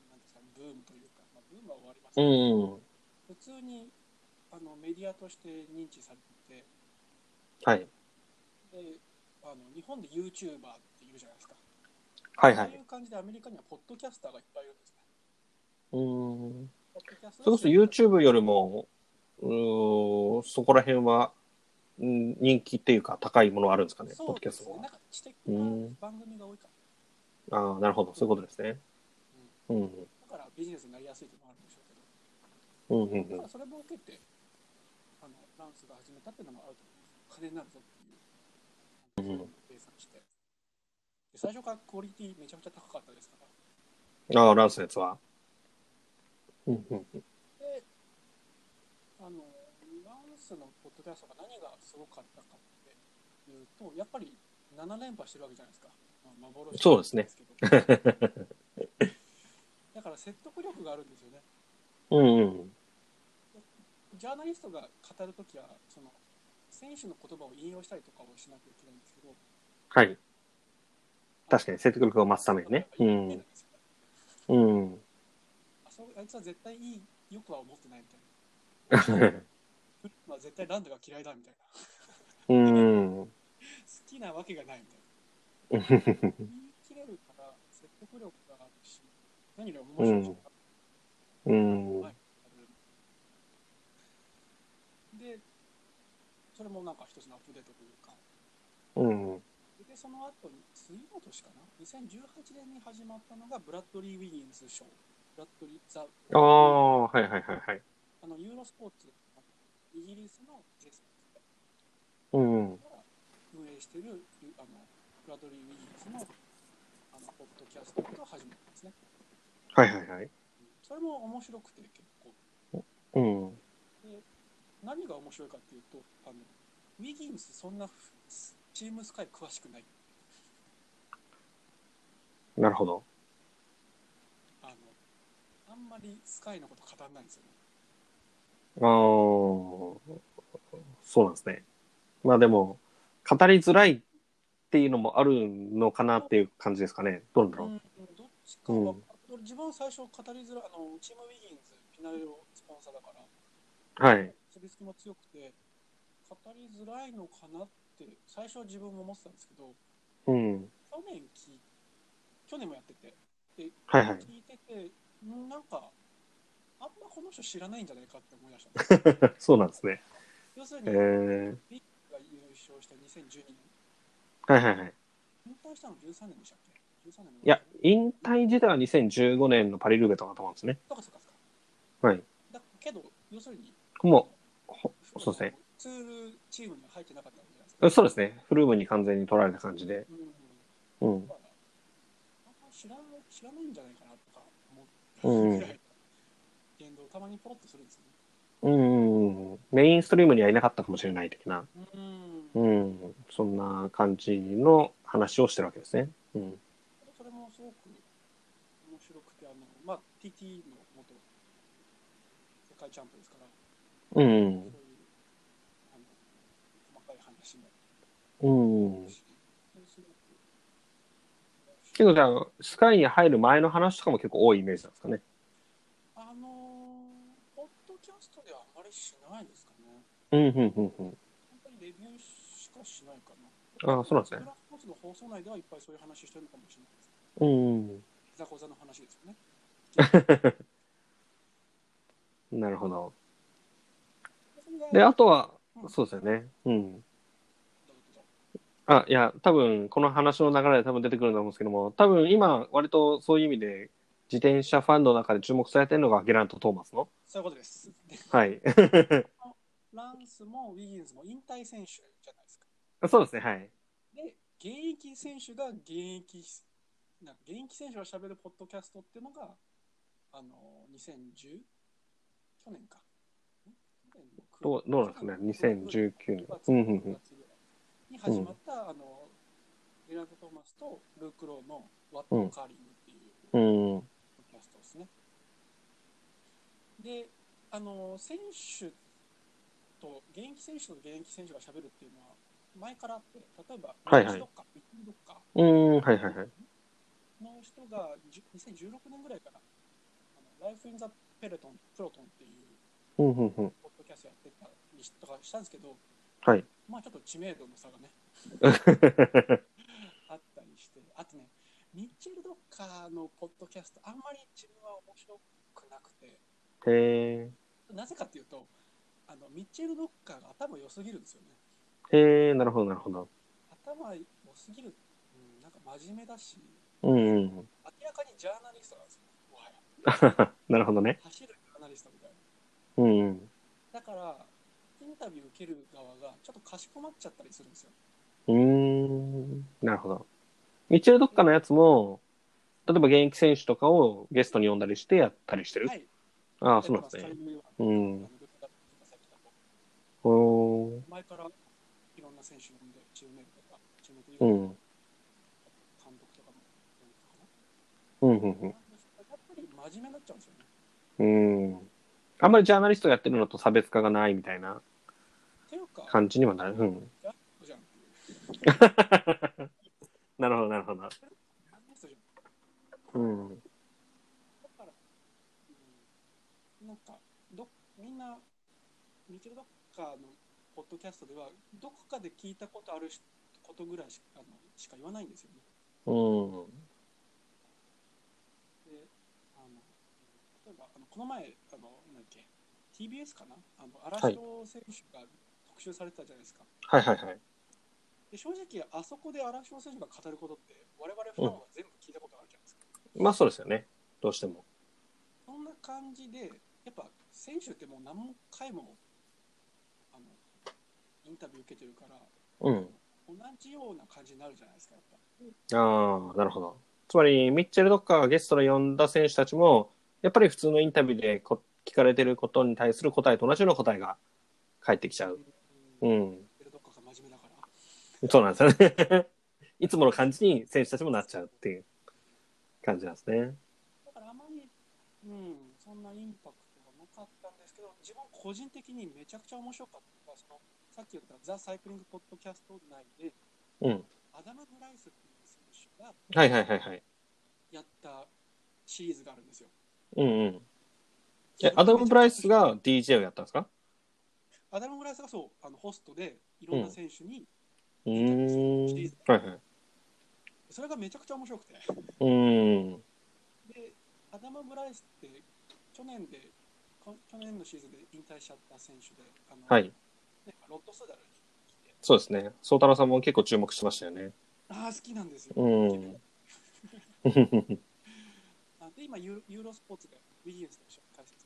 [SPEAKER 2] なんですかね、ブームというか、まあ、ブームは終わりました
[SPEAKER 1] う
[SPEAKER 2] けど、
[SPEAKER 1] ん。
[SPEAKER 2] 普通にあのメディアとして認知されて
[SPEAKER 1] はい。
[SPEAKER 2] て、で、あの日本で YouTuber っているじゃないですか。
[SPEAKER 1] はいは
[SPEAKER 2] そうい
[SPEAKER 1] い。
[SPEAKER 2] う感じでアメリカにはポッドキャスターがいっぱいいるんですね。
[SPEAKER 1] うん。
[SPEAKER 2] ポッドキャスト
[SPEAKER 1] それこそ YouTube よりも、うーそこら辺は、うん人気っていうか高いものあるんですかね、ポ
[SPEAKER 2] そ
[SPEAKER 1] ッ
[SPEAKER 2] う
[SPEAKER 1] ドキャ
[SPEAKER 2] で
[SPEAKER 1] ス
[SPEAKER 2] す
[SPEAKER 1] ト
[SPEAKER 2] ね。
[SPEAKER 1] は
[SPEAKER 2] なん。か知的な番組が多いから。
[SPEAKER 1] ああ、なるほど、そういうことですね。うん。
[SPEAKER 2] だからビジネスになりやすいというのもあるんでしょ
[SPEAKER 1] う
[SPEAKER 2] うけど、
[SPEAKER 1] ん、うん、
[SPEAKER 2] だ
[SPEAKER 1] う
[SPEAKER 2] か
[SPEAKER 1] ん
[SPEAKER 2] ら。それも受けて、あのランスが始めたっていうのもあると思います。金になるぞっていう、計算して。で最初からクオリティめちゃくちゃ高かったですから。
[SPEAKER 1] ああ、ランスのやつは。うん、うん。
[SPEAKER 2] で、あの、ランスのポッドキャストが何がすごかったかっていうと、やっぱり7連覇してるわけじゃないですか、まあ、幻
[SPEAKER 1] そうですね
[SPEAKER 2] けど だから説得力があるんですよね
[SPEAKER 1] うんうん。
[SPEAKER 2] ジャーナリストが語るときはその選手の言葉を引用したりとかをしなきゃいけないんですけど
[SPEAKER 1] はい。確かに説得力を増すためにね
[SPEAKER 2] 言えないんですよね
[SPEAKER 1] うん。
[SPEAKER 2] あそうあいつは絶対いいよくは思ってないみたいな
[SPEAKER 1] う
[SPEAKER 2] フリップは絶対ランドが嫌いだみたいな
[SPEAKER 1] ん。
[SPEAKER 2] 好きなわけがないみたいな言い切れるから説得力があるし何より面白いし、
[SPEAKER 1] うん。
[SPEAKER 2] で、それもなんか一つのアップデートというか、
[SPEAKER 1] うん。
[SPEAKER 2] で、その後に、次の年かな、2018年に始まったのが、ブラッドリー・ウィギンス賞、ブラッドリー・ザ・
[SPEAKER 1] ああ、はいはいはいはい。
[SPEAKER 2] あのユーロスポーツ、イギリスのジェス
[SPEAKER 1] うん。
[SPEAKER 2] が運営しているゆあのブラッドリー・ウィギンスのあのポッドキャストが始まったんですね。
[SPEAKER 1] はいはいはい。
[SPEAKER 2] それも面白くて、結構。
[SPEAKER 1] うん。
[SPEAKER 2] で何が面白いかっていうとあのウィギンスそんなふチームスカイ詳しくない
[SPEAKER 1] なるほど。
[SPEAKER 2] あのあんまりスカイのこと語らないんですよね
[SPEAKER 1] ああ、そうなんですね。まあでも、語りづらいっていうのもあるのかなっていう感じですかね。どうなんだろう。
[SPEAKER 2] どっちかは、
[SPEAKER 1] うん
[SPEAKER 2] 俺自分は最初語りづらいあのチームウィギンズピナレオスポンサーだから
[SPEAKER 1] はい。
[SPEAKER 2] 結びつきも強くて語りづらいのかなって最初は自分も思ってたんですけど
[SPEAKER 1] うん。
[SPEAKER 2] 去年聞い去年もやってて
[SPEAKER 1] はい はい。
[SPEAKER 2] 聞いててんなんかあんまこの人知らないんじゃないかって思い出し たんです
[SPEAKER 1] そうなんですね。
[SPEAKER 2] 要する
[SPEAKER 1] え
[SPEAKER 2] に、
[SPEAKER 1] ー、
[SPEAKER 2] が優勝した2012年、
[SPEAKER 1] はいはいはい。
[SPEAKER 2] 引退したの13年でしたっけ ?13 年
[SPEAKER 1] いや、引退自体は2015年のパリルーベとかだと思うんですね。
[SPEAKER 2] そうかそうかそう
[SPEAKER 1] はい。
[SPEAKER 2] か。だけど、要するに、
[SPEAKER 1] もう、ほそうですね。
[SPEAKER 2] ツールチームには入ってなかったわけじゃないですか。
[SPEAKER 1] そうですね。フルームに完全に取られた感じで。
[SPEAKER 2] うんうん。
[SPEAKER 1] うん。
[SPEAKER 2] だから、あんま知らない知らないんじゃないかなとか
[SPEAKER 1] うん
[SPEAKER 2] 思ってぐらい、言動をたまにポロッとするんですよね。
[SPEAKER 1] うんうんうん。メインストリームにはいなかったかもしれない的な。
[SPEAKER 2] うん。
[SPEAKER 1] うん。そんな感じの話をしてるわけですね。うん。
[SPEAKER 2] それもすごく面白くて、あの、まあ、TT の元世界チャンプですから、
[SPEAKER 1] うん
[SPEAKER 2] そういうあの細かい話も。
[SPEAKER 1] うん。けどじゃあ、スカイに入る前の話とかも結構多いイメージなんですかね。
[SPEAKER 2] あのーポッドキャストではあまりしないですかね。
[SPEAKER 1] うん、うん、うん、うん。
[SPEAKER 2] 本当にレビューしかしないかな。
[SPEAKER 1] あそうなんですね
[SPEAKER 2] クラフトスの放送内ではいっぱいそういう話してるのかもしれないです。
[SPEAKER 1] うん。
[SPEAKER 2] ザコザの話ですよね。
[SPEAKER 1] なるほど。
[SPEAKER 2] それが
[SPEAKER 1] で、あとは
[SPEAKER 2] う、ん
[SPEAKER 1] そうですよね。うん。
[SPEAKER 2] どうぞ
[SPEAKER 1] あ、いや、多分、この話の流れで多分出てくると思うんですけども、多分今、割とそういう意味で、自転車ファンの中で注目されてるのがゲラント・トーマスの。
[SPEAKER 2] そういうことです。で
[SPEAKER 1] はい。
[SPEAKER 2] ランスもウィギンズも引退選手じゃないですか。
[SPEAKER 1] そうですね、はい。
[SPEAKER 2] で、現役選手が現役、なんか現役選手が喋るポッドキャストっていうのが、あの、2010? 去年か。ん去年の
[SPEAKER 1] どう、どうなんですかね、2019年
[SPEAKER 2] 9。月
[SPEAKER 1] うん、う
[SPEAKER 2] 9
[SPEAKER 1] ん、
[SPEAKER 2] 月ぐらいに始まった、あの、ゲラント・トーマスとルーク・ローのワット・カーリングっていうポッ
[SPEAKER 1] うん。うん。
[SPEAKER 2] ドキャストですね。で、あの、選手と、現役選手と現役選手が喋るっていうのは、前からあって、例えば、
[SPEAKER 1] はいはい
[SPEAKER 2] どっか、ビッグどっか、
[SPEAKER 1] うん、はい、はい、はい。
[SPEAKER 2] の人がじゅ2016年ぐらいから、あのライフ・イン・ザ・ペレトン、プロトンっていう
[SPEAKER 1] うん、うん、うん。
[SPEAKER 2] ポッドキャストやってたりとかしたんですけど、
[SPEAKER 1] はい。
[SPEAKER 2] まあちょっと知名度の差がね、あったりして、あとね、ミッチェル・ドッカーのポッドキャスト、あんまり自分は面白くなくて、
[SPEAKER 1] へ
[SPEAKER 2] なぜかっていうと、あのミッチェル・ドッカーが頭良すぎるんですよね。
[SPEAKER 1] え、へえ、なるほど、なるほど。
[SPEAKER 2] 頭良すぎる、うん、なんか真面目だし、
[SPEAKER 1] うん、うんうん。
[SPEAKER 2] 明らかにジャーナリストなんですよ、もはや。
[SPEAKER 1] なるほどね。
[SPEAKER 2] 走るジャーナリストみたいな。
[SPEAKER 1] うん、うん。
[SPEAKER 2] だから、インタビュー受ける側がちょっとかしこまっちゃったりするんですよ。
[SPEAKER 1] うーん、なるほど。ミッチェル・ドッカーのやつも、例えば現役選手とかをゲストに呼んだりしてやったりしてる、
[SPEAKER 2] はい。
[SPEAKER 1] ああ、そうなんですね。
[SPEAKER 2] ね。
[SPEAKER 1] うん
[SPEAKER 2] あの。僕がさっきだと
[SPEAKER 1] おー
[SPEAKER 2] 前からいろんなな選手呼んで、チームメイトとか、チームメイト
[SPEAKER 1] う
[SPEAKER 2] 以外
[SPEAKER 1] ん。
[SPEAKER 2] 監督とかも呼んでたかな
[SPEAKER 1] うんうん
[SPEAKER 2] やっぱり真面目になっちゃうんですよね。
[SPEAKER 1] うん。うん。あんまりジャーナリストやってるのと差別化がないみたいな
[SPEAKER 2] っていうか、
[SPEAKER 1] 感じにはなる。うん。
[SPEAKER 2] ジャーナリストじゃんっていう。
[SPEAKER 1] なるほど、なるほど。
[SPEAKER 2] ジャーナリストじゃん。
[SPEAKER 1] うん。
[SPEAKER 2] だから、うん、なんかど、みんな、ミケルどっかのポッドキャストでは、どこかで聞いたことあるしことぐらいしかあのしか言わないんですよね。
[SPEAKER 1] うん。
[SPEAKER 2] であの例えばあのこの前あのなんだっけ TBS かなあの荒
[SPEAKER 1] はい
[SPEAKER 2] 城選手が特集されてたじゃないですか、
[SPEAKER 1] はいはいはい。
[SPEAKER 2] で正直あそこで荒城選手が語ることって我々ファンは全部聞いたことあるじゃないですか、
[SPEAKER 1] まあそうですよね。どうしても。
[SPEAKER 2] そんな感じでやっぱ選手ってもう何回もあのインタビュー受けてるから
[SPEAKER 1] うん。
[SPEAKER 2] 同じような感じになるじゃないですかやっぱ
[SPEAKER 1] ああ、なるほど。つまり、ミッチェル・ドッカーがゲストで呼んだ選手たちも、やっぱり普通のインタビューでこ聞かれてることに対する答えと同じような答えが返ってきちゃう。
[SPEAKER 2] う
[SPEAKER 1] うんん。
[SPEAKER 2] どっかが真面目だから
[SPEAKER 1] そうなんですよね。 いつもの感じに選手たちもなっちゃうっていう感じなんですね。
[SPEAKER 2] だからあまり、うん、そんなインパクトがなかったんですけど、自分個人的にめちゃくちゃ面白かったのが、そのさっき言ったザ・サイクリング・ポッドキャスト内で、
[SPEAKER 1] うん。
[SPEAKER 2] アダム・ブライスっていう選手が
[SPEAKER 1] はいはいはいはい。
[SPEAKER 2] やったシリーズがあるんですよ。
[SPEAKER 1] うんうん。え、アダム・ブライスが DJ をやったんですか
[SPEAKER 2] アダム・ブライスがそう、あのホストでいろんな選手に、
[SPEAKER 1] うーん。はいはい。
[SPEAKER 2] それがめちゃくちゃ面白くて。
[SPEAKER 1] うーん。
[SPEAKER 2] で、アダム・ブライスって去年で、こ去年のシーズンで引退しちゃった選手で、あの
[SPEAKER 1] はい。
[SPEAKER 2] ねロッド・スダルに来て、
[SPEAKER 1] そうですね。宗太郎さんも結構注目してましたよね。
[SPEAKER 2] ああ、好きなんですよ。
[SPEAKER 1] うん。
[SPEAKER 2] あで、今ユー、ユーロスポーツでビジネスと一緒に解説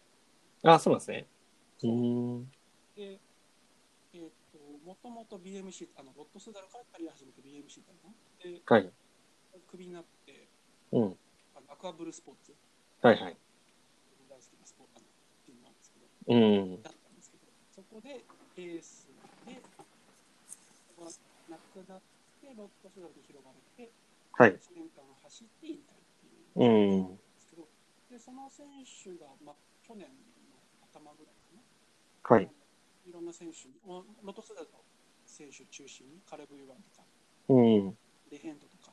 [SPEAKER 2] さ
[SPEAKER 1] あ、そうなんですね。うーん。
[SPEAKER 2] れてで、えーっ、と、もともと BMC、あの、ロットスダルからキャリア始めて BMC だな。で、
[SPEAKER 1] はい。
[SPEAKER 2] クビになって、
[SPEAKER 1] うん。
[SPEAKER 2] あのアクアブルースポーツ、
[SPEAKER 1] はいはい。
[SPEAKER 2] 僕の大好きなスポーツのチームなんですけど、
[SPEAKER 1] うん。
[SPEAKER 2] だったんですけど、そこでエースで、そこがなくなって、ロットスダルで広がれて、
[SPEAKER 1] はい。
[SPEAKER 2] 1年間走って引退っていう。
[SPEAKER 1] うん。
[SPEAKER 2] ですけど、でその選手が、まあ、去年の頭ぐらいかな、
[SPEAKER 1] はい。
[SPEAKER 2] いろんな選手に、おロトスダルの選手中心に、カレブ・ユーガンとか、
[SPEAKER 1] うん。
[SPEAKER 2] デヘントとか、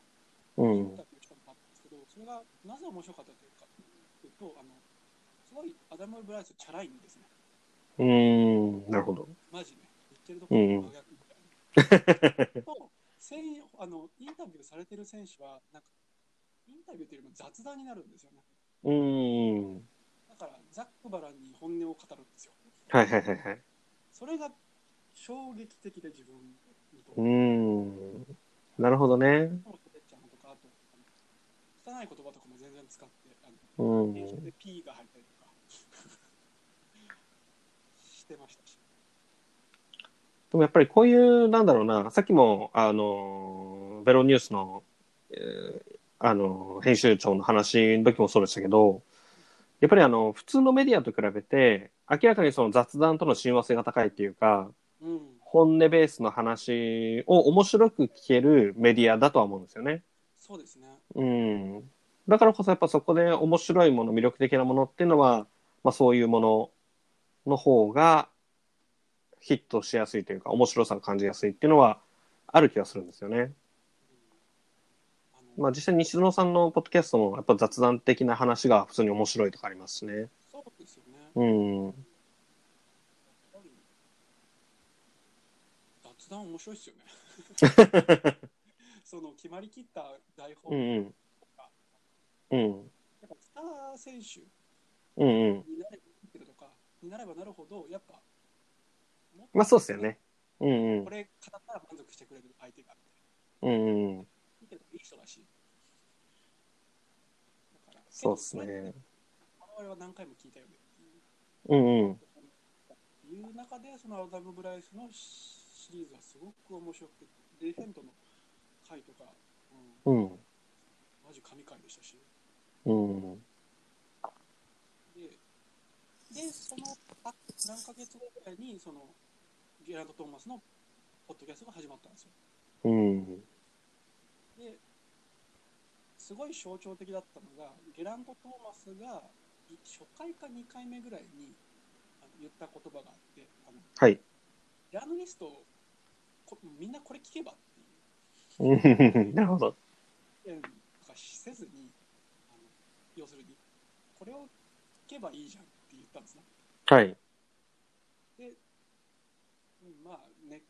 [SPEAKER 1] う
[SPEAKER 2] イン
[SPEAKER 1] ん
[SPEAKER 2] タ。ビューしたのがあったんですけど、それがなぜ面白かったというかというと、あのすごいアダム・ブライス、チャラいんですね、
[SPEAKER 1] うん。なるほど。
[SPEAKER 2] マジで、言ってるところが真逆みたいな。と選あのインタビューされてる選手は、なんか、インタビューというよりも雑談になるんですよね。
[SPEAKER 1] うん。
[SPEAKER 2] だから、ザックバランに本音を語るんですよ。
[SPEAKER 1] はいはいはいはい。
[SPEAKER 2] それが衝撃的で自分にとって、
[SPEAKER 1] うん。なるほどね。
[SPEAKER 2] もうてっちゃんとかあとあの汚い言葉とかも全然使ってあの
[SPEAKER 1] う
[SPEAKER 2] 練習
[SPEAKER 1] ん。
[SPEAKER 2] で P が入ったりとか してましたし
[SPEAKER 1] でもやっぱりこういう、なんだろうな、さっきも、あの、ベロニュースの、えーあの、編集長の話の時もそうでしたけど、やっぱりあの、普通のメディアと比べて、明らかにその雑談との親和性が高いっていうか、
[SPEAKER 2] うん
[SPEAKER 1] 本音ベースの話を面白く聞けるメディアだとは思うんですよね。
[SPEAKER 2] そうですね
[SPEAKER 1] うん。だからこそやっぱそこで面白いもの、魅力的なものっていうのは、まあそういうものの方がヒットしやすいというか、面白さを感じやすいっていうのはある気がするんですよね。
[SPEAKER 2] あの、
[SPEAKER 1] まあ実際西園さんのポッドキャストもやっぱ雑談的な話が普通に面白いとかありますしね。
[SPEAKER 2] そうですよねやっ
[SPEAKER 1] うん。
[SPEAKER 2] ぱり雑談面白いで すよねその決まりきった台
[SPEAKER 1] う
[SPEAKER 2] 本、やっ
[SPEAKER 1] んうん。うん。
[SPEAKER 2] ぱスター選手
[SPEAKER 1] うんうん。
[SPEAKER 2] になればってるとかになればなるほどやっぱもっと
[SPEAKER 1] まあそうですよね。うんうん
[SPEAKER 2] こ。れ語ったら満足してくれる相手が
[SPEAKER 1] うんうん。
[SPEAKER 2] 見てるいい人だしだから
[SPEAKER 1] そうです
[SPEAKER 2] けど
[SPEAKER 1] ね
[SPEAKER 2] れ。我々は何回も聞いたよねっていう
[SPEAKER 1] うんうん。
[SPEAKER 2] いう中でそのアダム・ブライスのシリーズはすごく面白くてデフェントの回とか、うん、
[SPEAKER 1] うん。
[SPEAKER 2] マジ神回でしたし
[SPEAKER 1] うん。
[SPEAKER 2] ででそのあ何ヶ月後ぐらいにそのゲランド・トーマスのポッドキャストが始まったんですよ。
[SPEAKER 1] うん。
[SPEAKER 2] ですごい象徴的だったのがゲラント・トーマスがい初回か2回目ぐらいにあの言った言葉があってあの
[SPEAKER 1] はい。
[SPEAKER 2] ジャーナリストをこみんなこれ聞けばっていう
[SPEAKER 1] うんなるほど。
[SPEAKER 2] 意見とかしせずにあの要するにこれを聞けばいいじゃんって言ったんですね。
[SPEAKER 1] はい。
[SPEAKER 2] うんまあね、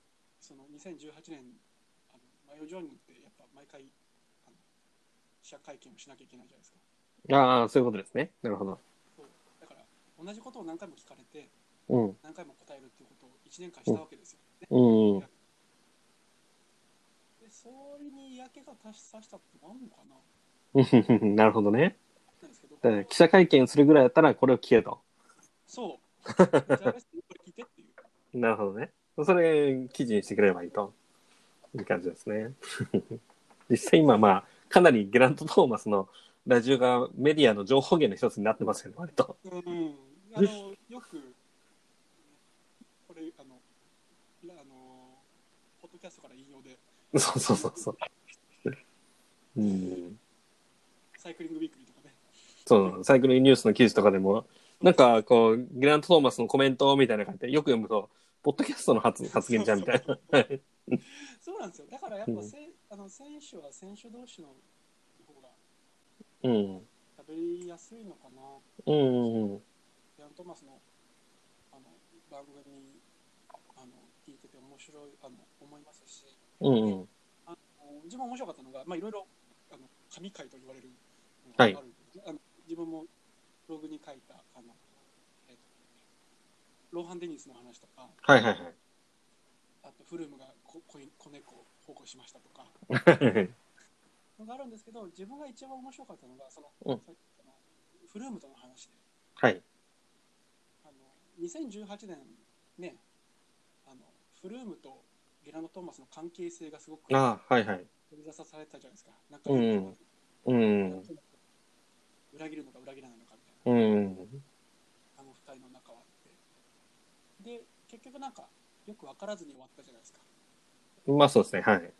[SPEAKER 2] その2018年、あのマヨジョンってやっぱ毎回あの、記者会見をしなきゃいけないじゃないですか。
[SPEAKER 1] ああ、そういうことですね。なるほど。
[SPEAKER 2] そうだから、同じことを何回も聞かれて、
[SPEAKER 1] うん。
[SPEAKER 2] 何回も答えるっていうことを1年間したわけですよ、ね
[SPEAKER 1] うん。
[SPEAKER 2] で、それに嫌気がたしさしたってなんのかな
[SPEAKER 1] うんなるほどね。
[SPEAKER 2] なんですけど、
[SPEAKER 1] だから記者会見するぐらいだったらこれを聞けと。
[SPEAKER 2] そう、ジャーナリストにこれ聞いてっていう。
[SPEAKER 1] なるほどね。それ、記事にしてくれればいいと。いう感じですね。実際今、まあ、かなりゲラント・トーマスのラジオがメディアの情報源の一つになってますよね、割と。
[SPEAKER 2] うん、あのよく、これ、あの、らあのポッドキャストから引用で、
[SPEAKER 1] そうそうそうそう。うん。
[SPEAKER 2] サイクリングウィークリーとかね、
[SPEAKER 1] そう、サイクルニュースの記事とかでも、なんか、こう、ゲラント・トーマスのコメントみたいな感じで、よく読むと、ポッドキャストの発発言じゃんみたいな。はい
[SPEAKER 2] そうなんですよ、だからやっぱせ、あの選手は選手同士の方が
[SPEAKER 1] うん。
[SPEAKER 2] 食べやすいのかな、
[SPEAKER 1] うん。
[SPEAKER 2] ヤン・トマスのあの番組あの聞いてて面白いあの思いますし、
[SPEAKER 1] うん。
[SPEAKER 2] あの自分面白かったのが、まあ、いろいろあの神回と言われるの
[SPEAKER 1] は
[SPEAKER 2] があ
[SPEAKER 1] い
[SPEAKER 2] る、あの自分もブログに書いたあの、えっとローハン・デニスの話とか
[SPEAKER 1] はいはい
[SPEAKER 2] あとフルームがこ子犬子猫を保護しましたとか
[SPEAKER 1] はい。
[SPEAKER 2] のがあるんですけど自分が一番面白かったのがその、
[SPEAKER 1] うん
[SPEAKER 2] さっきあのフルームとの話で
[SPEAKER 1] はい。
[SPEAKER 2] あの2018年ねあのフルームとゲラノ・トーマスの関係性がすごく取
[SPEAKER 1] ああ、はいはい。
[SPEAKER 2] り出さされたじゃないですか仲良くなって
[SPEAKER 1] うん。
[SPEAKER 2] 裏切るのか裏切らないのかみたいな。
[SPEAKER 1] うん。
[SPEAKER 2] あの二人の仲はって。で、結局なんか、よく分からずに終わったじゃないですか。
[SPEAKER 1] まあそうですね、はい。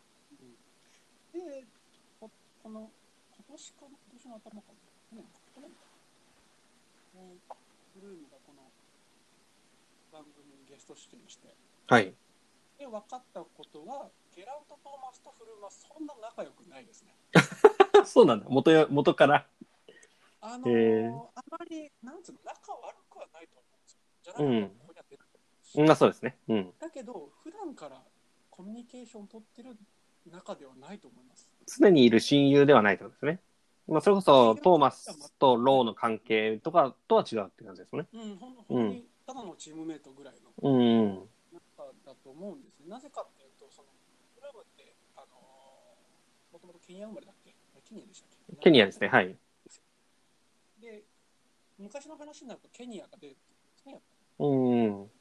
[SPEAKER 2] で、ここの、今年かな、今年の頭かな、去年か、去年か。えーブルームがこの番組にゲスト出演して、
[SPEAKER 1] はい。
[SPEAKER 2] で、分かったことは、ゲラント・トーマスとフルームはそんな仲良くないですね。
[SPEAKER 1] そうなんだ。元や、元から。
[SPEAKER 2] あの
[SPEAKER 1] へ
[SPEAKER 2] ー
[SPEAKER 1] ー
[SPEAKER 2] あまり、なんつうの、仲悪くはないと思うんですよ。じゃなく
[SPEAKER 1] うん
[SPEAKER 2] て、ここには出ないし
[SPEAKER 1] まあそうですね。うん。
[SPEAKER 2] だけど、普段からコミュニケーションを取ってる中ではないと思います。
[SPEAKER 1] 常にいる親友ではないってことですね。まあそれこそ、トーマスとローの関係とかとは違うって感じですね。
[SPEAKER 2] うん、ほんほんにただのチームメイトぐらいの
[SPEAKER 1] うん。
[SPEAKER 2] 中だと思うんですね。なぜかっていうと、そのクラブって、あのー、もともとケニア生まれだっけケニアでしたっけ
[SPEAKER 1] ケニアですね、はい。
[SPEAKER 2] で、昔の話になるとケニアが出てくるんですね、やっぱ り
[SPEAKER 1] うん。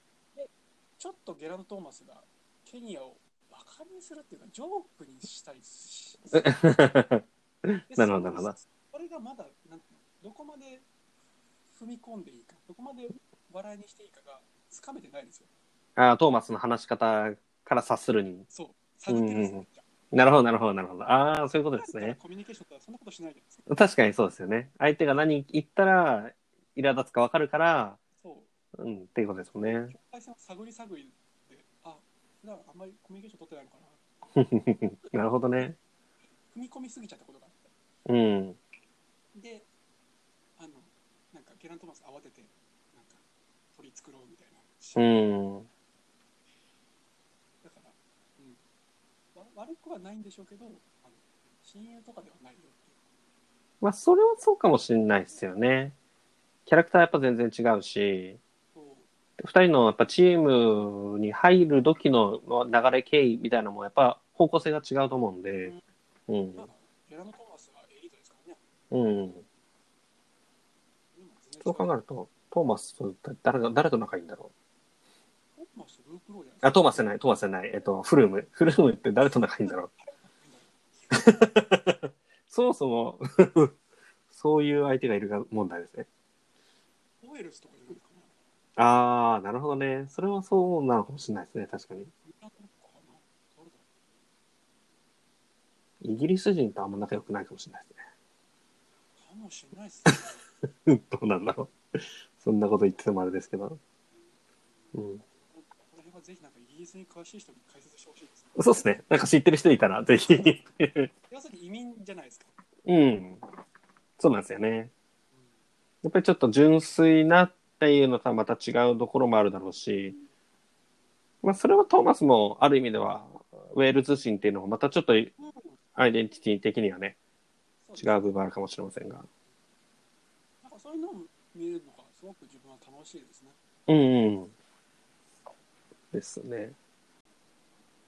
[SPEAKER 2] ちょっとゲラント・トーマスがケニアをバカにするっていうか、ジョークにしたりしで
[SPEAKER 1] なるほどなるほど
[SPEAKER 2] そこれがまだなんていうのどこまで踏み込んでいいかどこまで笑いにしていいかがつかめてないですよ
[SPEAKER 1] あートーマスの話し方から察するに。
[SPEAKER 2] そう探ってるんですよ、
[SPEAKER 1] うんなるほど、なるほど、なるほど。ああ、そういうこと
[SPEAKER 2] 普
[SPEAKER 1] です
[SPEAKER 2] 段から
[SPEAKER 1] ね。
[SPEAKER 2] コミュニケーションとはそんなことしないじゃないですか
[SPEAKER 1] 確かにそうですよね。相手が何言ったら、苛立つか分かるから、
[SPEAKER 2] そう
[SPEAKER 1] うん、っていうことですもんね。
[SPEAKER 2] 境界線を探り探りであ普段あんまりコミュニケーション取ってないのかな
[SPEAKER 1] なるほどね。
[SPEAKER 2] 踏み込みすぎちゃったことがあって
[SPEAKER 1] うん。
[SPEAKER 2] であのなんかゲラント・トーマス慌ててなんか取り繕うみたいな、
[SPEAKER 1] うん。
[SPEAKER 2] だから、うん、わ悪くはないんでしょうけどあの親友とかではないよっていう
[SPEAKER 1] まあ、それはそうかもしれないですよね。キャラクターやっぱ全然違うし、
[SPEAKER 2] そう
[SPEAKER 1] 二人のやっぱチームに入る時の流れ経緯みたいなのもやっぱ方向性が違うと思うんで、うん
[SPEAKER 2] まあ、ゲラノ・トーマスはエリートですからね。
[SPEAKER 1] うん。そう考えると、トーマスと誰が、誰と仲いいんだろ
[SPEAKER 2] トーマスとルーク・ローじゃ
[SPEAKER 1] う。
[SPEAKER 2] な
[SPEAKER 1] あ、
[SPEAKER 2] い
[SPEAKER 1] トーマスじゃない、トーマスじゃない、えっと、フルーム。フルームって誰と仲いいんだろう。そもそも、 そういう相手がいるが問題ですね。
[SPEAKER 2] オエルスとかじゃないかな。
[SPEAKER 1] あー、なるほどね。それはそうなのかもしれないですね、確かに。
[SPEAKER 2] ゲラノとかかな。
[SPEAKER 1] イギリス人とあんま仲良くないかもしれないで
[SPEAKER 2] かもしれないですね。
[SPEAKER 1] すね。どうなんだろう。そんなこと言っててもあれですけど。うん、
[SPEAKER 2] この辺はぜひなんかイギリスに詳しい人に解説してほしいですね。
[SPEAKER 1] そうですね。なんか知ってる人いたら、ぜひ。
[SPEAKER 2] 要するに移民じゃないですか。
[SPEAKER 1] うん。そうなんですよね。やっぱりちょっと純粋なっていうのとはまた違うところもあるだろうし、まあ、それはトーマスもある意味では、ウェールズ人っていうのもまたちょっと
[SPEAKER 2] うんうん
[SPEAKER 1] アイデンティティ的にはね、
[SPEAKER 2] そうです
[SPEAKER 1] 違う部分あるかもしれませんが。
[SPEAKER 2] なんかそういうのを見れるのがすごく自分は楽しいですね。
[SPEAKER 1] うん、うん。ですね。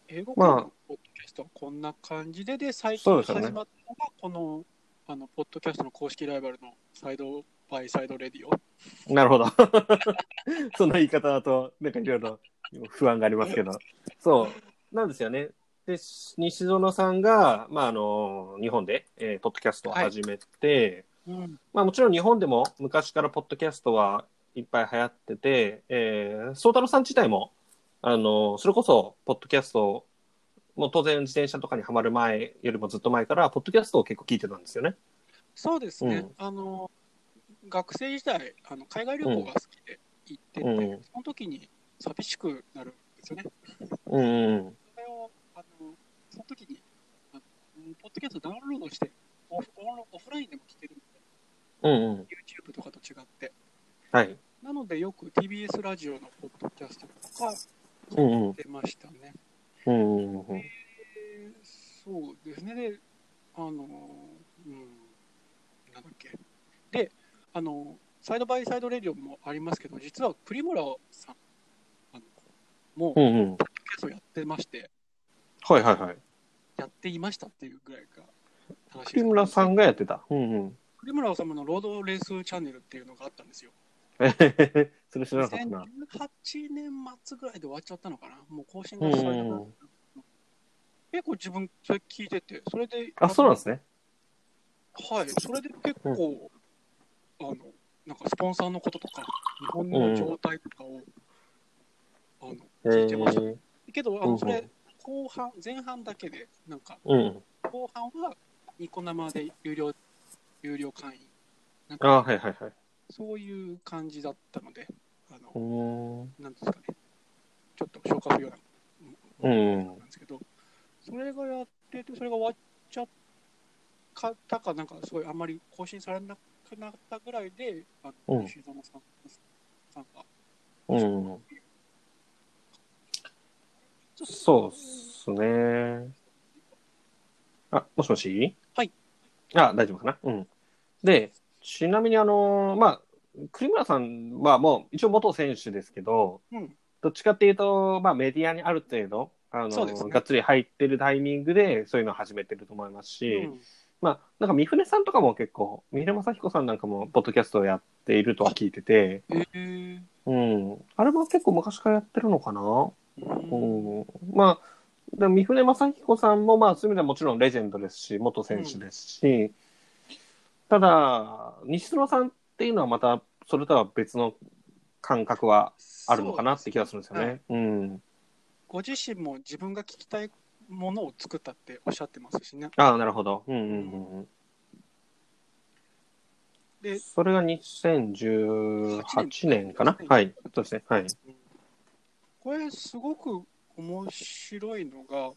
[SPEAKER 2] 英語
[SPEAKER 1] まあ
[SPEAKER 2] 圏のポッドキャストはこんな感じで、で最
[SPEAKER 1] そう
[SPEAKER 2] 近
[SPEAKER 1] ですよね
[SPEAKER 2] 始まったのが、この、あの、ポッドキャストの公式ライバルのサイドバイサイドレディオ。
[SPEAKER 1] なるほど。 その言い方だと、なんかいろいろ不安がありますけど。そう。なんですよね。で、西園さんが、まあ、あの、日本で、えーポッドキャストを始めて、
[SPEAKER 2] うん。
[SPEAKER 1] まあもちろん日本でも昔からポッドキャストはいっぱい流行ってて、えー、宗太郎さん自体も、あの、それこそ、ポッドキャスト、もう当然自転車とかにはまる前よりもずっと前から、ポッドキャストを結構聞いてたんですよね。
[SPEAKER 2] そうですね。
[SPEAKER 1] うん
[SPEAKER 2] あの、学生時代、あの海外旅行が好きで行ってて、
[SPEAKER 1] うん
[SPEAKER 2] その時に寂しくなるんですよね。
[SPEAKER 1] うん。
[SPEAKER 2] それを、あの、その時に、あのポッドキャストダウンロードして、オフオンオフラインでも聞けるんで、
[SPEAKER 1] うんうん。
[SPEAKER 2] YouTube とかと違って。
[SPEAKER 1] はい。
[SPEAKER 2] なのでよく TBS ラジオのポッドキャストとか
[SPEAKER 1] うんうん。
[SPEAKER 2] 出ましたね。
[SPEAKER 1] うんうんうんうん。
[SPEAKER 2] えーそうですね。で、あのー、うん、なんだっけ。で、あの、サイドバイサイドレディオもありますけど、実は栗村さん、あのもう、ポ
[SPEAKER 1] う
[SPEAKER 2] ッ
[SPEAKER 1] んうん。
[SPEAKER 2] ドキャストやってまして、
[SPEAKER 1] はいはいはい。
[SPEAKER 2] やっていましたっていうぐらいが正しいです
[SPEAKER 1] 栗村さんがやってた。うんうん。
[SPEAKER 2] 栗村治のロードレースチャンネルっていうのがあったんですよ。
[SPEAKER 1] えへへへそれ知らなかった
[SPEAKER 2] 2018
[SPEAKER 1] な。
[SPEAKER 2] 年末ぐらいで終わっちゃったのかな。もう更新がされなくなった結構自分それ聞いてて、それで、
[SPEAKER 1] あ、そうなんですね。
[SPEAKER 2] はい、それで結構、あの、なんかスポンサーのこととか、日本の状態とかを、あの、
[SPEAKER 1] え
[SPEAKER 2] 聞いてました。
[SPEAKER 1] ー、
[SPEAKER 2] けど、あ
[SPEAKER 1] うんう
[SPEAKER 2] の、
[SPEAKER 1] ん
[SPEAKER 2] それ、後半、前半だけで、なんか、
[SPEAKER 1] うん。
[SPEAKER 2] 後半はニコ生で有料、有料会員、
[SPEAKER 1] あ、はいはいはい。
[SPEAKER 2] そういう感じだったので、あ
[SPEAKER 1] う、
[SPEAKER 2] の
[SPEAKER 1] ん。うん
[SPEAKER 2] なんですかね、ちょっと消化不良な
[SPEAKER 1] うん。
[SPEAKER 2] なんですけど、それがやってて、それが終わっちゃったか、なんかすごいあんまり更新されなくなったぐらいで、あ
[SPEAKER 1] う
[SPEAKER 2] の
[SPEAKER 1] ん
[SPEAKER 2] 石園さんさんが、
[SPEAKER 1] うん。そうっすね。あ、もしもし
[SPEAKER 2] はい。
[SPEAKER 1] あ、大丈夫かなうん。で、ちなみにあの、まあ、栗村さんはもう一応元選手ですけど、
[SPEAKER 2] うん、
[SPEAKER 1] どっちかっていうと、まあメディアにある程度、あ
[SPEAKER 2] そ
[SPEAKER 1] の、
[SPEAKER 2] うですね
[SPEAKER 1] がっつり入ってるタイミングでそういうのを始めてると思いますし、
[SPEAKER 2] うん
[SPEAKER 1] まあ、なんか三船さんとかも結構、三船正彦さんなんかもポッドキャストをやっているとは聞いてて、
[SPEAKER 2] えー
[SPEAKER 1] うん。あれも結構昔からやってるのかな
[SPEAKER 2] う
[SPEAKER 1] う
[SPEAKER 2] ん
[SPEAKER 1] んまあ、でも三船正彦さんも、まあ、そういう意味ではもちろんレジェンドですし、元選手ですし、ただ、西野さんっていうのはまた、それとは別の感覚はあるのかなって気がするんですよね。うん。
[SPEAKER 2] ご自身も自分が聞きたいものを作ったっておっしゃってますしね。
[SPEAKER 1] ああ、なるほど。うんうんうんうん。
[SPEAKER 2] で、
[SPEAKER 1] それが2018年かな
[SPEAKER 2] はい
[SPEAKER 1] はい。そうですね。はい。
[SPEAKER 2] これすごく面白いのが、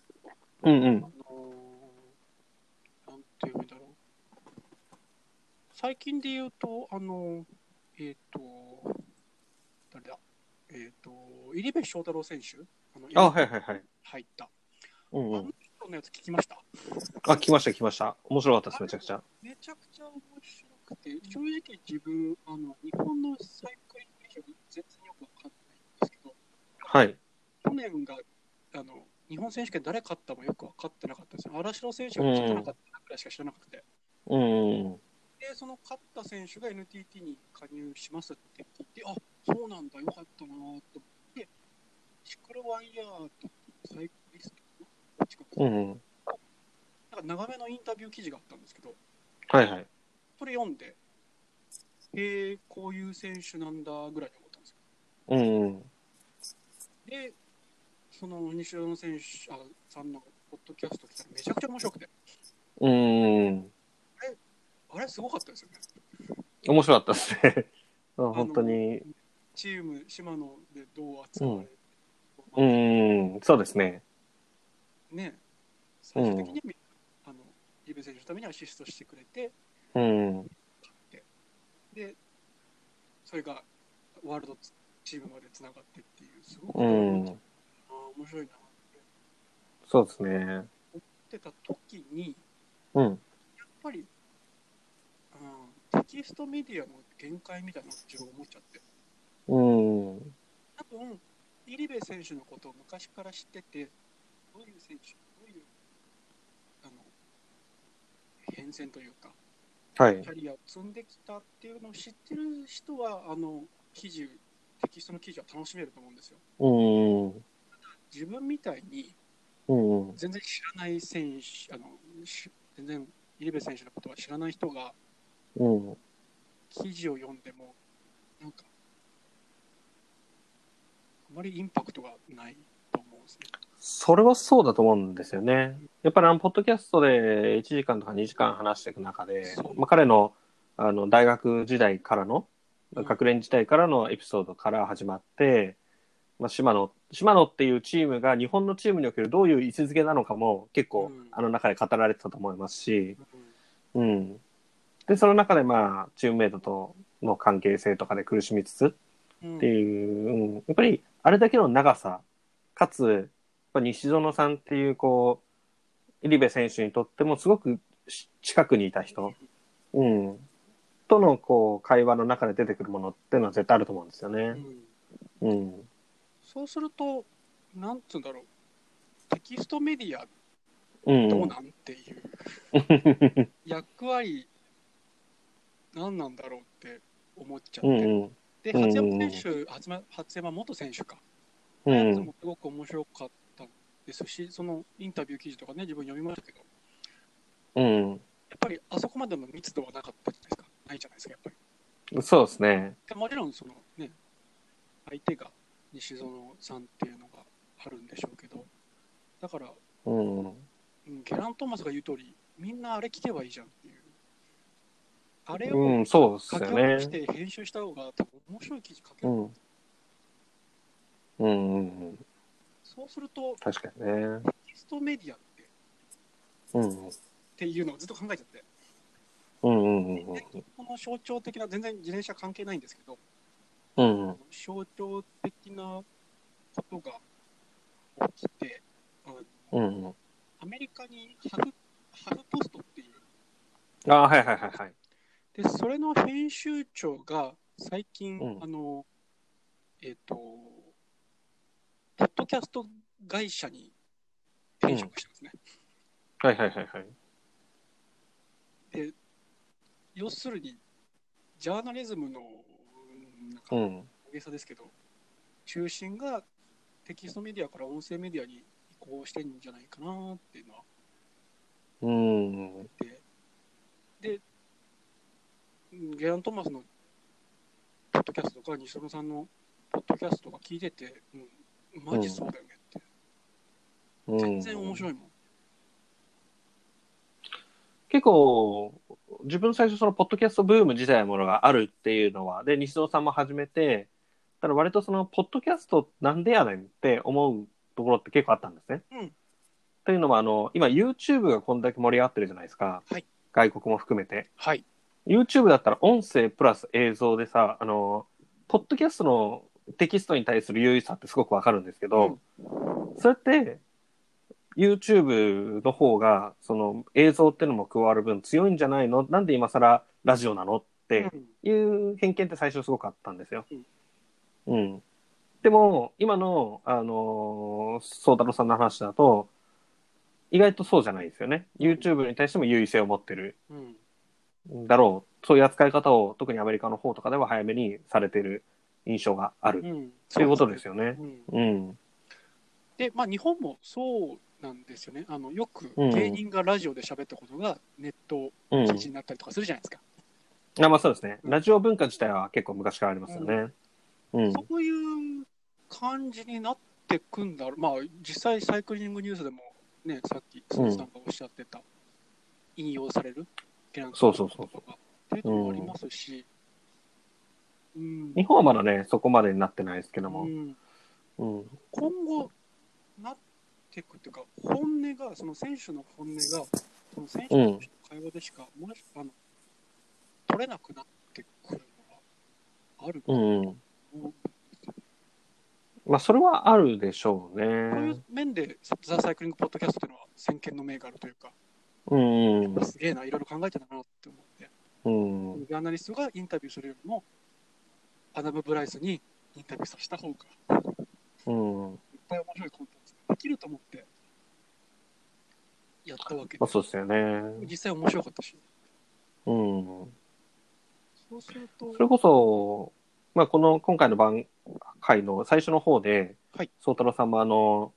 [SPEAKER 1] うんう
[SPEAKER 2] あ
[SPEAKER 1] ん。
[SPEAKER 2] のーなんていうんだろう。最近で言うと、あのーえっ、と、誰だえっ、と、入部翔太郎選手あの、
[SPEAKER 1] あはいはいはい。
[SPEAKER 2] 入った。
[SPEAKER 1] うんう
[SPEAKER 2] あの
[SPEAKER 1] ん。
[SPEAKER 2] 人のやつ聞きました。
[SPEAKER 1] あ、来ました来ました。面白かったです、めちゃくちゃ。
[SPEAKER 2] めちゃくちゃ面白くて、正直自分、あの、日本のサイクリング選手全然よくわかんないんですけど、
[SPEAKER 1] はい。
[SPEAKER 2] 去年が、あの、日本選手権誰勝ったもよく分かってなかったですね。荒城選手が勝たなかったくらいしか知らなくて。
[SPEAKER 1] うんうんうん。
[SPEAKER 2] で、その勝った選手が NTT に加入しますって聞いて、あそうなんだ、よかったなと思って、シクロワイヤーとサイクリストの近く
[SPEAKER 1] うんうん。
[SPEAKER 2] なんか長めのインタビュー記事があったんですけど、
[SPEAKER 1] はいはい。
[SPEAKER 2] それ読んで、へえ、こういう選手なんだぐらいに思ったんですよ。
[SPEAKER 1] うんうん。
[SPEAKER 2] で、その西野選手あさんのポッドキャスト来たらめちゃくちゃ面白くて、
[SPEAKER 1] うん。
[SPEAKER 2] あれすごかったですよね。
[SPEAKER 1] 面白かったですね。 うん本当に。
[SPEAKER 2] チーム島野でどう扱われる、
[SPEAKER 1] うん、そうですね。
[SPEAKER 2] ね最終的には、あのリベ選手のためにアシストしてくれて
[SPEAKER 1] うん。
[SPEAKER 2] でそれがワールドチームまでつながってっていうすごく、
[SPEAKER 1] う
[SPEAKER 2] あ
[SPEAKER 1] ん。
[SPEAKER 2] ー面白いなって
[SPEAKER 1] そうですね。
[SPEAKER 2] 言ってた時に
[SPEAKER 1] うん。
[SPEAKER 2] やっぱり、うん、テキストメディアの限界みたいなのを自分思っちゃって
[SPEAKER 1] うん。
[SPEAKER 2] 多分イリベ選手のことを昔から知っててどういう選手どういうあの変遷というか
[SPEAKER 1] はい
[SPEAKER 2] キ。ャリアを積んできたっていうのを知ってる人は、あの記事、テキストの記事は楽しめると思うんですよ。
[SPEAKER 1] うん。
[SPEAKER 2] 自分みたいに
[SPEAKER 1] うん。
[SPEAKER 2] 全然知らない選手、あのし全然入部選手のことは知らない人が
[SPEAKER 1] うん。
[SPEAKER 2] 記事を読んでも、なんか、あまりインパクトがないと思うんですね。
[SPEAKER 1] それはそうだと思うんですよね。やっぱりあの、ポッドキャストで1時間とか2時間話していく中で
[SPEAKER 2] そう、
[SPEAKER 1] まあ、彼のあの大学時代からの
[SPEAKER 2] うん、
[SPEAKER 1] 学連時代からのエピソードから始まって、まあ、島野、島野っていうチームが日本のチームにおけるどういう位置づけなのかも結構
[SPEAKER 2] うん
[SPEAKER 1] あの中で語られてたと思いますし、
[SPEAKER 2] うん
[SPEAKER 1] うん。で、その中でまあ、チームメイトとの関係性とかで苦しみつつ、
[SPEAKER 2] うん
[SPEAKER 1] っていう、うん、やっぱりあれだけの長さ、かつ、やっぱ西園さんっていう、こう、入部選手にとってもすごくし近くにいた人、うん、とのこう会話の中で出てくるものっていうのは絶対あると思うんですよ
[SPEAKER 2] う
[SPEAKER 1] ね。
[SPEAKER 2] ん
[SPEAKER 1] うん。
[SPEAKER 2] そうすると、なんつうんだろう、テキストメディア
[SPEAKER 1] うん。
[SPEAKER 2] どうなんっていう。 役割何なんだろうって思っちゃっ
[SPEAKER 1] う
[SPEAKER 2] て、
[SPEAKER 1] ん。
[SPEAKER 2] で
[SPEAKER 1] うん
[SPEAKER 2] 初山選手、初山初山元選手か、
[SPEAKER 1] う
[SPEAKER 2] いつ
[SPEAKER 1] ん。
[SPEAKER 2] もすごく面白かったですしそのインタビュー記事とかね自分読みましたけどや
[SPEAKER 1] うん。
[SPEAKER 2] っぱりあそこまでの密度はなかったじゃないですかないじゃないですかやっぱり
[SPEAKER 1] そうですね。
[SPEAKER 2] でもちろんそのね相手が西園さんっていうのがあるんでしょうけどだから、
[SPEAKER 1] うん。
[SPEAKER 2] うん、ゲラン・トーマスが言う通りみんなあれ聞けばいいじゃんっていうあれを、
[SPEAKER 1] うん、そうです
[SPEAKER 2] 書
[SPEAKER 1] よ
[SPEAKER 2] き
[SPEAKER 1] ね
[SPEAKER 2] 起。して編集した方が多分面白い記事書け
[SPEAKER 1] う
[SPEAKER 2] る、
[SPEAKER 1] ん。うんうんうん。
[SPEAKER 2] そうすると
[SPEAKER 1] 確かにね。
[SPEAKER 2] テキストメディアってっ
[SPEAKER 1] うん。
[SPEAKER 2] ていうのをずっと考えちゃって
[SPEAKER 1] うんうんうんうん。
[SPEAKER 2] この象徴的な全然自転車関係ないんですけど
[SPEAKER 1] うん。
[SPEAKER 2] 象徴的なことが起きてあの
[SPEAKER 1] うん。
[SPEAKER 2] アメリカにハフハフポストっていう
[SPEAKER 1] ああ、はいはいはいはい。
[SPEAKER 2] でそれの編集長が最近、
[SPEAKER 1] うん
[SPEAKER 2] あのえっ、とポッドキャスト会社に転職したんですね、
[SPEAKER 1] はいはいはいはい。
[SPEAKER 2] 要するにジャーナリズムのうんなんか
[SPEAKER 1] うん。
[SPEAKER 2] 大げさですけど、中心がテキストメディアから音声メディアに移行してんじゃないかなっていうのは
[SPEAKER 1] うん。
[SPEAKER 2] あってでうんゲラン・トーマスのポッドキャストとか西野さんのポッドキャストとか聞いてて、うん、マジそうだよねって、
[SPEAKER 1] うん
[SPEAKER 2] 全然面白いもん、
[SPEAKER 1] 結構、自分最初そのポッドキャストブーム自体のものがあるっていうのは、で、西野さんも始めて、ただ割とその、ポッドキャストなんでやねんって思うところって結構あったんですね。
[SPEAKER 2] うん
[SPEAKER 1] というのも、あの、今 YouTube がこんだけ盛り上がってるじゃないですか。
[SPEAKER 2] はい
[SPEAKER 1] 外国も含めて。
[SPEAKER 2] はい、
[SPEAKER 1] YouTube だったら音声プラス映像でさ、あの、ポッドキャストのテキストに対する優位さってすごくわかるんですけど、それって、YouTube の方が、その映像ってのも加わる分強いんじゃないのなんで今更ラジオなのって
[SPEAKER 2] うん
[SPEAKER 1] いう偏見って最初すごくあったんですよ
[SPEAKER 2] うん。
[SPEAKER 1] うん。でも、今の、あのー、宗太郎さんの話だと、意外とそうじゃないですよね。YouTube に対しても優位性を持ってる。
[SPEAKER 2] うん
[SPEAKER 1] だろう。そういう扱い方を特にアメリカの方とかでは早めにされてる印象がある。
[SPEAKER 2] うん、
[SPEAKER 1] そういうことですよね。
[SPEAKER 2] ねうん
[SPEAKER 1] うん。
[SPEAKER 2] で、まあ、日本もそうなんですよねあのよく
[SPEAKER 1] うん
[SPEAKER 2] 芸人がラジオで喋ったことがネット
[SPEAKER 1] うん。
[SPEAKER 2] 記事になったりとかするじゃないですか、
[SPEAKER 1] あまあそうですね。
[SPEAKER 2] うん
[SPEAKER 1] ラジオ文化自体は結構昔からありますよね。うん。
[SPEAKER 2] そういう感じになってくんだろうまあ実際サイクリングニュースでもねさっき鈴木さんがおっしゃってた、引用されるペランキ
[SPEAKER 1] そうそうそうそう
[SPEAKER 2] っていうのもありますし、うん
[SPEAKER 1] 日本はまだね、そこまでになってないですけど
[SPEAKER 2] う
[SPEAKER 1] も。
[SPEAKER 2] ん、
[SPEAKER 1] うん。
[SPEAKER 2] 今後なっていくっていうか本音がその選手の本音がその選手と会話でしか、もしあの取れなくなってくるのはあると
[SPEAKER 1] う
[SPEAKER 2] 思
[SPEAKER 1] ん。
[SPEAKER 2] う、こ
[SPEAKER 1] まあ、それはあるでしょう
[SPEAKER 2] ういう
[SPEAKER 1] ね。
[SPEAKER 2] 面で「ザ・サイクリング・ポッドキャスト」というのは先見の明があるというか、
[SPEAKER 1] うん。
[SPEAKER 2] すげえないろいろ考えてたなって思って
[SPEAKER 1] うん。
[SPEAKER 2] ジャーナリストがインタビューするよりもアダム・ブライスにインタビューさせた方が
[SPEAKER 1] うん。
[SPEAKER 2] いっぱい面白いコンテンツができると思ってやったわけ
[SPEAKER 1] ま
[SPEAKER 2] で
[SPEAKER 1] あ、そうですよね。
[SPEAKER 2] 実際面白かったし
[SPEAKER 1] うん。
[SPEAKER 2] そうすると
[SPEAKER 1] それこそ、まあ、この今回の番回の最初の方で、
[SPEAKER 2] はい
[SPEAKER 1] 宗太郎さんもあの、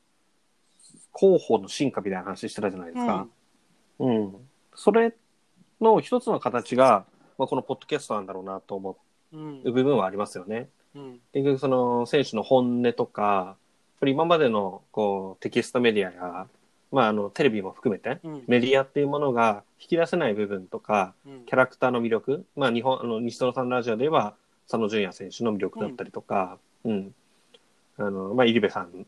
[SPEAKER 1] 広報の進化みたいな話してたじゃないですか。うん。それの一つの形が、まあ、このポッドキャストなんだろうなと思
[SPEAKER 2] うん
[SPEAKER 1] う部分はありますよね。
[SPEAKER 2] うん
[SPEAKER 1] 結局その選手の本音とか、やっぱり今までのこうテキストメディアや、まあ、あのテレビも含めて、
[SPEAKER 2] うん
[SPEAKER 1] メディアっていうものが引き出せない部分とか、
[SPEAKER 2] うん
[SPEAKER 1] キャラクターの魅力、まあ、日本あの西園さんのラジオでは佐野純也選手の魅力だったりとか、うんあのまあ、入部さん、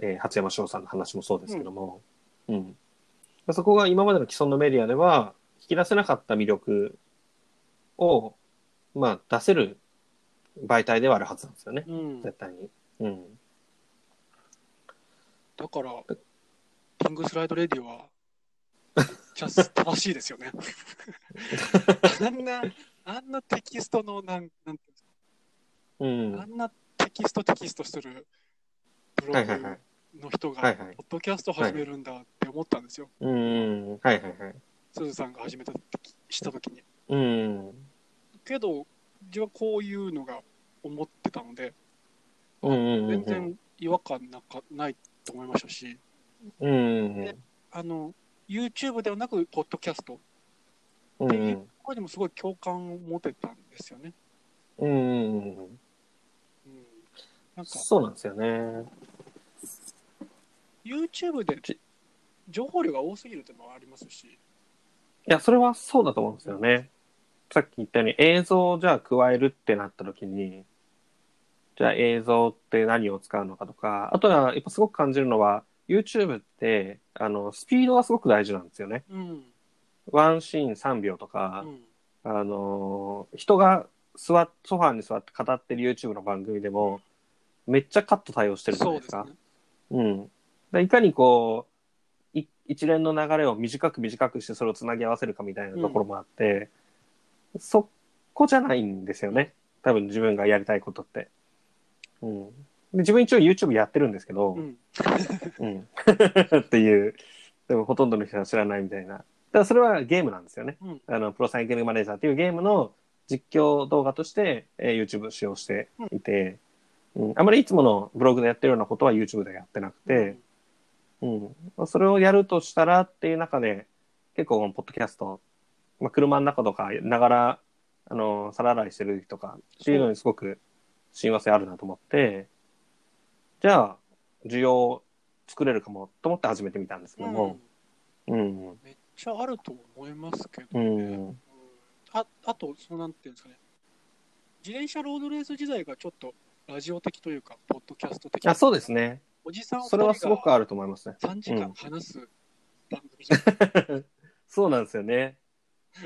[SPEAKER 1] えー初山翔さんの話もそうですけども、うんまあそこが今までの既存のメディアでは引き出せなかった魅力を、まあ、出せる媒体ではあるはずなんですよね、
[SPEAKER 2] うん
[SPEAKER 1] 絶対に。うん、
[SPEAKER 2] だからピングスライドレディはちゃ正しいですよねあんなあんなテキストのなんなんていうんですか
[SPEAKER 1] う
[SPEAKER 2] あ
[SPEAKER 1] ん、
[SPEAKER 2] んなテキストテキストするブロ
[SPEAKER 1] はいはいはい。
[SPEAKER 2] グの人
[SPEAKER 1] は
[SPEAKER 2] が、
[SPEAKER 1] い
[SPEAKER 2] ポ
[SPEAKER 1] はい
[SPEAKER 2] ッドキャスト始めるんだって思ったんですよ。
[SPEAKER 1] うん、はいはいはい。
[SPEAKER 2] すずさんが始めた時、した時に。
[SPEAKER 1] うん、
[SPEAKER 2] けど、自分はこういうのが思ってたので、
[SPEAKER 1] うん、うん、
[SPEAKER 2] 全然違和感なんかないと思いましたし、
[SPEAKER 1] うん、
[SPEAKER 2] あの、YouTube ではなく、ポッドキャスト、
[SPEAKER 1] うん、うん。
[SPEAKER 2] これにもすごい共感を持てたんですよね。
[SPEAKER 1] うん、
[SPEAKER 2] うん、なんか、
[SPEAKER 1] そうなんですよね。
[SPEAKER 2] YouTube で情報量が多すぎるっていうのはありますし、
[SPEAKER 1] いや、それはそうだと思うんですよね。さっき言ったように映像をじゃあ加えるってなった時に、じゃあ映像って何を使うのかとか、あとはやっぱすごく感じるのは、YouTube って、あの、スピードがすごく大事なんですよね。
[SPEAKER 2] うん、
[SPEAKER 1] ワンシーン3秒と
[SPEAKER 2] う
[SPEAKER 1] か、
[SPEAKER 2] ん、
[SPEAKER 1] あのー、人が座っ、ソファーに座って語ってる YouTube の番組でも、めっちゃカット対応してるじゃな
[SPEAKER 2] そ
[SPEAKER 1] いうで
[SPEAKER 2] ですす
[SPEAKER 1] か
[SPEAKER 2] ね。。
[SPEAKER 1] うん。でいかにこう、い一連の流れを短く短くしてそれをつなぎ合わせるかみたいなところもあって、そこじゃないんですよね。多分自分がやりたいことって。うん。で自分一応 YouTube やってるんですけど、
[SPEAKER 2] うん、
[SPEAKER 1] うん。 っていう、でもほとんどの人は知らないみたいな。だからそれはゲームなんですよね。
[SPEAKER 2] うん
[SPEAKER 1] あの、プロサイクリングマネージャーっていうゲームの実況動画として、えー YouTube を使用していて、うん、あまりいつものブログでやってるようなことは YouTube ではやってなくて、うん。まあそれをやるとしたらっていう中で、結構、ポッドキャスト、まあ、車の中とか、ながら、あの、皿洗いしてる時とかっていうのにすごく親和性あるなと思って、じゃあ、需要を作れるかもと思って始めてみたんですけど
[SPEAKER 2] うん
[SPEAKER 1] も、、うん。
[SPEAKER 2] めっちゃあると思いますけ
[SPEAKER 1] う
[SPEAKER 2] どね。うん
[SPEAKER 1] ん。
[SPEAKER 2] ああと、そのなんていうんですかね、自転車ロードレース時代がちょっとラジオ的というか、ポッドキャスト的
[SPEAKER 1] あ、そうですね。
[SPEAKER 2] おじさん
[SPEAKER 1] それは
[SPEAKER 2] 二
[SPEAKER 1] す
[SPEAKER 2] 人
[SPEAKER 1] ごく
[SPEAKER 2] が
[SPEAKER 1] あると思いますね。
[SPEAKER 2] 3時
[SPEAKER 1] う
[SPEAKER 2] 間
[SPEAKER 1] ん
[SPEAKER 2] 話す番組じゃない、
[SPEAKER 1] そうなんですよね。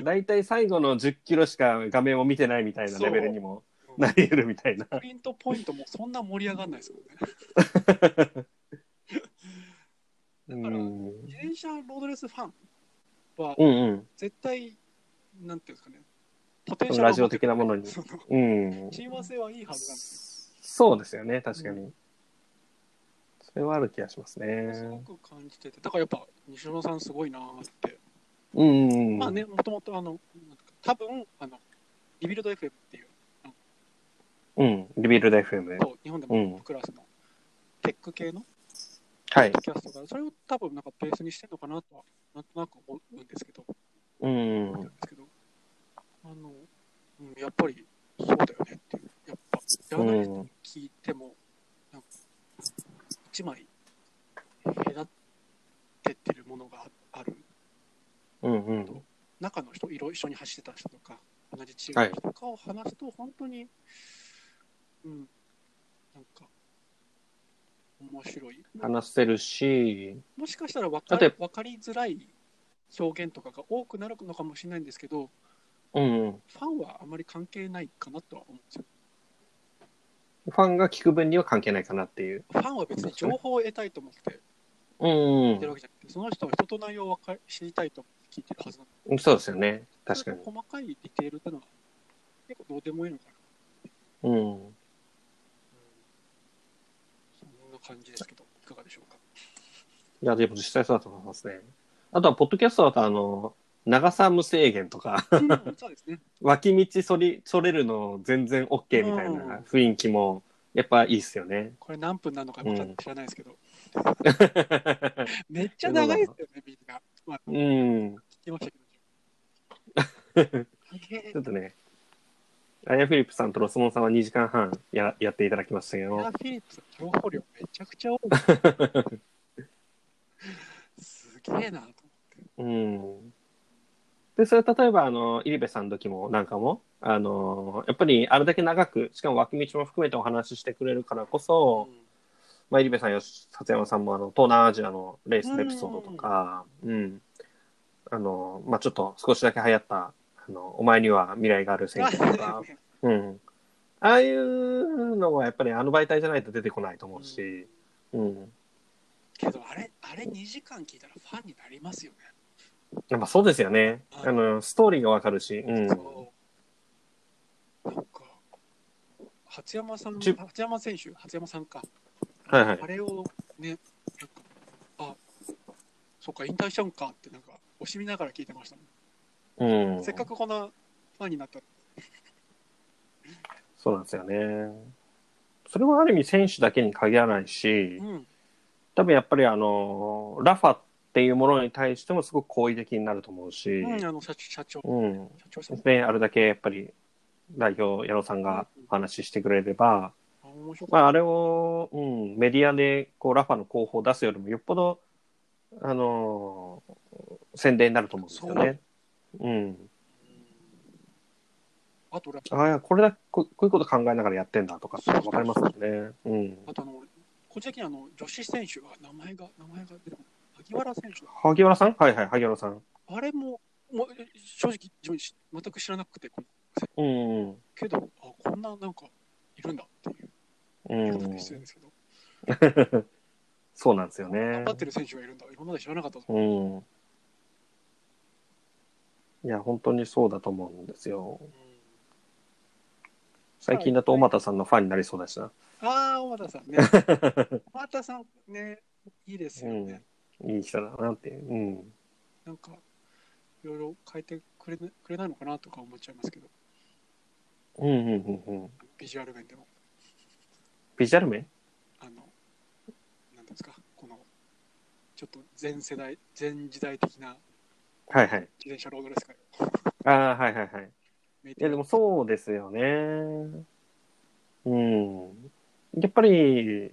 [SPEAKER 1] だいたい最後の10キロしか画面を見てないみたいな
[SPEAKER 2] そう
[SPEAKER 1] レベルにも
[SPEAKER 2] うん
[SPEAKER 1] なり得るみたいな。
[SPEAKER 2] スプリントポイントもそんな盛り上がらないですもんね。
[SPEAKER 1] う
[SPEAKER 2] から
[SPEAKER 1] ん。
[SPEAKER 2] 自転車ロードレースファンは
[SPEAKER 1] うんうん。
[SPEAKER 2] 絶対、なんていうんですかね、ポテンシャル
[SPEAKER 1] ラジオ的なもの
[SPEAKER 2] を
[SPEAKER 1] に
[SPEAKER 2] 持って。るその
[SPEAKER 1] うん。
[SPEAKER 2] 親和性はいいはずなんです
[SPEAKER 1] そうですよね、確かに。それはある気がしますね。
[SPEAKER 2] すごく感じてて、だからやっぱ西野さんすごいなーって
[SPEAKER 1] うんうんうん。
[SPEAKER 2] まあね、もともとあの、なんか多分あの、リビルド FM っていう、
[SPEAKER 1] うん。リビルド FM。
[SPEAKER 2] そう日本で
[SPEAKER 1] うん
[SPEAKER 2] もクラスのテック系の
[SPEAKER 1] はい
[SPEAKER 2] ポッ。ドキャストが、それを多分なんかベースにしてるのかなとは、なんとなく思うんですけど、
[SPEAKER 1] うん
[SPEAKER 2] 思っ。たんですけど、あの、うん、やっぱりそうだよねっていう、やっぱ、ジャーナリス
[SPEAKER 1] うん
[SPEAKER 2] トに聞いても、なんか、一枚隔てってるものがある
[SPEAKER 1] うんうん。
[SPEAKER 2] 中の人、色一緒に走ってた人とか、同じチームの人とかを話すと、本当に、うん、なんか、面白い。
[SPEAKER 1] 話せるし、
[SPEAKER 2] もしかしたら分か
[SPEAKER 1] だっ
[SPEAKER 2] り
[SPEAKER 1] て
[SPEAKER 2] 分かりづらい表現とかが多くなるのかもしれないんですけど、
[SPEAKER 1] うん。
[SPEAKER 2] ファンはあまり関係ないかなとは思うんですよ。
[SPEAKER 1] ファンが聞く分には関係ないかなっていう。
[SPEAKER 2] ファンは別に情報を得たいと思って
[SPEAKER 1] う
[SPEAKER 2] やってるわ
[SPEAKER 1] ん
[SPEAKER 2] けじゃなくて、その人の人と内容を分か知りたいと思って聞いてるはずなので、
[SPEAKER 1] うん。そうですよね。確かに。
[SPEAKER 2] 細かいディテールってのは結構どうでもいいのかな。
[SPEAKER 1] うん。
[SPEAKER 2] そんな感じですけど、いかがでしょうか。
[SPEAKER 1] いや、でも実際そうだと思いますね。あとは、ポッドキャストだと、あの、長さ無制限とか、
[SPEAKER 2] うんそうですね。
[SPEAKER 1] 脇道そり、それるの全然 OK みたいな雰囲気も、やっぱいいっすよね。
[SPEAKER 2] これ何分なのかまだ知らないですけど、めっちゃ
[SPEAKER 1] ゃ
[SPEAKER 2] 長
[SPEAKER 1] 長
[SPEAKER 2] い
[SPEAKER 1] いで
[SPEAKER 2] で
[SPEAKER 1] すす
[SPEAKER 2] よね、みんな。まあ、
[SPEAKER 1] うん。
[SPEAKER 2] 聞きましたけど。 大変
[SPEAKER 1] ちょっとね、アイア・フィリップさんとロスモンさんは2時間半ややっていただきましたけ
[SPEAKER 2] い
[SPEAKER 1] ど
[SPEAKER 2] や、フィリップス情報量めちゃくちゃ多い。すげえなと思って。
[SPEAKER 1] うん。で、それ例えば、あの、入部さんの時もなんかも、あの、やっぱりあれだけ長く、しかも脇道も含めてお話ししてくれるからこそ、
[SPEAKER 2] うん
[SPEAKER 1] まあ、入部さん、よし、里山さんもあの、東南アジアのレースのエピソードとか、うん、あの、まあ、ちょっと少しだけ流行った、あの、お前には未来がある選手と か、うん。ああいうのはやっぱりあの媒体じゃないと出てこないと思うし、うん。
[SPEAKER 2] けどあれ、あれ2時間聞いたらファンになりますよね。
[SPEAKER 1] やっぱそうですよね。あの、ストーリーがわかるし、うん。
[SPEAKER 2] そうなんか、初山さん、
[SPEAKER 1] じゅ
[SPEAKER 2] 初山選手、初山さんか。
[SPEAKER 1] はいはい
[SPEAKER 2] あれをね、なんか、あ、そっか、引退しちゃうんかって、なんか、惜しみながら聞いてましたもん、
[SPEAKER 1] うん。
[SPEAKER 2] せっかくこんなファンになった
[SPEAKER 1] そうなんですよね。それはある意味選手だけに限らないし、
[SPEAKER 2] うん。
[SPEAKER 1] 多分やっぱりあの、ラファっていうものに対してもすごく好意的になると思うし、
[SPEAKER 2] うん、あの、社社長、
[SPEAKER 1] うん。
[SPEAKER 2] 社長さん
[SPEAKER 1] で、すね、あれだけやっぱり代表、矢野さんがお話ししてくれれば、
[SPEAKER 2] あ面白か
[SPEAKER 1] ま
[SPEAKER 2] っ
[SPEAKER 1] あ、あれを、うん、メディアでこうラファの候補を出すよりもよっぽど、あのー宣伝になると思うんですよね。うん。
[SPEAKER 2] た。うんあと、俺
[SPEAKER 1] ああ、いやこれだ、ここういうこと考えながらやってんだとかってわかりますよね。うん。
[SPEAKER 2] あとあの、個人的にあの女子選手が、名前が、名前が出てこない萩原選手だ
[SPEAKER 1] 萩原さんはいはい、萩原さん。
[SPEAKER 2] あれも、もうえ正直、自分し全く知らなくて、こ
[SPEAKER 1] うん。うん。
[SPEAKER 2] けど、あこんななんかいるんだっていう、言い方で失礼ですけど、
[SPEAKER 1] そうなんですよ
[SPEAKER 2] 頑
[SPEAKER 1] ね
[SPEAKER 2] 張。ってる選手がいるんだ、今まで知らなかったぞ。
[SPEAKER 1] うん。いや、本当にそうだと思うんですよ。最近だと、小俣さんのファンになりそうだしな。
[SPEAKER 2] ああ、小畑さんね。 小畑さんね、いいですよね。
[SPEAKER 1] いい人だなっていう。うん。
[SPEAKER 2] なんか、いろいろ変えてくれ,、くれないのかなとか思っちゃいますけど、
[SPEAKER 1] うんうんうんうん。
[SPEAKER 2] ビジュアル面でも、
[SPEAKER 1] ビジュアル面
[SPEAKER 2] あの、なんていうんですか、この、ちょっと全世代、全時代的な
[SPEAKER 1] はいはい。
[SPEAKER 2] 自転車ロードレースから。
[SPEAKER 1] ああ、はいはいはい。
[SPEAKER 2] い
[SPEAKER 1] いや、でもそうですよね。うん。やっぱり、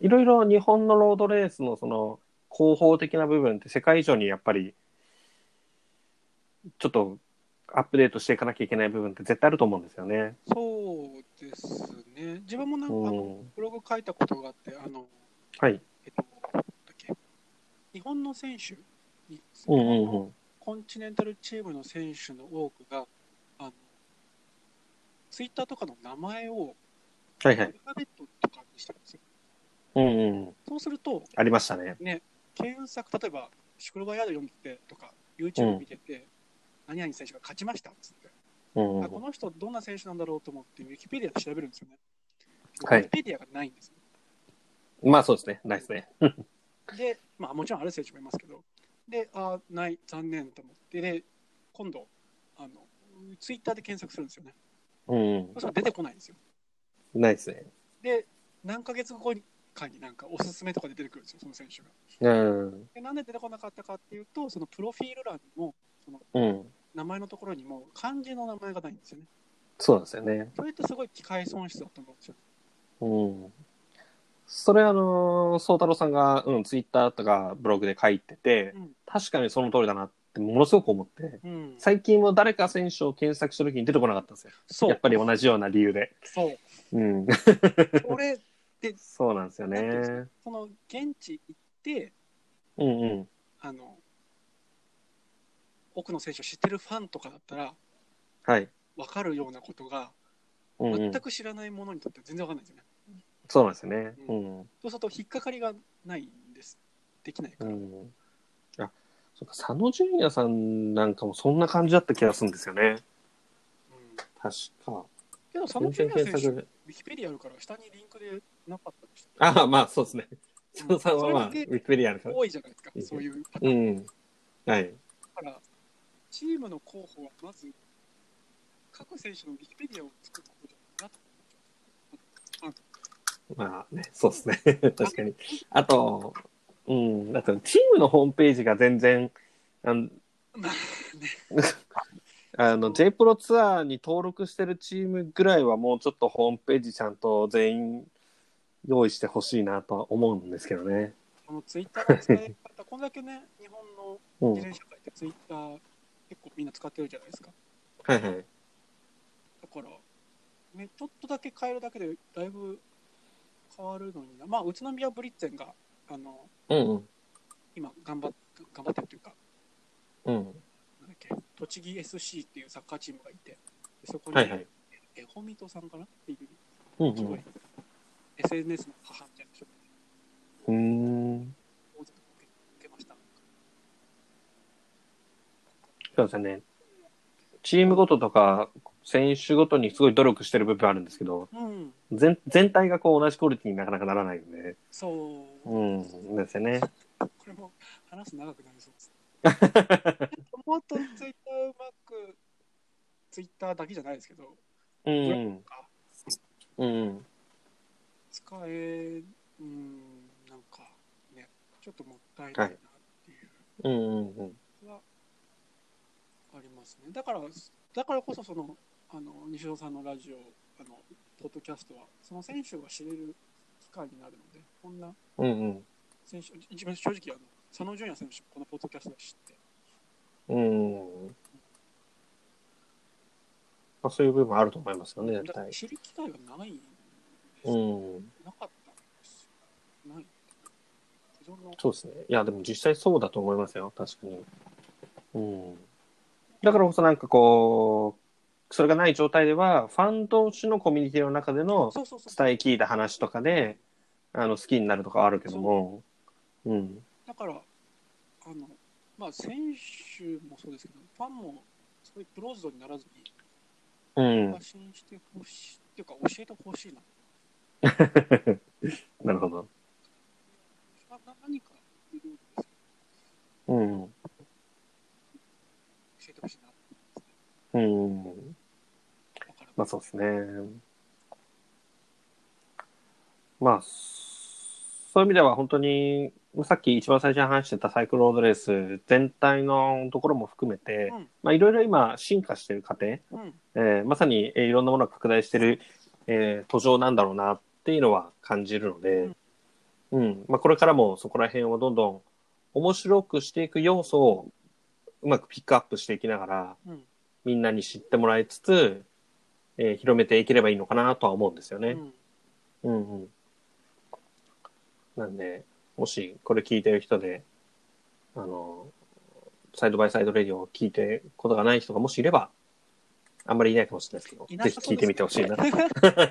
[SPEAKER 1] いろいろ日本のロードレースのその広報的な部分って世界以上にやっぱり、ちょっとアップデートしていかなきゃいけない部分って絶対あると思うんですよね。
[SPEAKER 2] そうですね。自分もなんか、
[SPEAKER 1] う
[SPEAKER 2] あの
[SPEAKER 1] ん。
[SPEAKER 2] ブログ書いたことがあって、あの、
[SPEAKER 1] はい。
[SPEAKER 2] えっと、なんだっけ、日本の選手に、
[SPEAKER 1] うんうんうん。
[SPEAKER 2] コンチネンタルチームの選手の多くが、あの、ツイッターとかの名前を
[SPEAKER 1] はい
[SPEAKER 2] ア
[SPEAKER 1] は
[SPEAKER 2] ル
[SPEAKER 1] い。
[SPEAKER 2] ファベットとかにしてるんですよ。
[SPEAKER 1] うんうん。
[SPEAKER 2] そうすると、
[SPEAKER 1] ありましたね。
[SPEAKER 2] ね、検索、例えば、シクロバイアード読んでてとか、
[SPEAKER 1] う
[SPEAKER 2] YouTube
[SPEAKER 1] ん
[SPEAKER 2] 見てて、何々選手が勝ちましたっつって、
[SPEAKER 1] うんうん
[SPEAKER 2] あこの人どんな選手なんだろうと思って、ウィキペディアで調べるんですよね。
[SPEAKER 1] はい
[SPEAKER 2] ウィキペディアがないんですよ。
[SPEAKER 1] うん。まあそうですね。ないですね。
[SPEAKER 2] で、まあもちろんある選手もいますけど、で、あない、残念と思って、で、今度、あの、ツイッターで検索するんですよね。
[SPEAKER 1] うん
[SPEAKER 2] そしたら出てこないんですよ。
[SPEAKER 1] うん。ないですね。
[SPEAKER 2] で、何ヶ月後かになんかおすすめとかで出てくるんですよ、その選手が。
[SPEAKER 1] うん。
[SPEAKER 2] で、なんで出てこなかったかっていうと、そのプロフィール欄にも、
[SPEAKER 1] うん。
[SPEAKER 2] 名前のところにも漢字の名前がないんですよね。
[SPEAKER 1] そうなんですよね。
[SPEAKER 2] それってすごい機械損失だと思うんですよ。
[SPEAKER 1] うん。それあの、宗太郎さんが、うん、ツイッターとかブログで書いてて、
[SPEAKER 2] うん
[SPEAKER 1] 確かにその通りだなっってものすごく思って、
[SPEAKER 2] うん、
[SPEAKER 1] 最近も誰か選手を検索した時に出てこなかったんですよ。
[SPEAKER 2] そう
[SPEAKER 1] やっぱり同じような理由で。
[SPEAKER 2] そう
[SPEAKER 1] うん。
[SPEAKER 2] これ
[SPEAKER 1] そうなんですよね。
[SPEAKER 2] その現地行って
[SPEAKER 1] うんうん。
[SPEAKER 2] あの奥の選手を知ってるファンとかだったら
[SPEAKER 1] はい。
[SPEAKER 2] 分かるようなことが
[SPEAKER 1] うんうん
[SPEAKER 2] 全く知らないものにとっては全然分かんないですよね、
[SPEAKER 1] そうなんですよね。
[SPEAKER 2] う
[SPEAKER 1] うん。
[SPEAKER 2] そうすると引っかかりがないんですできないか
[SPEAKER 1] う
[SPEAKER 2] ら、
[SPEAKER 1] ん。あ、そうか、佐野純也さんなんかもそんな感じだった気がするんですよね。
[SPEAKER 2] うん
[SPEAKER 1] 確か。
[SPEAKER 2] けど佐野
[SPEAKER 1] 全
[SPEAKER 2] 健也
[SPEAKER 1] 然
[SPEAKER 2] 選手ウ
[SPEAKER 1] で。
[SPEAKER 2] ィキペディアあるから下にリンクでなかったでした
[SPEAKER 1] ああ、まあそうですね。佐野さんはまあ、ウ
[SPEAKER 2] それだけ
[SPEAKER 1] ィキペディアあるから。
[SPEAKER 2] 多いじゃないですか、そういうパター
[SPEAKER 1] う
[SPEAKER 2] ン
[SPEAKER 1] ん。はい。
[SPEAKER 2] だから、チームの候補はまず、各選手のウィキペディアを作ることだなと。
[SPEAKER 1] まあね、そうです ね。確かに。あと、うん、あと、チームのホームページが全然、あ の、
[SPEAKER 2] まあね、
[SPEAKER 1] あの J プロツアーに登録してるチームぐらいはもうちょっとホームページちゃんと全員用意してほしいなとは思うんですけどね。
[SPEAKER 2] このツイッターの使い方、こんだけね、日本の
[SPEAKER 1] うん。
[SPEAKER 2] 自
[SPEAKER 1] はい
[SPEAKER 2] 転車界ってツイッター結構みんな使ってるじゃないですか。
[SPEAKER 1] はい。
[SPEAKER 2] だから、ね、ちょっとだけ変えるだけでだいぶ変わるのにな。まあ、宇都宮ブリッツェンが、あの、
[SPEAKER 1] うんうん。
[SPEAKER 2] 今頑張っ頑張ってるというか、
[SPEAKER 1] うん。
[SPEAKER 2] なんだっけ、栃木 SC っていうサッカーチームがいて、でそこに、
[SPEAKER 1] はいはい。
[SPEAKER 2] え、ホミトさんかなっていう
[SPEAKER 1] うん
[SPEAKER 2] すごい、SNS の母みたいな人が
[SPEAKER 1] うん。うーん。
[SPEAKER 2] 大勢受けました。
[SPEAKER 1] そうですね。チームごととか、選手ごとにすごい努力してる部分あるんですけど、
[SPEAKER 2] うん、
[SPEAKER 1] 全全体がこう同じクオリティになかなかならないんで。
[SPEAKER 2] そう、
[SPEAKER 1] うん。ですよね。
[SPEAKER 2] これも話す長くなり そうです。もっとツイッターうまく、ツイッターだけじゃないですけど、
[SPEAKER 1] うん。うん。
[SPEAKER 2] 使え、うん、なんかね、ちょっともったいないなっていう
[SPEAKER 1] うんうんうん。
[SPEAKER 2] のはありますね。だから、だからこそその、あの西野さんのラジオ、あのポッドキャストは、その選手が知れる機会になるので、こんな
[SPEAKER 1] うん
[SPEAKER 2] 選手一番正直あの佐野純也選手このポッドキャストで知って
[SPEAKER 1] うん。うん。まあ、そういう部分もあると思いますよね、絶
[SPEAKER 2] だから
[SPEAKER 1] 対。
[SPEAKER 2] 知る機会がないんです、
[SPEAKER 1] うん。
[SPEAKER 2] なかったんですよない既存の
[SPEAKER 1] そうですね。いや、でも実際そうだと思いますよ。確かに。うん。だからこそなんかこう、それがない状態では、ファン同士のコミュニティの中での
[SPEAKER 2] そうそうそう
[SPEAKER 1] 伝え聞いた話とかで、あの、好きになるとかはあるけども、うん。
[SPEAKER 2] だからあのまあ選手もそうですけどファンもそういうクローズドにならずに
[SPEAKER 1] うん。
[SPEAKER 2] 発信してほしい、っていうか教えてほしいな
[SPEAKER 1] なるほど。
[SPEAKER 2] な何かいるんです
[SPEAKER 1] うん。
[SPEAKER 2] けど教えてほしいな
[SPEAKER 1] うん。
[SPEAKER 2] だから、
[SPEAKER 1] まあそうですね。まあ、そういう意味では本当に、さっき一番最初に話してたサイクルロードレース全体のところも含めて、
[SPEAKER 2] うん
[SPEAKER 1] まあいろいろ今進化してる過程、え
[SPEAKER 2] うん
[SPEAKER 1] ーまさに、えーいろんなものが拡大してる、えー途上なんだろうなっていうのは感じるので、うん、まあこれからもそこら辺をどんどん面白くしていく要素をうまくピックアップしていきながら、
[SPEAKER 2] うん
[SPEAKER 1] みんなに知ってもらいつつ、えー広めていければいいのかなとは思うんですよ
[SPEAKER 2] う
[SPEAKER 1] ね。
[SPEAKER 2] ん
[SPEAKER 1] うんうん。なんで、もしこれ聞いてる人で、あの、サイドバイサイドレディオを聞いてことがない人がもしいれば、あんまりいないかもしれないですけど、
[SPEAKER 2] いな
[SPEAKER 1] ぜ
[SPEAKER 2] さ
[SPEAKER 1] ひ
[SPEAKER 2] そう
[SPEAKER 1] 聞いてみてほしいな。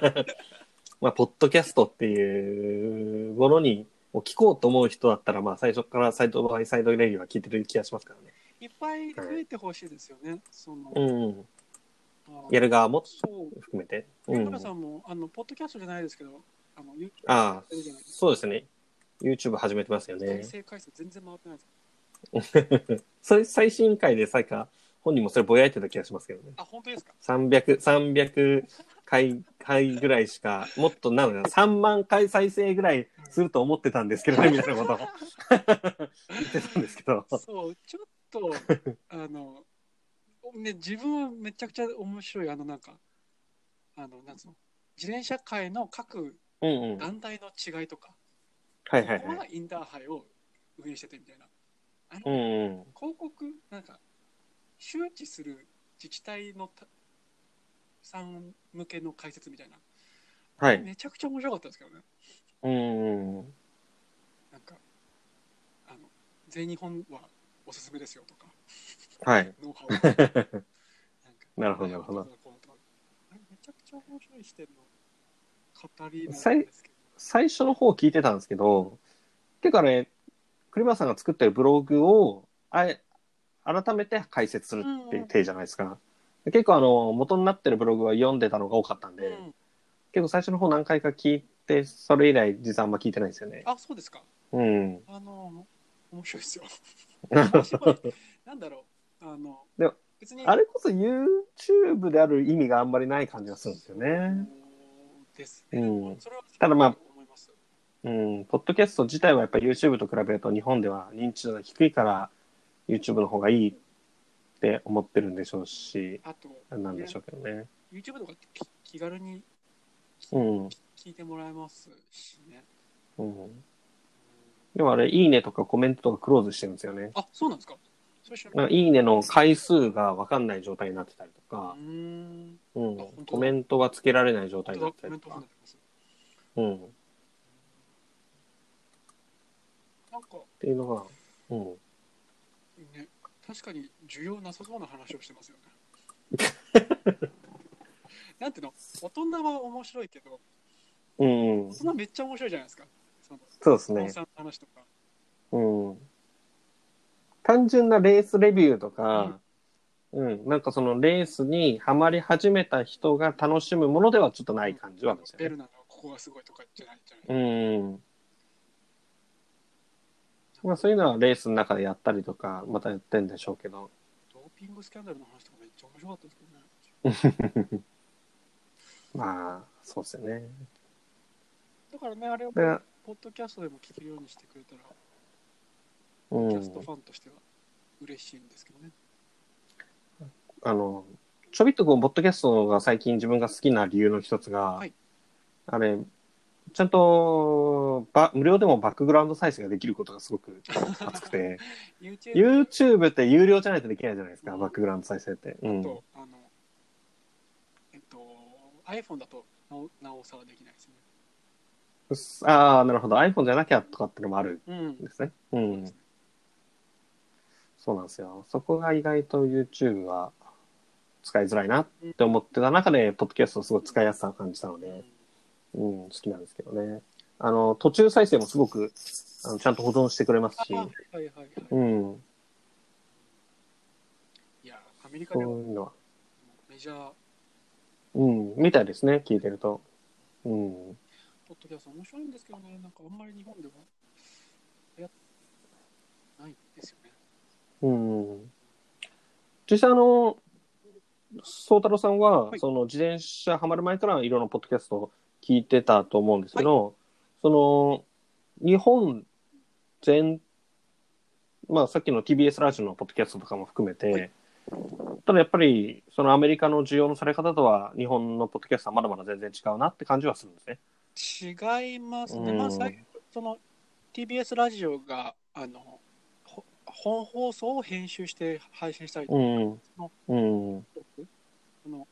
[SPEAKER 1] まあ、ポッドキャストっていうものに、を聞こうと思う人だったら、まあ、最初からサイドバイサイドレディオは聞いてる気がしますからね。
[SPEAKER 2] いっぱい増えてほしいですよね、その、
[SPEAKER 1] うんうん。
[SPEAKER 2] あ
[SPEAKER 1] やる側も
[SPEAKER 2] そう
[SPEAKER 1] 含めて。う
[SPEAKER 2] 田
[SPEAKER 1] ん
[SPEAKER 2] 村。さんも、あの、ポッドキャストじゃないですけど、あの、ゆ
[SPEAKER 1] ああ
[SPEAKER 2] やってるじゃないで、す
[SPEAKER 1] そうですね。YouTube 始めてますよ
[SPEAKER 2] か。再
[SPEAKER 1] ね。
[SPEAKER 2] 生回数全然回ってないです。
[SPEAKER 1] それ最新回でさか、本人もそれぼやいてた気がしますけどね。
[SPEAKER 2] あ、本当ですか。
[SPEAKER 1] 300、300回、回ぐらいしか、もっとなのよ、3万回再生ぐらいすると思ってたんですけどね、みたいなことを 言ってたんですけど。
[SPEAKER 2] そう、ちょっ と、あの、ね、自分はめちゃくちゃ面白い、あの、なんか、あの、なんつうの、自転車界の各
[SPEAKER 1] うんうん。はい
[SPEAKER 2] 団体の違いとか、
[SPEAKER 1] はいは。
[SPEAKER 2] ここはいインターハイを運営しててみたいな。
[SPEAKER 1] うんうん。
[SPEAKER 2] 広告、なんか、周知する自治体のたさん向けの解説みたいな、
[SPEAKER 1] はい。
[SPEAKER 2] めちゃくちゃ面白かったですけどね
[SPEAKER 1] うん。
[SPEAKER 2] なんかあの全日本はおすすめですよとか
[SPEAKER 1] はい。
[SPEAKER 2] ノウハウなんか
[SPEAKER 1] なるほどなるほど
[SPEAKER 2] こうとかあれめちゃくちゃ面白い視点の語りなん
[SPEAKER 1] さい
[SPEAKER 2] ですけど
[SPEAKER 1] 最初の方聞いてたんですけど、結構あれ、栗林さんが作ってるブログを、あえ改めて解説するっていう体じゃないですか。結構あの、元になってるブログは読んでたのが多かったんで、
[SPEAKER 2] うん
[SPEAKER 1] 結構最初の方何回か聞いて、それ以来実はあんま聞いてないんですよね。
[SPEAKER 2] あそうですか
[SPEAKER 1] うん。
[SPEAKER 2] あの面白いですよ面白いなんだろうあの
[SPEAKER 1] でも
[SPEAKER 2] 別に
[SPEAKER 1] あれこそ YouTube である意味があんまりない感じがするんですよね。
[SPEAKER 2] です
[SPEAKER 1] う
[SPEAKER 2] ね。
[SPEAKER 1] ん
[SPEAKER 2] それはすごく
[SPEAKER 1] ただまあ
[SPEAKER 2] 思います
[SPEAKER 1] うん。ポッドキャスト自体はやっぱ YouTube と比べると日本では認知度が低いから YouTube の方がいいって思ってるんでしょうし、
[SPEAKER 2] あと、
[SPEAKER 1] なんでしょうけどね。
[SPEAKER 2] YouTube とかって気気軽に
[SPEAKER 1] うん。
[SPEAKER 2] 聞いてもらえますしね。
[SPEAKER 1] うん。でもあれ、いいねとかコメントとかクローズしてるんですよね。
[SPEAKER 2] あ、そうなんですか。それ知らな
[SPEAKER 1] なん
[SPEAKER 2] かっ
[SPEAKER 1] かいいねの回数がわかんない状態になってたりと
[SPEAKER 2] た。う
[SPEAKER 1] か
[SPEAKER 2] ー、ん。
[SPEAKER 1] うん
[SPEAKER 2] あ本当だ。
[SPEAKER 1] コメントがつけられない状
[SPEAKER 2] コ
[SPEAKER 1] 態になってた
[SPEAKER 2] メン
[SPEAKER 1] り
[SPEAKER 2] ト
[SPEAKER 1] と
[SPEAKER 2] 欄
[SPEAKER 1] か
[SPEAKER 2] になっ。てます。
[SPEAKER 1] うん。っ
[SPEAKER 2] なんか、
[SPEAKER 1] ていうのが、うん。
[SPEAKER 2] ね、確かに需要なさそうな話をしてますよね。 なんていうの、大人は面白いけど、
[SPEAKER 1] うん。
[SPEAKER 2] 大人めっちゃ面白いじゃないですか。その、
[SPEAKER 1] そうです
[SPEAKER 2] スポ
[SPEAKER 1] ね
[SPEAKER 2] ン。サーの話とか。
[SPEAKER 1] うん。単純なレースレビューとか、うん、なんかそのレースにハマり始めた人が楽しむものではちょっとない感じはあるんです
[SPEAKER 2] ベ
[SPEAKER 1] よ
[SPEAKER 2] ル
[SPEAKER 1] ね。
[SPEAKER 2] ナのここがすごいとかじゃないじゃない。
[SPEAKER 1] うん。まあそういうのはレースの中でやったりとか、またやってんでしょうけど。
[SPEAKER 2] ドーピングスキャンダルの話とかめっちゃ面白かったですけどね。
[SPEAKER 1] まあ、そうですよね。
[SPEAKER 2] だからね、あれを
[SPEAKER 1] だから
[SPEAKER 2] ポッドキャストでも聞けるようにしてくれたら、
[SPEAKER 1] う
[SPEAKER 2] キャスト
[SPEAKER 1] ん
[SPEAKER 2] フ。ァンとしては嬉しいんですけどね。
[SPEAKER 1] あの、ちょびっとこう、ポッドキャストが最近自分が好きな理由の一つが、
[SPEAKER 2] はい
[SPEAKER 1] あれ、ちゃんと、ば、無料でもバックグラウンド再生ができることがすごく熱く て、
[SPEAKER 2] YouTube
[SPEAKER 1] YouTube って有料じゃないとできないじゃないですか、バックグラウンド再生って。うん。
[SPEAKER 2] と、あの、えっと、iPhone だとなおなおさらできないですね。
[SPEAKER 1] ああ、なるほど。iPhone じゃなきゃとかってのもある
[SPEAKER 2] うん
[SPEAKER 1] ん。ですね。う
[SPEAKER 2] そうで
[SPEAKER 1] ん
[SPEAKER 2] す。ね
[SPEAKER 1] そうなんですよ。そこが意外と YouTube は使いづらいなって思ってた中で、ポッドキャストをすごい使いやすさを感じたので、
[SPEAKER 2] うん
[SPEAKER 1] うん、好きなんですけどね。あの、途中再生もすごく、あのちゃんと保存してくれます
[SPEAKER 2] あ
[SPEAKER 1] し、
[SPEAKER 2] はいはいはいはい。
[SPEAKER 1] うん、
[SPEAKER 2] いや、アメリカ
[SPEAKER 1] そう
[SPEAKER 2] では
[SPEAKER 1] いうのは。
[SPEAKER 2] メジャー
[SPEAKER 1] うん、みたいですね、聞いてると。うん。
[SPEAKER 2] ポッドキャスト面白いんですけどね、なんかあんまり日本ではやないですよね。
[SPEAKER 1] うん。実際あの、宗太郎さんは、
[SPEAKER 2] はい
[SPEAKER 1] その自転車ハマる前からいろんなポッドキャストを聞いてたと思うんですけど、その、日本全、まあさっきの TBS ラジオのポッドキャストとかも含めて、
[SPEAKER 2] はい
[SPEAKER 1] ただやっぱり、そのアメリカの需要のされ方とは、日本のポッドキャストはまだまだ全然違うなって感じはするんですね。
[SPEAKER 2] 違いますね、
[SPEAKER 1] うん
[SPEAKER 2] まあ、最その TBS ラジオがあのほ本放送を編集して配信したりとか、
[SPEAKER 1] うん。うん。
[SPEAKER 2] その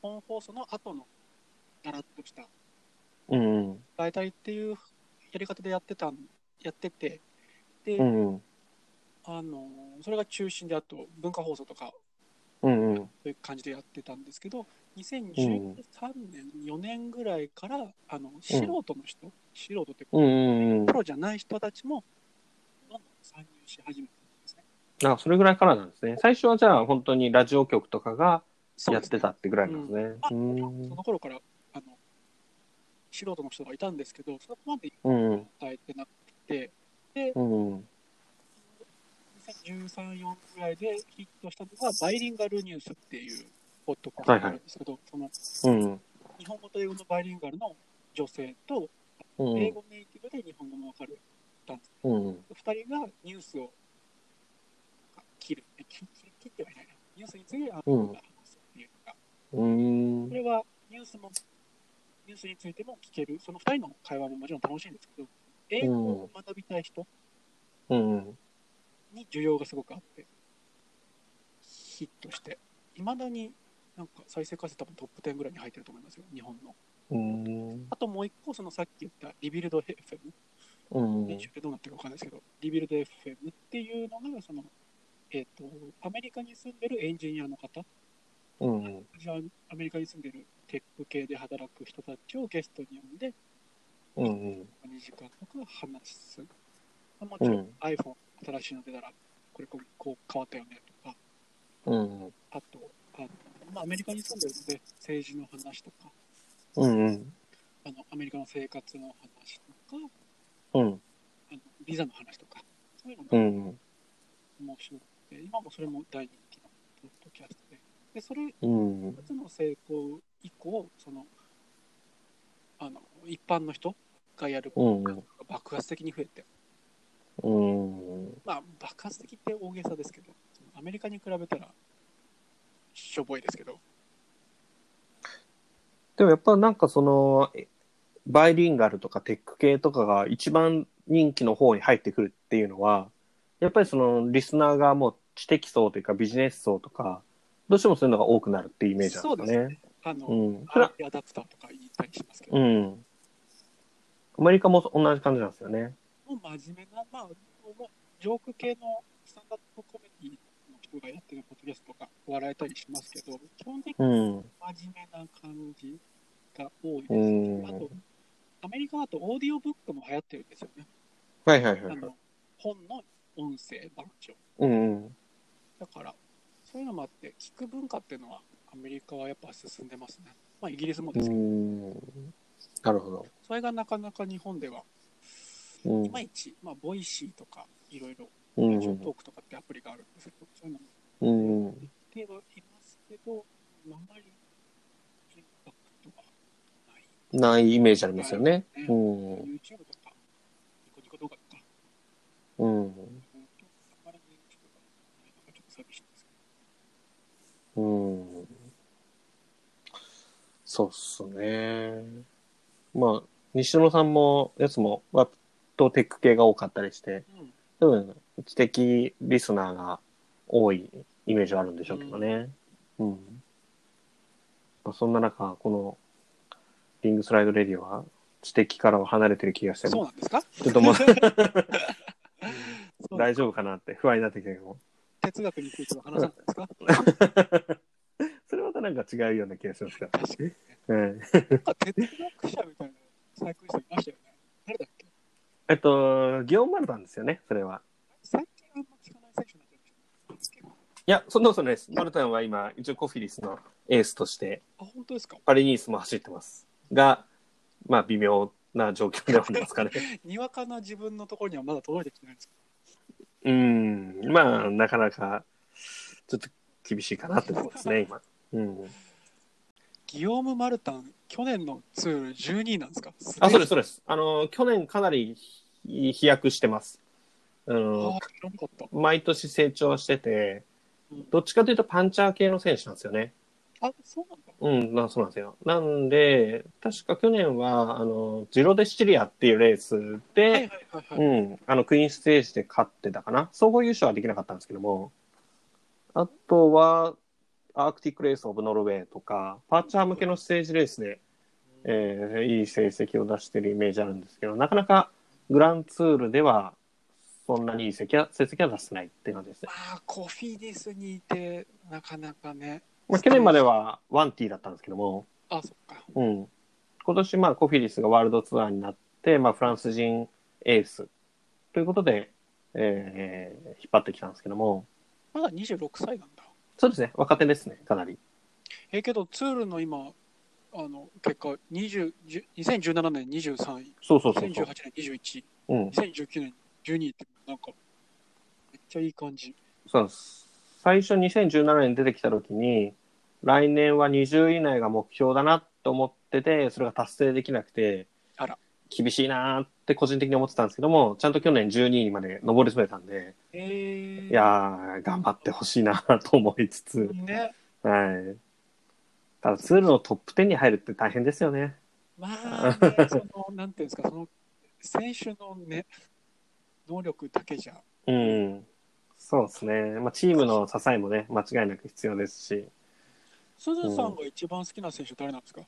[SPEAKER 2] 本放送の後のだらっとした
[SPEAKER 1] うん。
[SPEAKER 2] 大体っていうやり方でやってたんやっててで、
[SPEAKER 1] うん。
[SPEAKER 2] あのそれが中心であと文化放送とか
[SPEAKER 1] うん。うん。
[SPEAKER 2] そういう感じでやってたんですけど2013年、4年ぐらいからあの素人の人、素人っていうか
[SPEAKER 1] うん。うん
[SPEAKER 2] プ。ロじゃない人たちもどんどん参入し始めたんですね。
[SPEAKER 1] あ、それぐらいからなんですね。最初はじゃあ本当にラジオ局とかが
[SPEAKER 2] そう
[SPEAKER 1] やっ
[SPEAKER 2] ですね
[SPEAKER 1] てたってぐらいなんですね。う
[SPEAKER 2] その頃からあの素人の人がいたんですけど、そこまで
[SPEAKER 1] ん。うん。
[SPEAKER 2] 与えてなくて、
[SPEAKER 1] うん。
[SPEAKER 2] 2013、4ぐらいでヒットしたのが、バイリンガルニュースっていうポッドキャストがあるんですけど、そ
[SPEAKER 1] うん。
[SPEAKER 2] の日本語と英語のバイリンガルの女性と、
[SPEAKER 1] うん。
[SPEAKER 2] 英語ネイティブで日本語もわかる
[SPEAKER 1] うん。
[SPEAKER 2] 2人がニュースを切る、え切切切ってはいないな、ニュースについてあの
[SPEAKER 1] うん
[SPEAKER 2] 話すっていうのが。
[SPEAKER 1] うん
[SPEAKER 2] こ。れはニュースも、ニュースについても聞ける、その2人の会話ももちろん楽しいんですけど、英語を学びたい人
[SPEAKER 1] うん。
[SPEAKER 2] に需要がすごくあって、ヒットして、いまだになんか再生回数多分トップ10ぐらいに入ってると思いますよ、日本の。
[SPEAKER 1] うん。
[SPEAKER 2] あともう一個、そのさっき言ったリビルド FM、
[SPEAKER 1] うん。
[SPEAKER 2] 練習でどうなってるかわかんないですけど、リビルド FM っていうのが、その、えっ、と、アメリカに住んでるエンジニアの方、
[SPEAKER 1] うん。
[SPEAKER 2] じゃあアメリカに住んでるテック系で働く人たちをゲストに呼んで、
[SPEAKER 1] うん。
[SPEAKER 2] 2時間とか話す。まあもち
[SPEAKER 1] う
[SPEAKER 2] ろん
[SPEAKER 1] ん。
[SPEAKER 2] iPhone 新しいの出たら、これこうこう変わったよねとか、
[SPEAKER 1] うん。
[SPEAKER 2] あと、あまあ、アメリカに住んでるので、政治の話とか、
[SPEAKER 1] うん。
[SPEAKER 2] あのアメリカの生活の話とか、
[SPEAKER 1] うん。
[SPEAKER 2] あのビザの話とか、そういうの
[SPEAKER 1] う
[SPEAKER 2] が
[SPEAKER 1] ん。
[SPEAKER 2] 面白くて、今もそれも大人気のポッドキャストで。で、それ、
[SPEAKER 1] うん。
[SPEAKER 2] 初の成功以降、その、あの、一般の人がやる
[SPEAKER 1] うん
[SPEAKER 2] が爆発的に増えて、
[SPEAKER 1] うん。
[SPEAKER 2] まあ、爆発的って大げさですけど、そのアメリカに比べたら、しょぼいですけど、
[SPEAKER 1] でもやっぱなんかその、えバイリンガルとかテック系とかが一番人気の方に入ってくるっていうのは、やっぱりそのリスナーがもう知的層というかビジネス層とか、どうしてもそういうのが多くなるっていうイメージなんですか
[SPEAKER 2] そう
[SPEAKER 1] ね。
[SPEAKER 2] あの、
[SPEAKER 1] うん。それは
[SPEAKER 2] RP アダプターとか言ったりしますけど、
[SPEAKER 1] うん。アメリカも同じ感じなんですよね。
[SPEAKER 2] もう真面目な、まあ、ジョーク系のスタンダードコメディの人がやってるポッドキャストとか笑えたりしますけど、基本的に
[SPEAKER 1] うん。
[SPEAKER 2] 真面目な感じが多いです。
[SPEAKER 1] うん
[SPEAKER 2] あと、アメリカだとオーディオブックも流行ってるんですよね。
[SPEAKER 1] はいはいは
[SPEAKER 2] あ
[SPEAKER 1] いはい。
[SPEAKER 2] の本の音声番長。
[SPEAKER 1] うんうん。
[SPEAKER 2] だから、そういうのもあって、聞く文化っていうのは、アメリカはやっぱ進んでますね。まあ、イギリスも
[SPEAKER 1] う
[SPEAKER 2] ですけど、
[SPEAKER 1] ん。なるほど。
[SPEAKER 2] それがなかなか日本では、
[SPEAKER 1] うん
[SPEAKER 2] いまいち、まあ、ボイシーとか、いろいろ、
[SPEAKER 1] う
[SPEAKER 2] ラ
[SPEAKER 1] ん
[SPEAKER 2] ジオトークとかってアプリがあるんですけど、そういうのも
[SPEAKER 1] うん。うん。
[SPEAKER 2] 言ってはいますけど、あんまり、インパクトがない。
[SPEAKER 1] ないイメージありますよね。うん。
[SPEAKER 2] YouTube とか、ニコニコ動画とか、
[SPEAKER 1] うん。
[SPEAKER 2] うんあんまり人気とかないのがちょっと寂しいんですけど。
[SPEAKER 1] うん。そうっすね。まあ、西野さんも、やつも、割とテック系が多かったりして、
[SPEAKER 2] うん
[SPEAKER 1] 多分、知的リスナーが多いイメージはあるんでしょうけどね。うん。まあ、そんな中、この、リングスライドレディオは、知的からは離れてる気がして
[SPEAKER 2] そう
[SPEAKER 1] も、
[SPEAKER 2] なんですか
[SPEAKER 1] ちょっともう
[SPEAKER 2] そう
[SPEAKER 1] 大丈夫かなって不安になってきたけども、
[SPEAKER 2] 哲学については話さないですか
[SPEAKER 1] それまたなんか違うような気がしますが。
[SPEAKER 2] 確かに。
[SPEAKER 1] うん。
[SPEAKER 2] なんか哲学者みたいなサイクリストいましたよね。誰だっけ
[SPEAKER 1] えっと、祇園丸なんですよね、それは。
[SPEAKER 2] 最近あんま聞かない選手になってるでしょ。
[SPEAKER 1] いや、そんなことないです。マルタンは今、一応コフィリスのエースとして、
[SPEAKER 2] あ、本当ですか
[SPEAKER 1] パリニースも走ってます。が、まあ、微妙な状況ではありますかね。
[SPEAKER 2] にわかな自分のところにはまだ届いてきてないんですか
[SPEAKER 1] うん、まあ、なかなか、ちょっと厳しいかなってとこですね、今。うん。
[SPEAKER 2] ギオーム・マルタン、去年のツール12位なんですか
[SPEAKER 1] あ、そうです、
[SPEAKER 2] す
[SPEAKER 1] そうです。あの、去年かなり飛躍してます。あ
[SPEAKER 2] げえ。あ
[SPEAKER 1] の
[SPEAKER 2] あ、、知らなかった。
[SPEAKER 1] 毎年成長してて、どっちかというとパンチャー系の選手なんですよね。
[SPEAKER 2] あ、そうなんだ。
[SPEAKER 1] うん、まあそうなんですよ。なんで、確か去年は、あの、ジロデシチリアっていうレースで、
[SPEAKER 2] はいはいはいはい。
[SPEAKER 1] うん、あの、クイーンステージで勝ってたかな。総合優勝はできなかったんですけども、あとは、アークティックレースオブノルウェーとか、パーチャー向けのステージレースで、えーいい成績を出してるイメージあるんですけど、なかなかグランツールでは、そんなにいい成績は成績は出せないっていう感じですね
[SPEAKER 2] ま。あ、コフィディスにいて、なかなかね。
[SPEAKER 1] まあ、去年まではワンティーだったんですけども、
[SPEAKER 2] あ、そっか。
[SPEAKER 1] うん。今年、まあ、コフィリスがワールドツアーになって、まあ、フランス人エースということで、えー引っ張ってきたんですけども、
[SPEAKER 2] まだ26歳なんだ。
[SPEAKER 1] そうですね、若手ですね、かなり。
[SPEAKER 2] えけどツールの今あの結果20 10 2017年23位
[SPEAKER 1] そうそうそうそ
[SPEAKER 2] 2018
[SPEAKER 1] う。
[SPEAKER 2] 年21位
[SPEAKER 1] うん、
[SPEAKER 2] 2019年12位ってなんかめっちゃいい感じ
[SPEAKER 1] そうなんです。最初2017年に出てきた時に、来年は20位以内が目標だなと思ってて、それが達成できなくて、
[SPEAKER 2] あら
[SPEAKER 1] 厳しいなーって個人的に思ってたんですけども、ちゃんと去年12位まで上り詰めたんで、
[SPEAKER 2] え
[SPEAKER 1] いやー、頑張ってほしいなーと思いつつ、
[SPEAKER 2] ね
[SPEAKER 1] はい。ただツールのトップ10に入るって大変ですよね。
[SPEAKER 2] まあ、ね、そのなんていうんですかその選手のね能力だけじゃ
[SPEAKER 1] うん。そうですね。まあ、チームの支えもね、間違いなく必要ですし。
[SPEAKER 2] すずさんが一番好きな選手誰なんですか、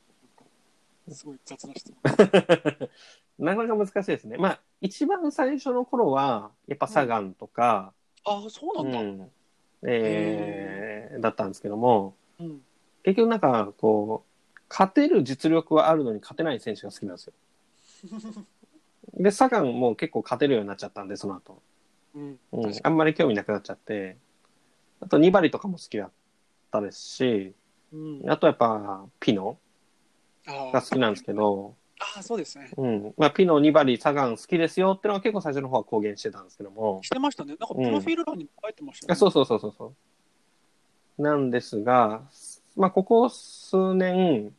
[SPEAKER 2] すごい雑な質問。
[SPEAKER 1] なかなか難しいですね。まあ、一番最初の頃は、やっぱサガンとか、
[SPEAKER 2] ああ、そう
[SPEAKER 1] う
[SPEAKER 2] なん
[SPEAKER 1] ん
[SPEAKER 2] だ。
[SPEAKER 1] えーだったんですけども、
[SPEAKER 2] うん
[SPEAKER 1] 結局なんか、こう、勝てる実力はあるのに勝てない選手が好きなん ですよ。で、サガンも結構勝てるようになっちゃったんで、その後。
[SPEAKER 2] うん
[SPEAKER 1] う
[SPEAKER 2] 確
[SPEAKER 1] ん、あんまり興味なくなっちゃって、あと、ニバリとかも好きだったですし、
[SPEAKER 2] うん
[SPEAKER 1] あとやっぱ、ピノ
[SPEAKER 2] あ
[SPEAKER 1] が好きなんですけど、
[SPEAKER 2] ああ、そうですね。
[SPEAKER 1] うん。まあ、ピノ、ニバリ、サガン好きですよってのは結構最初の方は公言してたんですけども。
[SPEAKER 2] してましたね。なんかプロフィール欄にも書いてましたね。
[SPEAKER 1] あそうそうそうそうそう。なんですが、まあ、ここ数年、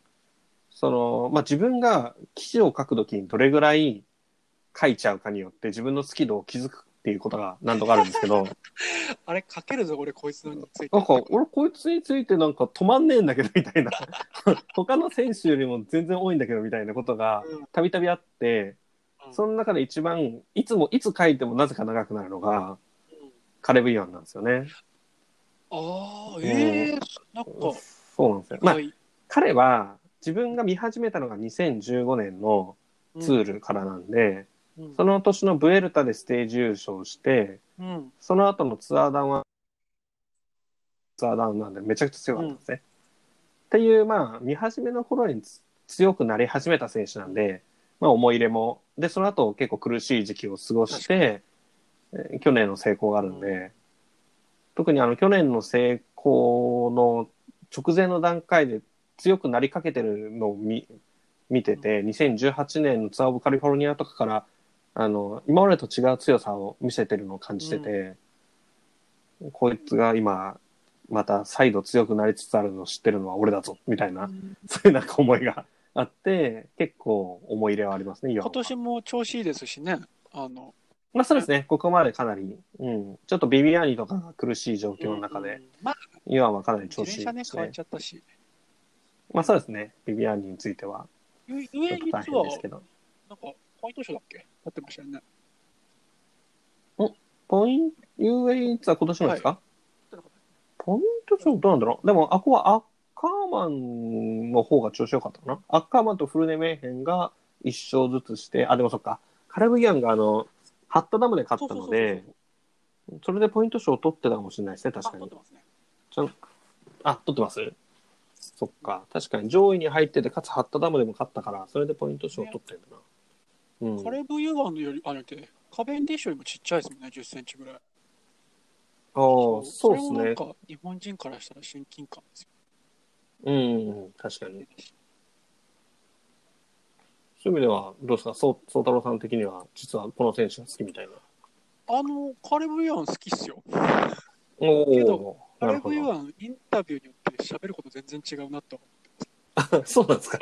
[SPEAKER 1] その、まあ、自分が記事を書くときにどれぐらい書いちゃうかによって自分のスキルを気づくっていうことが何度かあるんですけど、
[SPEAKER 2] あれ、書けるぞ、俺、こいつのについて。
[SPEAKER 1] なんか、俺こいつについてなんか止まんねえんだけどみたいな、他の選手よりも全然多いんだけどみたいなことが
[SPEAKER 2] うん
[SPEAKER 1] たびたびあって、
[SPEAKER 2] うん
[SPEAKER 1] その中で一番、いつもいつ書いてもなぜか長くなるのが、カレブイアンなんですよね。
[SPEAKER 2] ああ、ええなんか、
[SPEAKER 1] そうなんですよ。まあ、彼は自分が見始めたのが2015年のツールからなんで、
[SPEAKER 2] うん
[SPEAKER 1] その年のブエルタでステージ優勝して、
[SPEAKER 2] うん。
[SPEAKER 1] その後のツアーダウンは、ツアーダウンなんでめちゃくちゃ強かったんですね。っていう、まあ、見始めの頃につ強くなり始めた選手なんで、まあ、思い入れも、で、その後結構苦しい時期を過ごして、えー去年の成功があるんで、
[SPEAKER 2] うん
[SPEAKER 1] 特にあの、去年の成功の直前の段階で強くなりかけてるのを見見てて、2018年のツアーオブカリフォルニアとかから、あの、今までと違う強さを見せてるのを感じてて、こいつが今、また再度強くなりつつあるのを知ってるのは俺だぞ、みたいな、そういうなんか思いがあって、結構思い入れはありますね、今
[SPEAKER 2] 今年も調子いいですしね。あの、
[SPEAKER 1] まあそうですね、ここまでかなり、うん、ちょっとビビアーニとかが苦しい状況の中で、
[SPEAKER 2] うん。まあ、
[SPEAKER 1] イワンはかなり
[SPEAKER 2] 自
[SPEAKER 1] 調子い
[SPEAKER 2] 転
[SPEAKER 1] い
[SPEAKER 2] 車
[SPEAKER 1] で
[SPEAKER 2] ね、
[SPEAKER 1] す
[SPEAKER 2] 変わ
[SPEAKER 1] ね
[SPEAKER 2] っ。ちゃったし。
[SPEAKER 1] まあそうですね、ビビアーニについては、
[SPEAKER 2] ゆえ、
[SPEAKER 1] ちょっと
[SPEAKER 2] 実
[SPEAKER 1] 大変
[SPEAKER 2] は
[SPEAKER 1] で、すけど。
[SPEAKER 2] なんか、ホワイト賞だっけなってましたよね。
[SPEAKER 1] ポイント、UAE は今年のですか、
[SPEAKER 2] はい
[SPEAKER 1] ポイント賞どうなんだろうでも、あこはアッカーマンの方が調子良かったかなアッカーマンとフルネメーヘンが1勝ずつして、あ、でもそっか、カラブギアンがあの、ハッタダムで勝ったので、それでポイント賞を取ってたかもしれないですね、
[SPEAKER 2] そうそうそう、
[SPEAKER 1] 確
[SPEAKER 2] あ、
[SPEAKER 1] か
[SPEAKER 2] 撮っ
[SPEAKER 1] に
[SPEAKER 2] て。ますね。
[SPEAKER 1] あ、取ってますそっか、確かに上位に入ってて、かつハッタダムでも勝ったから、それでポイント賞を取ってんだな。うん、
[SPEAKER 2] カレブユーワンより、あれって、カベンディッシュよりもちっちゃいですもんね、10センチぐらい。
[SPEAKER 1] あーそうです
[SPEAKER 2] れもな
[SPEAKER 1] ね
[SPEAKER 2] ん。か、日本人からしたら親近感ですよ
[SPEAKER 1] うん、確かに。
[SPEAKER 2] ね。
[SPEAKER 1] そういう意味では、どうですか、そう宗太郎さん的には、実はこの選手が好きみたいな。
[SPEAKER 2] あの、カレブユーワン好きっすよ。
[SPEAKER 1] お
[SPEAKER 2] けど
[SPEAKER 1] ー
[SPEAKER 2] カ
[SPEAKER 1] な
[SPEAKER 2] レ
[SPEAKER 1] るほ
[SPEAKER 2] ブユー
[SPEAKER 1] ど。
[SPEAKER 2] ワン、インタビューによって喋ること全然違うなと。
[SPEAKER 1] そうなんですか。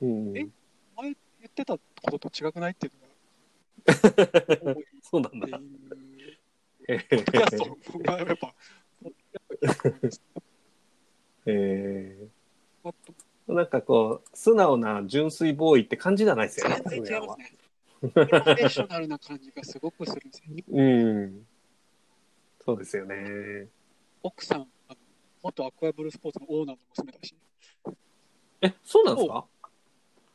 [SPEAKER 1] うん、
[SPEAKER 2] え前言ってたことと違くないっていうのが、多い
[SPEAKER 1] そうなん
[SPEAKER 2] って
[SPEAKER 1] だ。
[SPEAKER 2] いう。
[SPEAKER 1] え
[SPEAKER 2] ポッドキャスト僕はやっぱ、
[SPEAKER 1] え
[SPEAKER 2] もっ
[SPEAKER 1] ーなんかこう、素直な純粋ボーイって感じじゃないですよね
[SPEAKER 2] と。全然違い
[SPEAKER 1] こ
[SPEAKER 2] ますね。プロフェッショナルな感じがすごくするんですよ。
[SPEAKER 1] れはうん。そうですよね。
[SPEAKER 2] 奥さん、あの元アクアブルースポーツのオーナーの娘だし、
[SPEAKER 1] え、そうなんですか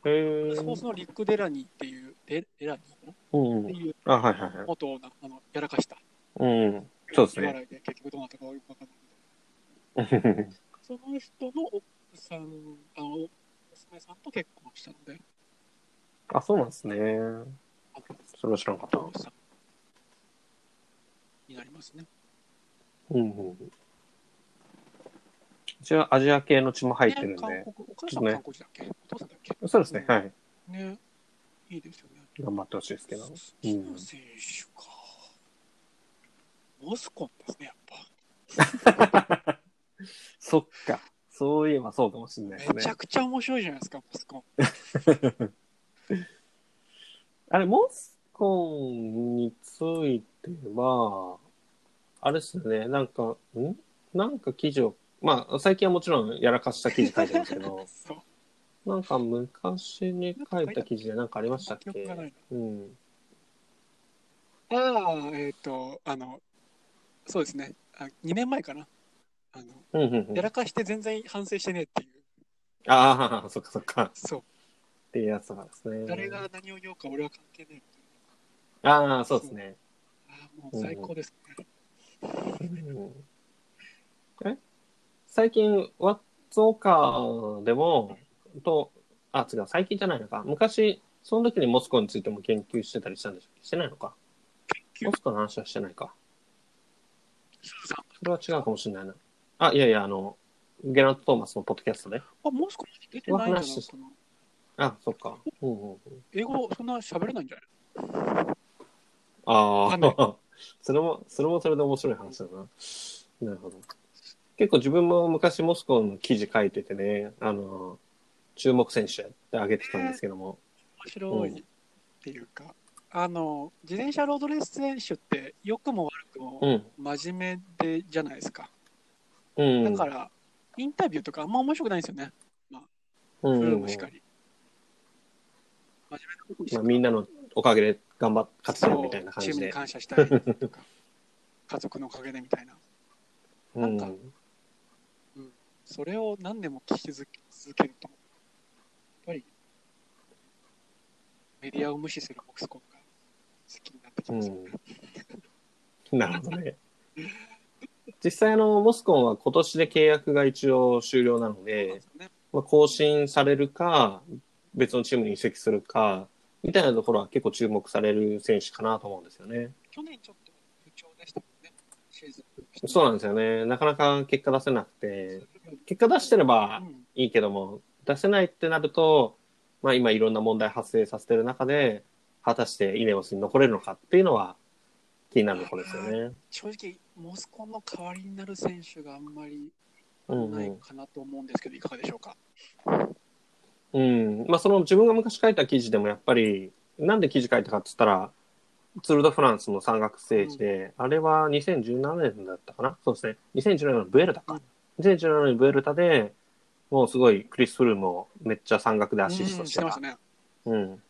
[SPEAKER 1] へえ
[SPEAKER 2] スポーツのリック・デラニーっていう、デデラニーかな
[SPEAKER 1] うん
[SPEAKER 2] っ。ていう
[SPEAKER 1] あ、はいはいはい。
[SPEAKER 2] 元オーナー、あのやらかした。
[SPEAKER 1] うん。そうです
[SPEAKER 2] 手
[SPEAKER 1] ね。
[SPEAKER 2] 笑いで結局どうなったかはよくわかんないけど。
[SPEAKER 1] う
[SPEAKER 2] その人の奥さん、あの、娘さんと結婚したので、
[SPEAKER 1] あ、そうなんですね。
[SPEAKER 2] あの
[SPEAKER 1] それは知らなかった。
[SPEAKER 2] 奥さんになりますね。
[SPEAKER 1] うんうん。一応アジア系の血も入ってるんで。
[SPEAKER 2] ね韓国、お母さんも韓国人だっけ、お父さんだっけ
[SPEAKER 1] そうですね。
[SPEAKER 2] うん
[SPEAKER 1] はい。
[SPEAKER 2] ね、いいですよね。
[SPEAKER 1] 頑張ってほしいですけど。
[SPEAKER 2] 木野選手か。モスコンですね、やっ
[SPEAKER 1] そっか。そういえばそうかもしれないです
[SPEAKER 2] ぱ。めち
[SPEAKER 1] ね
[SPEAKER 2] ゃ。くちゃ面白いじゃないですか、モスコン。、
[SPEAKER 1] あれ、モスコンについては、あれですね、なんか、んなんか記事を、まあ、最近はもちろんやらかした記事書いてますけど
[SPEAKER 2] そう。
[SPEAKER 1] なんか昔に書いた記事でなんかありましたっ
[SPEAKER 2] 記憶がな
[SPEAKER 1] け
[SPEAKER 2] い
[SPEAKER 1] うん。
[SPEAKER 2] な。ああ、えっ、と、あの、そうですねあ2年前かなあの
[SPEAKER 1] うんうんうん
[SPEAKER 2] やらかして全然反省してねえっていう
[SPEAKER 1] ああ、そっかそっか。
[SPEAKER 2] そう
[SPEAKER 1] っていうやつなんですね。
[SPEAKER 2] 誰が何を言おうか俺は関係ないっていう
[SPEAKER 1] ああ、そうですね。
[SPEAKER 2] ああもう最高ですね、
[SPEAKER 1] うんえ最近、ワッツオカーでも、と、あ、違う、最近じゃないのか。昔、その時にモスコについても研究してたりしたんでしょしてないのか。
[SPEAKER 2] 研究
[SPEAKER 1] モスコの話はしてないか。
[SPEAKER 2] さん
[SPEAKER 1] それは違うかもしれないな。あ、いやいや、あの、ゲラント・トーマスのポッドキャストで。
[SPEAKER 2] あもう少し出てないん
[SPEAKER 1] わか
[SPEAKER 2] じゃない
[SPEAKER 1] りまし
[SPEAKER 2] かな
[SPEAKER 1] あ、そっか。うんうんうん、
[SPEAKER 2] 英語そんな喋れないんじゃないわ
[SPEAKER 1] あ
[SPEAKER 2] かんない
[SPEAKER 1] あ、 それも、それもそれで面白い話だな。なるほど。結構自分も昔モスコの記事書いててね、あの、注目選手って挙げてたんですけども。
[SPEAKER 2] 面白いっていうか、あの自転車ロードレース選手って良くも悪く
[SPEAKER 1] う
[SPEAKER 2] も
[SPEAKER 1] ん。
[SPEAKER 2] 真面目でじゃないですか、
[SPEAKER 1] うん。
[SPEAKER 2] だからインタビューとかあんま面白くないんですよね
[SPEAKER 1] うん、
[SPEAKER 2] フ
[SPEAKER 1] う
[SPEAKER 2] ルー
[SPEAKER 1] ん
[SPEAKER 2] ムしかり、真面目なことにし
[SPEAKER 1] ま
[SPEAKER 2] か
[SPEAKER 1] あ、みんなのおかげで頑張っ、勝つみたいな感じ
[SPEAKER 2] チームに
[SPEAKER 1] で。
[SPEAKER 2] 感謝したいとか家族のおかげでみたいな
[SPEAKER 1] う
[SPEAKER 2] なん
[SPEAKER 1] ん。
[SPEAKER 2] それを何年も聞き続けるとやっぱりメディアを無視するボクスコンが好きになってきました、
[SPEAKER 1] うん、なるほどね。実際あのモスコンは今年で契約が一応終了なの
[SPEAKER 2] そうなん
[SPEAKER 1] で
[SPEAKER 2] です、よね
[SPEAKER 1] まあ、更新されるか別のチームに移籍するかみたいなところは結構注目される選手かなと思うんですよね。
[SPEAKER 2] 去年ちょっと不調でしたもんね、シーズン。
[SPEAKER 1] そうなんですよね。なかなか結果出せなくて、結果出してれば
[SPEAKER 2] うん
[SPEAKER 1] いいけども、出せないってなると、まあ今いろんな問題発生させてる中で、果たしてイネオスに残れるのかっていうのは気になるところですよね。
[SPEAKER 2] 正直、モスコンの代わりになる選手があんまり
[SPEAKER 1] うん、う
[SPEAKER 2] ない
[SPEAKER 1] ん。
[SPEAKER 2] かなと思うんですけど、いかがでしょうか。
[SPEAKER 1] うん。まあ、その自分が昔書いた記事でもやっぱり、なんで記事書いたかって言ったら、ツール・ド・フランスの山岳ステージで、あれは2017年だったかなそうですね。2017年のブエルタか。2017年のブエルタで、もうすごいクリス・フルームをめっちゃ山岳でアシスト
[SPEAKER 2] うん
[SPEAKER 1] し
[SPEAKER 2] してて
[SPEAKER 1] た
[SPEAKER 2] まし。たね。
[SPEAKER 1] うん。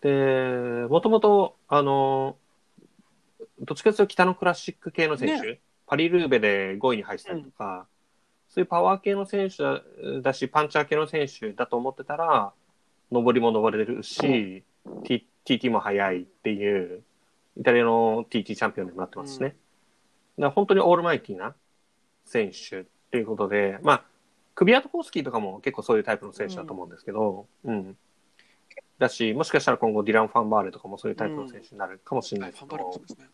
[SPEAKER 1] で、もともと、あの、どっちかというと北のクラシック系の選手、パリルーベで5位に入ったりとか、そういうパワー系の選手だだし、パンチャー系の選手だと思ってたら、上りも登れるし、T- TT も速いっていう、イタリアの TT チャンピオンにもなってますしね。だから本当にオールマイティな選手っていうことで、まあ、クビアトコースキーとかも結構そういうタイプの選手だと思うんですけど、うん。だし、もしかしたら今後ディラン・ファンバーレとかもそういうタイプの選手になるかもしれな
[SPEAKER 2] はいい、
[SPEAKER 1] です
[SPEAKER 2] ファン
[SPEAKER 1] け
[SPEAKER 2] バルもそ
[SPEAKER 1] ど
[SPEAKER 2] う、ですね。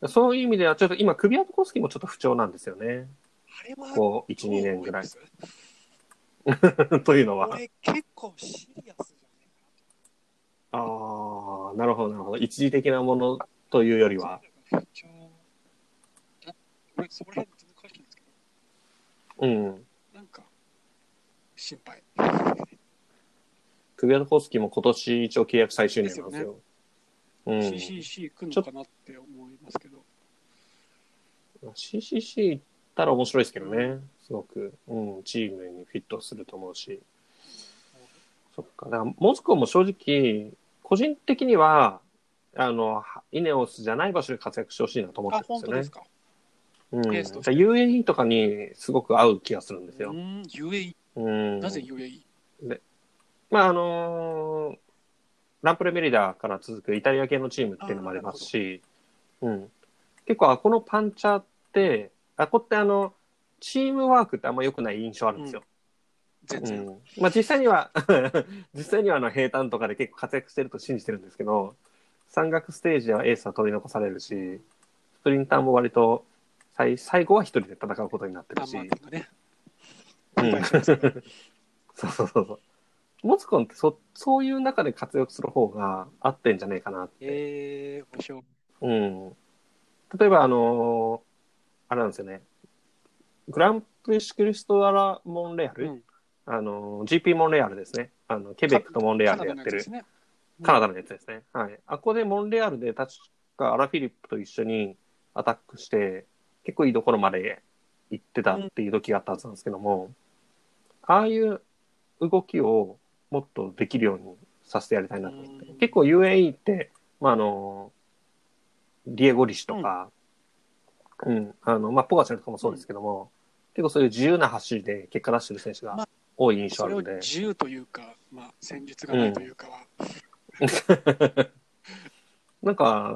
[SPEAKER 1] うん。そういう意味では、ちょっと今、クビアトコースキーもちょっと不調なんですよね。
[SPEAKER 2] あれは、
[SPEAKER 1] こう、1、2年ぐらい。
[SPEAKER 2] どう思い
[SPEAKER 1] というの
[SPEAKER 2] ます
[SPEAKER 1] は。
[SPEAKER 2] 俺、結構シリアスじゃね
[SPEAKER 1] ああ、なるほど、なるほど。一時的なものというより
[SPEAKER 2] え
[SPEAKER 1] は
[SPEAKER 2] か。な。不調だ俺、そこら辺全然詳しくないんですけ
[SPEAKER 1] う
[SPEAKER 2] ど、
[SPEAKER 1] ん。
[SPEAKER 2] なんか、心配。
[SPEAKER 1] クビアトコースキーも今年一応契約最終年なんですよ。うん。
[SPEAKER 2] CCC 来るのかなって思いますけど、
[SPEAKER 1] CCC 行ったら面白いですけどね、すごく、うん、チームにフィットすると思うし、そっか、だからモスコも正直、個人的には、あの、はイネオスじゃない場所で活躍してほしいなと思
[SPEAKER 2] あ、
[SPEAKER 1] ってるん
[SPEAKER 2] 本
[SPEAKER 1] です
[SPEAKER 2] 当
[SPEAKER 1] よ
[SPEAKER 2] で
[SPEAKER 1] ねう
[SPEAKER 2] す。か。
[SPEAKER 1] ん、だ
[SPEAKER 2] エース
[SPEAKER 1] か
[SPEAKER 2] と
[SPEAKER 1] ら
[SPEAKER 2] して
[SPEAKER 1] UAE とかにすごく合う気がするんです
[SPEAKER 2] う
[SPEAKER 1] よ。
[SPEAKER 2] ん、UAE、
[SPEAKER 1] うん、
[SPEAKER 2] なぜ UAE?
[SPEAKER 1] まああのーランプレメリダから続くイタリア系のチームっていうのもありますし、うん、結構あこのパンチャーってあこってあのチームワークってあんま良くない印象あるんですよ。
[SPEAKER 2] 全
[SPEAKER 1] う
[SPEAKER 2] 然。
[SPEAKER 1] んまあ、実際には 実際にはあの平坦とかで結構活躍してると信じてるんですけど山岳ステージではエースは取り残されるしスプリンターも割と最最後は一人で戦うことになって
[SPEAKER 2] パ
[SPEAKER 1] る
[SPEAKER 2] ン
[SPEAKER 1] し
[SPEAKER 2] マー。テ
[SPEAKER 1] う
[SPEAKER 2] ィンがね。
[SPEAKER 1] ん
[SPEAKER 2] お願いしますから
[SPEAKER 1] そうそうそうそう。モツコンってそ、そういう中で活躍する方が合ってんじゃねえかなって。
[SPEAKER 2] えー、面白い。
[SPEAKER 1] うん。例えば、あのーあれなんですよね。グランプリシクリストダラ・モンレアル、
[SPEAKER 2] うん
[SPEAKER 1] あのー、GP モンレアルですね。あの、ケベックとモンレアルでやってる
[SPEAKER 2] カ。ナダのやつですね
[SPEAKER 1] カナダのやつですね。はい。あここでモンレアルで確かアラフィリップと一緒にアタックして、結構いいところまで行ってたっていう時があったはずなんですけども、ああいう動きをもっとできるようにさせてやりたいなと思って。
[SPEAKER 2] うん
[SPEAKER 1] 結構 UAE って、まあ、あの、ディエゴ・リシとか、うん、あの、まあ、ポガチャルとかもそうですけども、結構そういう自由な走りで結果出してる選手
[SPEAKER 2] まあ
[SPEAKER 1] が多い印象
[SPEAKER 2] そ
[SPEAKER 1] あ
[SPEAKER 2] れ
[SPEAKER 1] る
[SPEAKER 2] を
[SPEAKER 1] んで、
[SPEAKER 2] 自由というか、まあ、戦術がないというかは、
[SPEAKER 1] なんか、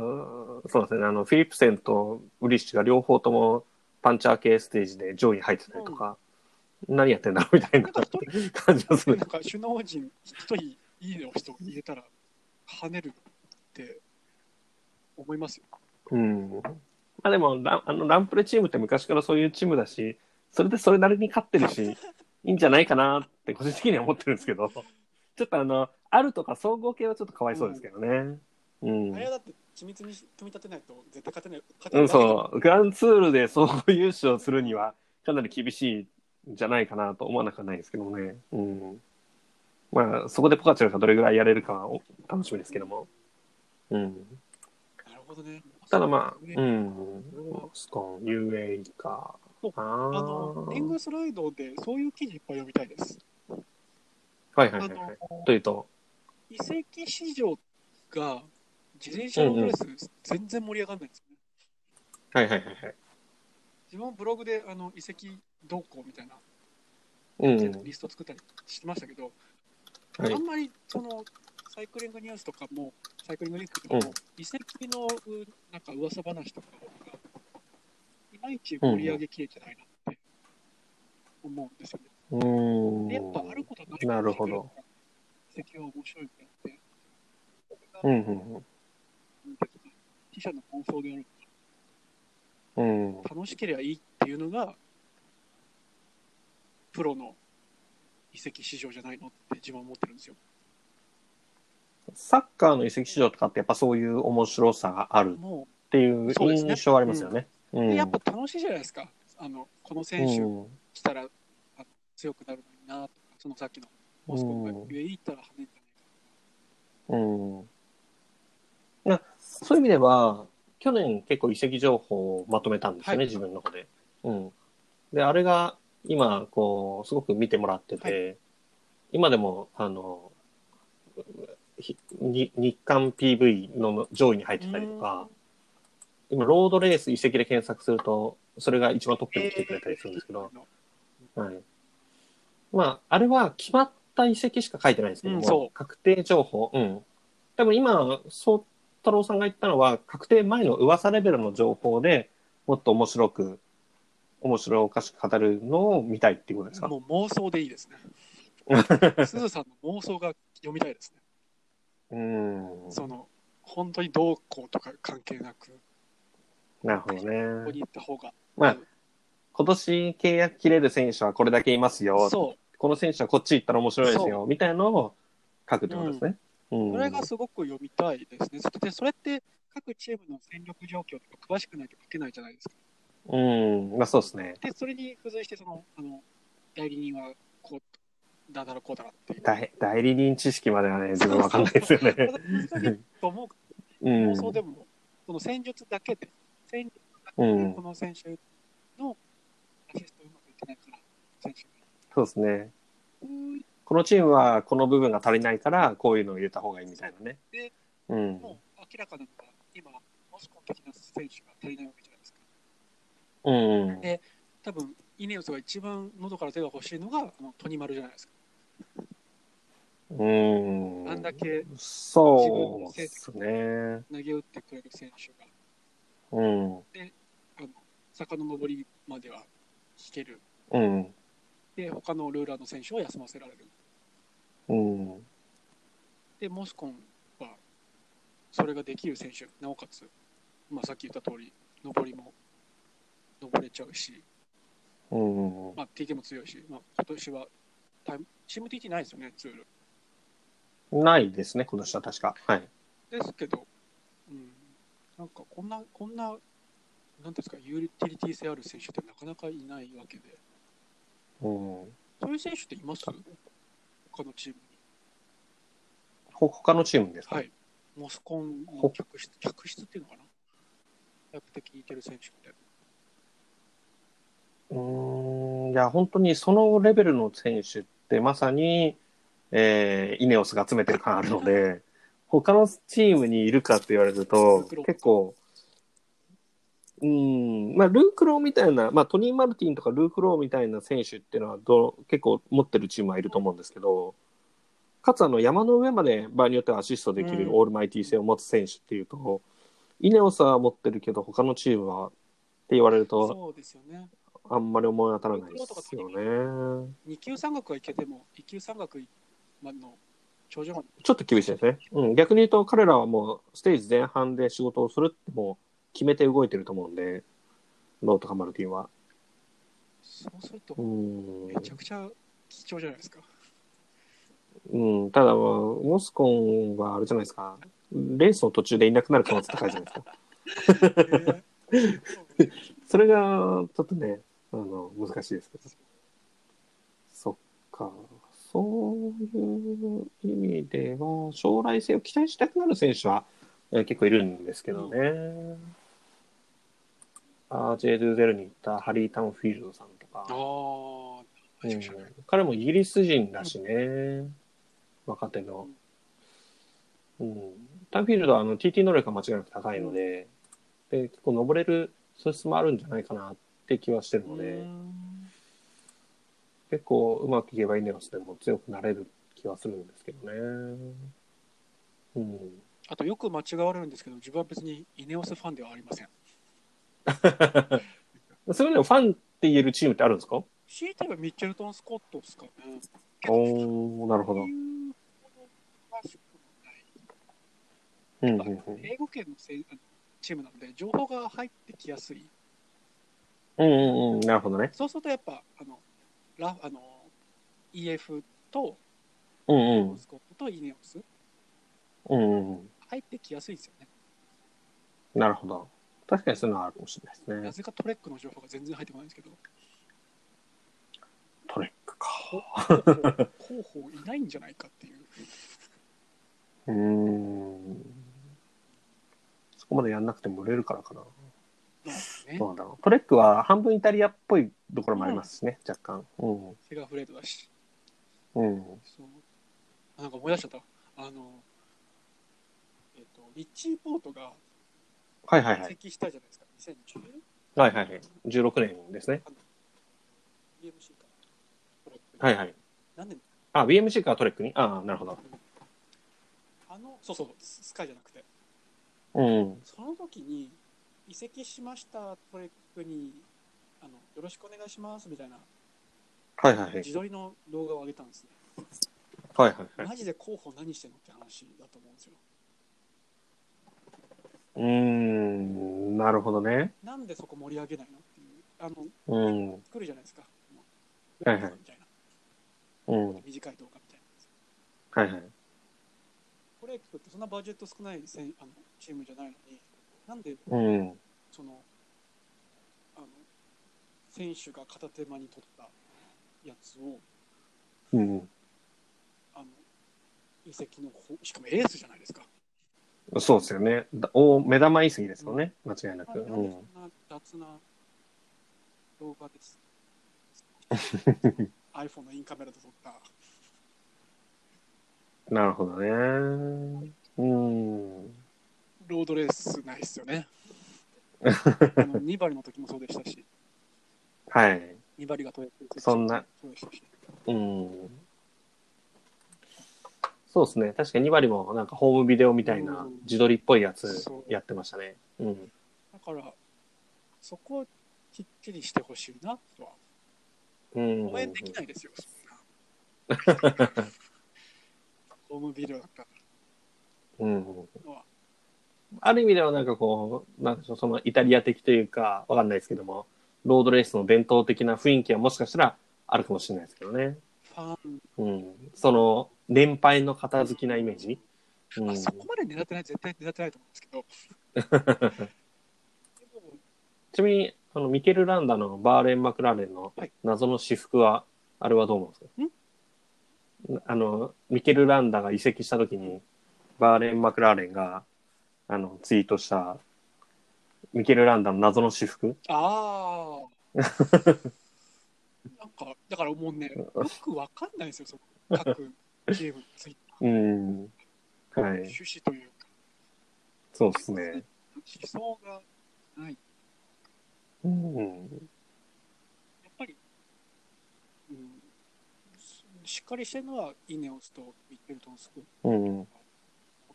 [SPEAKER 1] そうですね、あの、フィリップセンとウリッシュが両方ともパンチャー系ステージで上位に入ってたりとか、何やってんだろうみたいな
[SPEAKER 2] なんか一
[SPEAKER 1] 感じがす
[SPEAKER 2] 人、
[SPEAKER 1] る
[SPEAKER 2] なん。か首脳陣一人いいねを人入れたら、跳ねるって思いますよ。
[SPEAKER 1] うん。まあでも、ランあのランプレチームって昔からそういうチームだし、それでそれなりに勝ってるし、いいんじゃないかなって個人的には思ってるんですけど、ちょっとあの、あるとか総合系はちょっとかわいそうですけどね。うん。
[SPEAKER 2] あれはだって、緻密に組み立てないと、絶対勝てない。勝
[SPEAKER 1] う、
[SPEAKER 2] てなんい
[SPEAKER 1] そう。グランツールで総合優勝するには、かなり厳しいんじゃないかなと思わなくはないですけどもね。うん。まあ、そこでポカチュラがどれぐらいやれるかはお楽しみですけども。うん。
[SPEAKER 2] なるほどね。
[SPEAKER 1] ただまあ、
[SPEAKER 2] ね
[SPEAKER 1] うん。スコン、UAE か。
[SPEAKER 2] そう
[SPEAKER 1] あ
[SPEAKER 2] あの、テングスライドでそういう記事いっぱい読みたいです。
[SPEAKER 1] はいは
[SPEAKER 2] あ
[SPEAKER 1] いは
[SPEAKER 2] の
[SPEAKER 1] い、はい。というと、
[SPEAKER 2] 移籍市場が自転車のプレス、全然盛り上がらないんですよね。
[SPEAKER 1] はいはいはいはい。
[SPEAKER 2] 自分もブログであの移籍動向みたいな
[SPEAKER 1] うん。
[SPEAKER 2] リスト作ったりしてましたけど、
[SPEAKER 1] はい
[SPEAKER 2] あんまりそのサイクリングニュースとかも、サイクリングリンクとかも、
[SPEAKER 1] うん
[SPEAKER 2] 移籍のうなんか噂話とかが、いまいち盛り上げきれてないなって思うんですよね。
[SPEAKER 1] うん。
[SPEAKER 2] でやっぱあることない
[SPEAKER 1] なるほど。
[SPEAKER 2] 移籍は面白いってやって、
[SPEAKER 1] うんうん
[SPEAKER 2] 記者の放送でやる
[SPEAKER 1] うん。うん。
[SPEAKER 2] 楽しければいいっていうのが、プロの移籍市場じゃないのって自分は思ってるんですよ。
[SPEAKER 1] サッカーの移籍市場とかってやっぱそういう面白さがある
[SPEAKER 2] も
[SPEAKER 1] っていう
[SPEAKER 2] そうですね
[SPEAKER 1] 印象はありますよね。う
[SPEAKER 2] う、
[SPEAKER 1] ん。
[SPEAKER 2] でやっぱ楽しいじゃないですか。あの、この選手
[SPEAKER 1] うん
[SPEAKER 2] 来たら、あ強くなるのになとか、そのさっきのモスコが
[SPEAKER 1] うん
[SPEAKER 2] 上行ったら跳ねんじゃないか。
[SPEAKER 1] うん。なそういう意味では、去年結構移籍情報をまとめたんですよね、
[SPEAKER 2] はい
[SPEAKER 1] 自分の方で。うん。で、あれが今、こう、すごく見てもらってて、今でも、あの、ひに日刊 PV の上位に入ってたりとか、今、ロードレース移籍で検索すると、それが一番トップに来てくれたりするんですけど、はい。まあ、あれは決まった移籍しか書いてないんですけども、
[SPEAKER 2] うんそう
[SPEAKER 1] 確定情報。うん。多分今、宗太郎さんが言ったのは、確定前の噂レベルの情報でもっと面白く、面白おかしく語るのを見たいっていうことですか
[SPEAKER 2] もう妄想でいいですね。すずさんの妄想が読みたいですね。
[SPEAKER 1] うん。
[SPEAKER 2] その、本当にどうこうとか関係なく、
[SPEAKER 1] なるほど
[SPEAKER 2] ここに
[SPEAKER 1] ね。
[SPEAKER 2] 行った方が。
[SPEAKER 1] まあ、今年契約切れる選手はこれだけいますよ。
[SPEAKER 2] そう。
[SPEAKER 1] この選手はこっち行ったら面白いですよ。みたいなのを書くってことですね。うん。
[SPEAKER 2] それがすごく読みたいですね。それでそれって各チームの戦力状況とか詳しくないと書けないじゃないですか。
[SPEAKER 1] うん。まあそうですね。
[SPEAKER 2] で、それに付随してその、あの代理人はこうだだろこうだらっていう。
[SPEAKER 1] 代代理人知識まではね、自分わかんないですよ ね。
[SPEAKER 2] 難しいと思うけ
[SPEAKER 1] う
[SPEAKER 2] ど、
[SPEAKER 1] ん。
[SPEAKER 2] そうでも、その戦術だけで、戦術だけ
[SPEAKER 1] う
[SPEAKER 2] で
[SPEAKER 1] ん
[SPEAKER 2] この選手のアシストうまくいってないから、選手が。
[SPEAKER 1] そうですね。このチームはこの部分が足りないから、こういうのを入れた方がいいみたいなね
[SPEAKER 2] で。
[SPEAKER 1] うん。
[SPEAKER 2] もう明らかなのが、今、モスコン的な選手が足りないわけじゃないですか。
[SPEAKER 1] うん。
[SPEAKER 2] で多分イネオスが一番喉から手が欲しいのがあのトニマルじゃないですか。
[SPEAKER 1] うん。
[SPEAKER 2] あんだけ
[SPEAKER 1] そうですね。
[SPEAKER 2] 投げ打ってくれる選手が
[SPEAKER 1] うん。
[SPEAKER 2] あの坂の上りまでは引ける
[SPEAKER 1] うん。
[SPEAKER 2] で他のルーラーの選手を休ませられる
[SPEAKER 1] うん。
[SPEAKER 2] でモスコンはそれができる選手なおかつ、まあ、さっき言った通り上りも上れちゃうし、
[SPEAKER 1] うん。
[SPEAKER 2] まあ、TT も強いし、まあ、今年はタイムチーム TT ないですよねツール
[SPEAKER 1] ないですね、今年は確か。はい。
[SPEAKER 2] ですけど、うん、なんかこんなこんななんていうんですかユーティリティ性ある選手ってなかなかいないわけで
[SPEAKER 1] うん。
[SPEAKER 2] そういう選手っています他のチームに
[SPEAKER 1] ほ他のチームですか、
[SPEAKER 2] はい。モスコンの客室、客室っていうのかな比較的にいける選手みたい
[SPEAKER 1] うん。いや、本当にそのレベルの選手ってまさに、えー、イネオス が集めてる感あるので、他のチームにいるかって言われると、結構、うん、まあ、ルークローみたいな、まあ、トニー・マルティンとかルークローみたいな選手っていうのはどう結構持ってるチームはいると思うんですけど、かつあの山の上まで場合によってはアシストできる
[SPEAKER 2] うん
[SPEAKER 1] オールマイティー性を持つ選手っていうと、イネオスは持ってるけど、他のチームはって言われると、
[SPEAKER 2] そうですよね。
[SPEAKER 1] あんまり思い当たらないですよね。
[SPEAKER 2] 二級山岳は行けても、一級山岳までの頂上まで
[SPEAKER 1] ちょっと厳しいですね。うん、逆に言うと彼らはもうステージ前半で仕事をするってもう決めて動いてると思うんで、ローとかマルティンは。
[SPEAKER 2] そうすると
[SPEAKER 1] う、ん
[SPEAKER 2] めちゃくちゃ貴重じゃないですか。
[SPEAKER 1] うん、ただ、モスコンはあれじゃないですか。レースの途中でいなくなる可能性高いじゃないですか。
[SPEAKER 2] ね
[SPEAKER 1] それが、ちょっとね、あの、難しいですけど。そっか。そういう意味では、将来性を期待したくなる選手は、えー結構いるんですけどね。あー J20 に行ったハリー・タウンフィールドさんとか
[SPEAKER 2] あ。あ、
[SPEAKER 1] うん彼もイギリス人だしね、若手の。うん、タウンフィールドはあの TT 能力が間違いなく高いので,、で結構登れる素質もあるんじゃないかなって気はしてるので、
[SPEAKER 2] うん
[SPEAKER 1] 結構うまくいけばイネロスでも強くなれる気はするんですけどね。うん、
[SPEAKER 2] あとよく間違われるんですけど、自分は別にイネオスファンではありません。
[SPEAKER 1] それでもファンって言えるチームってあるんですか
[SPEAKER 2] 強いて言えばミッチェルトン・スコットですかね。
[SPEAKER 1] おーなるほ
[SPEAKER 2] そ
[SPEAKER 1] ど
[SPEAKER 2] う。いうほど詳しくもない
[SPEAKER 1] うんうんうん
[SPEAKER 2] 英語圏のせいあのチームなので、情報が入ってきやすい。
[SPEAKER 1] うんうんうん、なるほどね。
[SPEAKER 2] そうするとやっぱ、あの、ラあの EF と、
[SPEAKER 1] うんうん
[SPEAKER 2] スコットとイネオス、
[SPEAKER 1] うんうん、
[SPEAKER 2] 入ってきやすいですよね。
[SPEAKER 1] なるほど。確かにそういうのはあるかもしれないですね。
[SPEAKER 2] なぜかトレックの情報が全然入ってこないんですけ ど、
[SPEAKER 1] トレックか。
[SPEAKER 2] 候補いないんじゃないかっていう。
[SPEAKER 1] うーん。そこまでやんなくても売れるからかな。
[SPEAKER 2] ね
[SPEAKER 1] どうなんだろう。トレックは半分イタリアっぽいところもありますしね、若干。
[SPEAKER 2] セガフレードだし。
[SPEAKER 1] うん。うん。
[SPEAKER 2] そうあなんか思い出しちゃった。あの、えっ、と、リッチーポートが
[SPEAKER 1] はいはい
[SPEAKER 2] 移
[SPEAKER 1] はい。
[SPEAKER 2] 籍したじゃないですか。2010年
[SPEAKER 1] はいはいはい。16年ですね。
[SPEAKER 2] ?BMC かな。。
[SPEAKER 1] はいいはい。
[SPEAKER 2] 何年だ
[SPEAKER 1] あ、BMC からトレックにああ、なるほど。
[SPEAKER 2] あの、そうそう、ススカイじゃなくて。
[SPEAKER 1] うん。
[SPEAKER 2] その時に、移籍しましたトレックに、あの、よろしくお願いしますみたいな
[SPEAKER 1] はいはいはい。
[SPEAKER 2] 自撮りの動画を上げたんですね。
[SPEAKER 1] はいはいはい。
[SPEAKER 2] マジで候補何してんのって話だと思うんですよ。
[SPEAKER 1] うーん。なるほどね。
[SPEAKER 2] なんでそこ盛り上げないのっていう。あの、
[SPEAKER 1] うん。うん。
[SPEAKER 2] 来るじゃないですか。もう
[SPEAKER 1] はいはい
[SPEAKER 2] みたいな。
[SPEAKER 1] はい
[SPEAKER 2] 短い動画みたいなやつ。
[SPEAKER 1] はい。
[SPEAKER 2] トレックってそんなバジェット少ないせんあのチームじゃないのに、なんで
[SPEAKER 1] うん。
[SPEAKER 2] その、あの、選手が片手間に取ったやつを、
[SPEAKER 1] うん。
[SPEAKER 2] あの、移籍の方、しかもエースじゃないですか。
[SPEAKER 1] そうですよね。だお目玉いすぎですよね。間違いな
[SPEAKER 2] な
[SPEAKER 1] く。
[SPEAKER 2] んでそ
[SPEAKER 1] うんん
[SPEAKER 2] な。雑な動画 です。iPhone のインカメラで撮った。
[SPEAKER 1] なるほどね。うん。
[SPEAKER 2] ロードレースないっすよ ね。あの2割の時もそうでしたし、
[SPEAKER 1] はい。
[SPEAKER 2] 2割がトレック
[SPEAKER 1] そんな。
[SPEAKER 2] そうでしたし。
[SPEAKER 1] うん。そうですね。確かに2割もなんかホームビデオみたいな
[SPEAKER 2] うん
[SPEAKER 1] 自撮りっぽいやつ
[SPEAKER 2] そう
[SPEAKER 1] やってましたね。うん。
[SPEAKER 2] だから、そこはきっちりしてほしいなとは。
[SPEAKER 1] うん。
[SPEAKER 2] 応援できないですよ、そんな。 ホームビデオだった
[SPEAKER 1] うん。
[SPEAKER 2] のは。
[SPEAKER 1] ある意味ではなんかこう、なんでしょう、そのイタリア的というか、わかんないですけども、ロードレースの伝統的な雰囲気はもしかしたらあるかもしれないですけどね。
[SPEAKER 2] ファン、
[SPEAKER 1] うん。その、年配の片付きなイメージ。うん
[SPEAKER 2] あそこまで狙ってない、絶対狙ってないと思うんですけど。 でも
[SPEAKER 1] ちなみに、あの、ミケル・ランダのバーレン・マクラーレンの
[SPEAKER 2] はい
[SPEAKER 1] 謎の私服は、あれはどう思うんですかあの、ミケル・ランダが移籍した時に、バーレン・マクラーレンが、あの、ツイートした、ミケル・ランダの謎の私服
[SPEAKER 2] あ あ。なんか、だからもうね、よくわかんないですよ、その各ゲームのツイッター
[SPEAKER 1] うん。は
[SPEAKER 2] の
[SPEAKER 1] い。
[SPEAKER 2] 趣旨というか、
[SPEAKER 1] そうですね。
[SPEAKER 2] 思想がない。
[SPEAKER 1] うん。
[SPEAKER 2] やっぱり、うん、ししっかりしてるのは、いいねを押すと言ってると、すごい。
[SPEAKER 1] うん。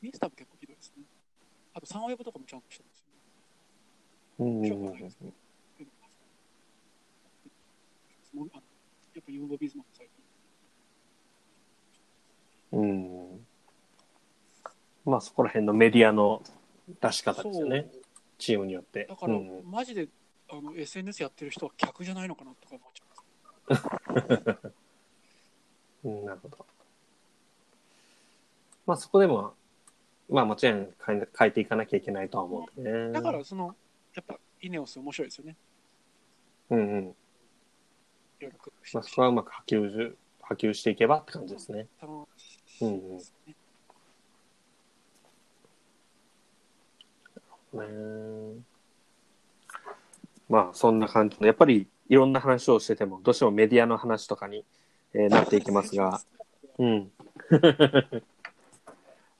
[SPEAKER 2] ミンスターも結構ひどいですね。あと、サンウェブとかもちゃんとしてるんですよね。
[SPEAKER 1] うん。
[SPEAKER 2] しょうがないですけど。もうあのやっぱユーロビズマも最近。
[SPEAKER 1] うん。まあ、そこら辺のメディアの出し方ですよね。チームによって。
[SPEAKER 2] だから、
[SPEAKER 1] うん
[SPEAKER 2] マジであの SNS やってる人は客じゃないのかなとか思っちゃいます。
[SPEAKER 1] うん、なるほど。まあ、そこでも、まあ、もちろん変え変えていかなきゃいけないとは思うんでね。
[SPEAKER 2] だから、その、やっぱ、イネオス面白いですよね。
[SPEAKER 1] うんうん。
[SPEAKER 2] いろいろ工夫して
[SPEAKER 1] まあ、そ
[SPEAKER 2] るし
[SPEAKER 1] こはうまく波及し、波及していけばって感じですね。
[SPEAKER 2] 楽し
[SPEAKER 1] う
[SPEAKER 2] い
[SPEAKER 1] んうん
[SPEAKER 2] ですね。
[SPEAKER 1] ねまあ、そんな感じの、やっぱりいろんな話をしてても、どうしてもメディアの話とかに、えーなっていきますが。うん。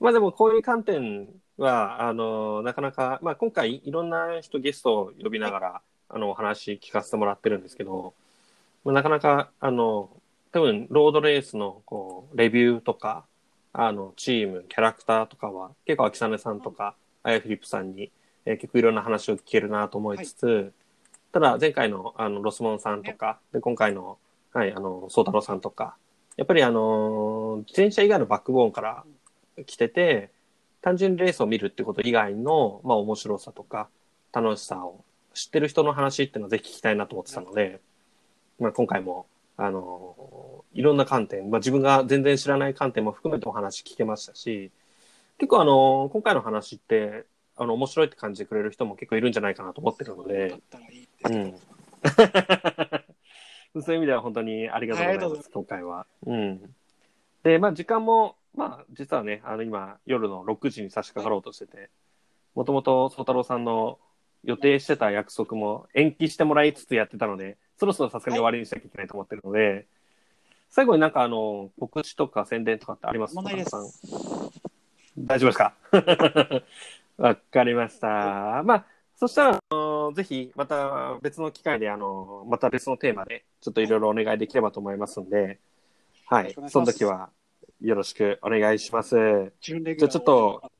[SPEAKER 1] まあでもこういう観点は、あの、なかなか、まあ今回いろんな人ゲストを呼びながら、あの、お話聞かせてもらってるんですけど、まあ、なかなか、あの、多分ロードレースの、こう、レビューとか、あの、チーム、キャラクターとかは、結構秋雨さんとか、あやフィリップさんに、えー結構いろんな話を聞けるなと思いつつ、ただ前回の、あの、ロスモンさんとか、で、今回の、はい、あの、ソータロさんとか、やっぱりあのー自転車以外のバックボーンから来てて、単純にレースを見るってこと以外の、まあ、面白さとか、楽しさを知ってる人の話っていうのはぜひ聞きたいなと思ってたので、まあ、今回も、あのーいろんな観点、まあ、自分が全然知らない観点も含めてお話聞けましたし、結構あのー今回の話って、あの、面白いって感じてくれる人も結構いるんじゃないかなと思ってるの
[SPEAKER 2] だ
[SPEAKER 1] で
[SPEAKER 2] っ、たらいいですけど、
[SPEAKER 1] うん そういう意味では本当にありがとうございます、今回は。うん。で、まあ時間も、まあ実はね、あの今夜の6時に差し掛かろうとしてて、もともと宗太郎さんの予定してた約束も延期してもらいつつやってたので、そろそろさすがに終わりにしなきゃいけないと思ってるので、最後になんかあの、告知とか宣伝とかってあります
[SPEAKER 2] 問題で
[SPEAKER 1] 宗太郎
[SPEAKER 2] す。
[SPEAKER 1] さん大丈夫ですか わかりました。まあ、そしたら、あのぜひ、また別の機会で、あのまた別のテーマで、ちょっといろいろお願いできればと思いますんで、は
[SPEAKER 2] よろ
[SPEAKER 1] い
[SPEAKER 2] しくお願。いし
[SPEAKER 1] そ
[SPEAKER 2] ま
[SPEAKER 1] の
[SPEAKER 2] す
[SPEAKER 1] 時は、よろしくお願いします。
[SPEAKER 2] 準レギ
[SPEAKER 1] じゃあ
[SPEAKER 2] ュラー
[SPEAKER 1] ちょっと
[SPEAKER 2] を、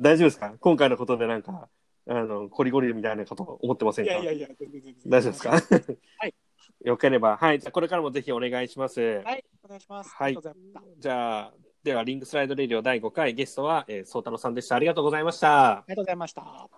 [SPEAKER 1] 大丈夫ですか今回のことでなんか、あの、コリゴリみたいなこと思ってません
[SPEAKER 2] い
[SPEAKER 1] か
[SPEAKER 2] やいやいや、全然全然。
[SPEAKER 1] 大丈夫ですかはい よければ、はい。じゃあこれからもぜひお願いします。
[SPEAKER 2] はい、お願いします。
[SPEAKER 1] はい
[SPEAKER 2] ありがとうございました。
[SPEAKER 1] じゃあ、では、リングスライドレディオ第5回ゲストは、えー、宗太郎さんでした。ありがとうございました。
[SPEAKER 2] ありがとうございました。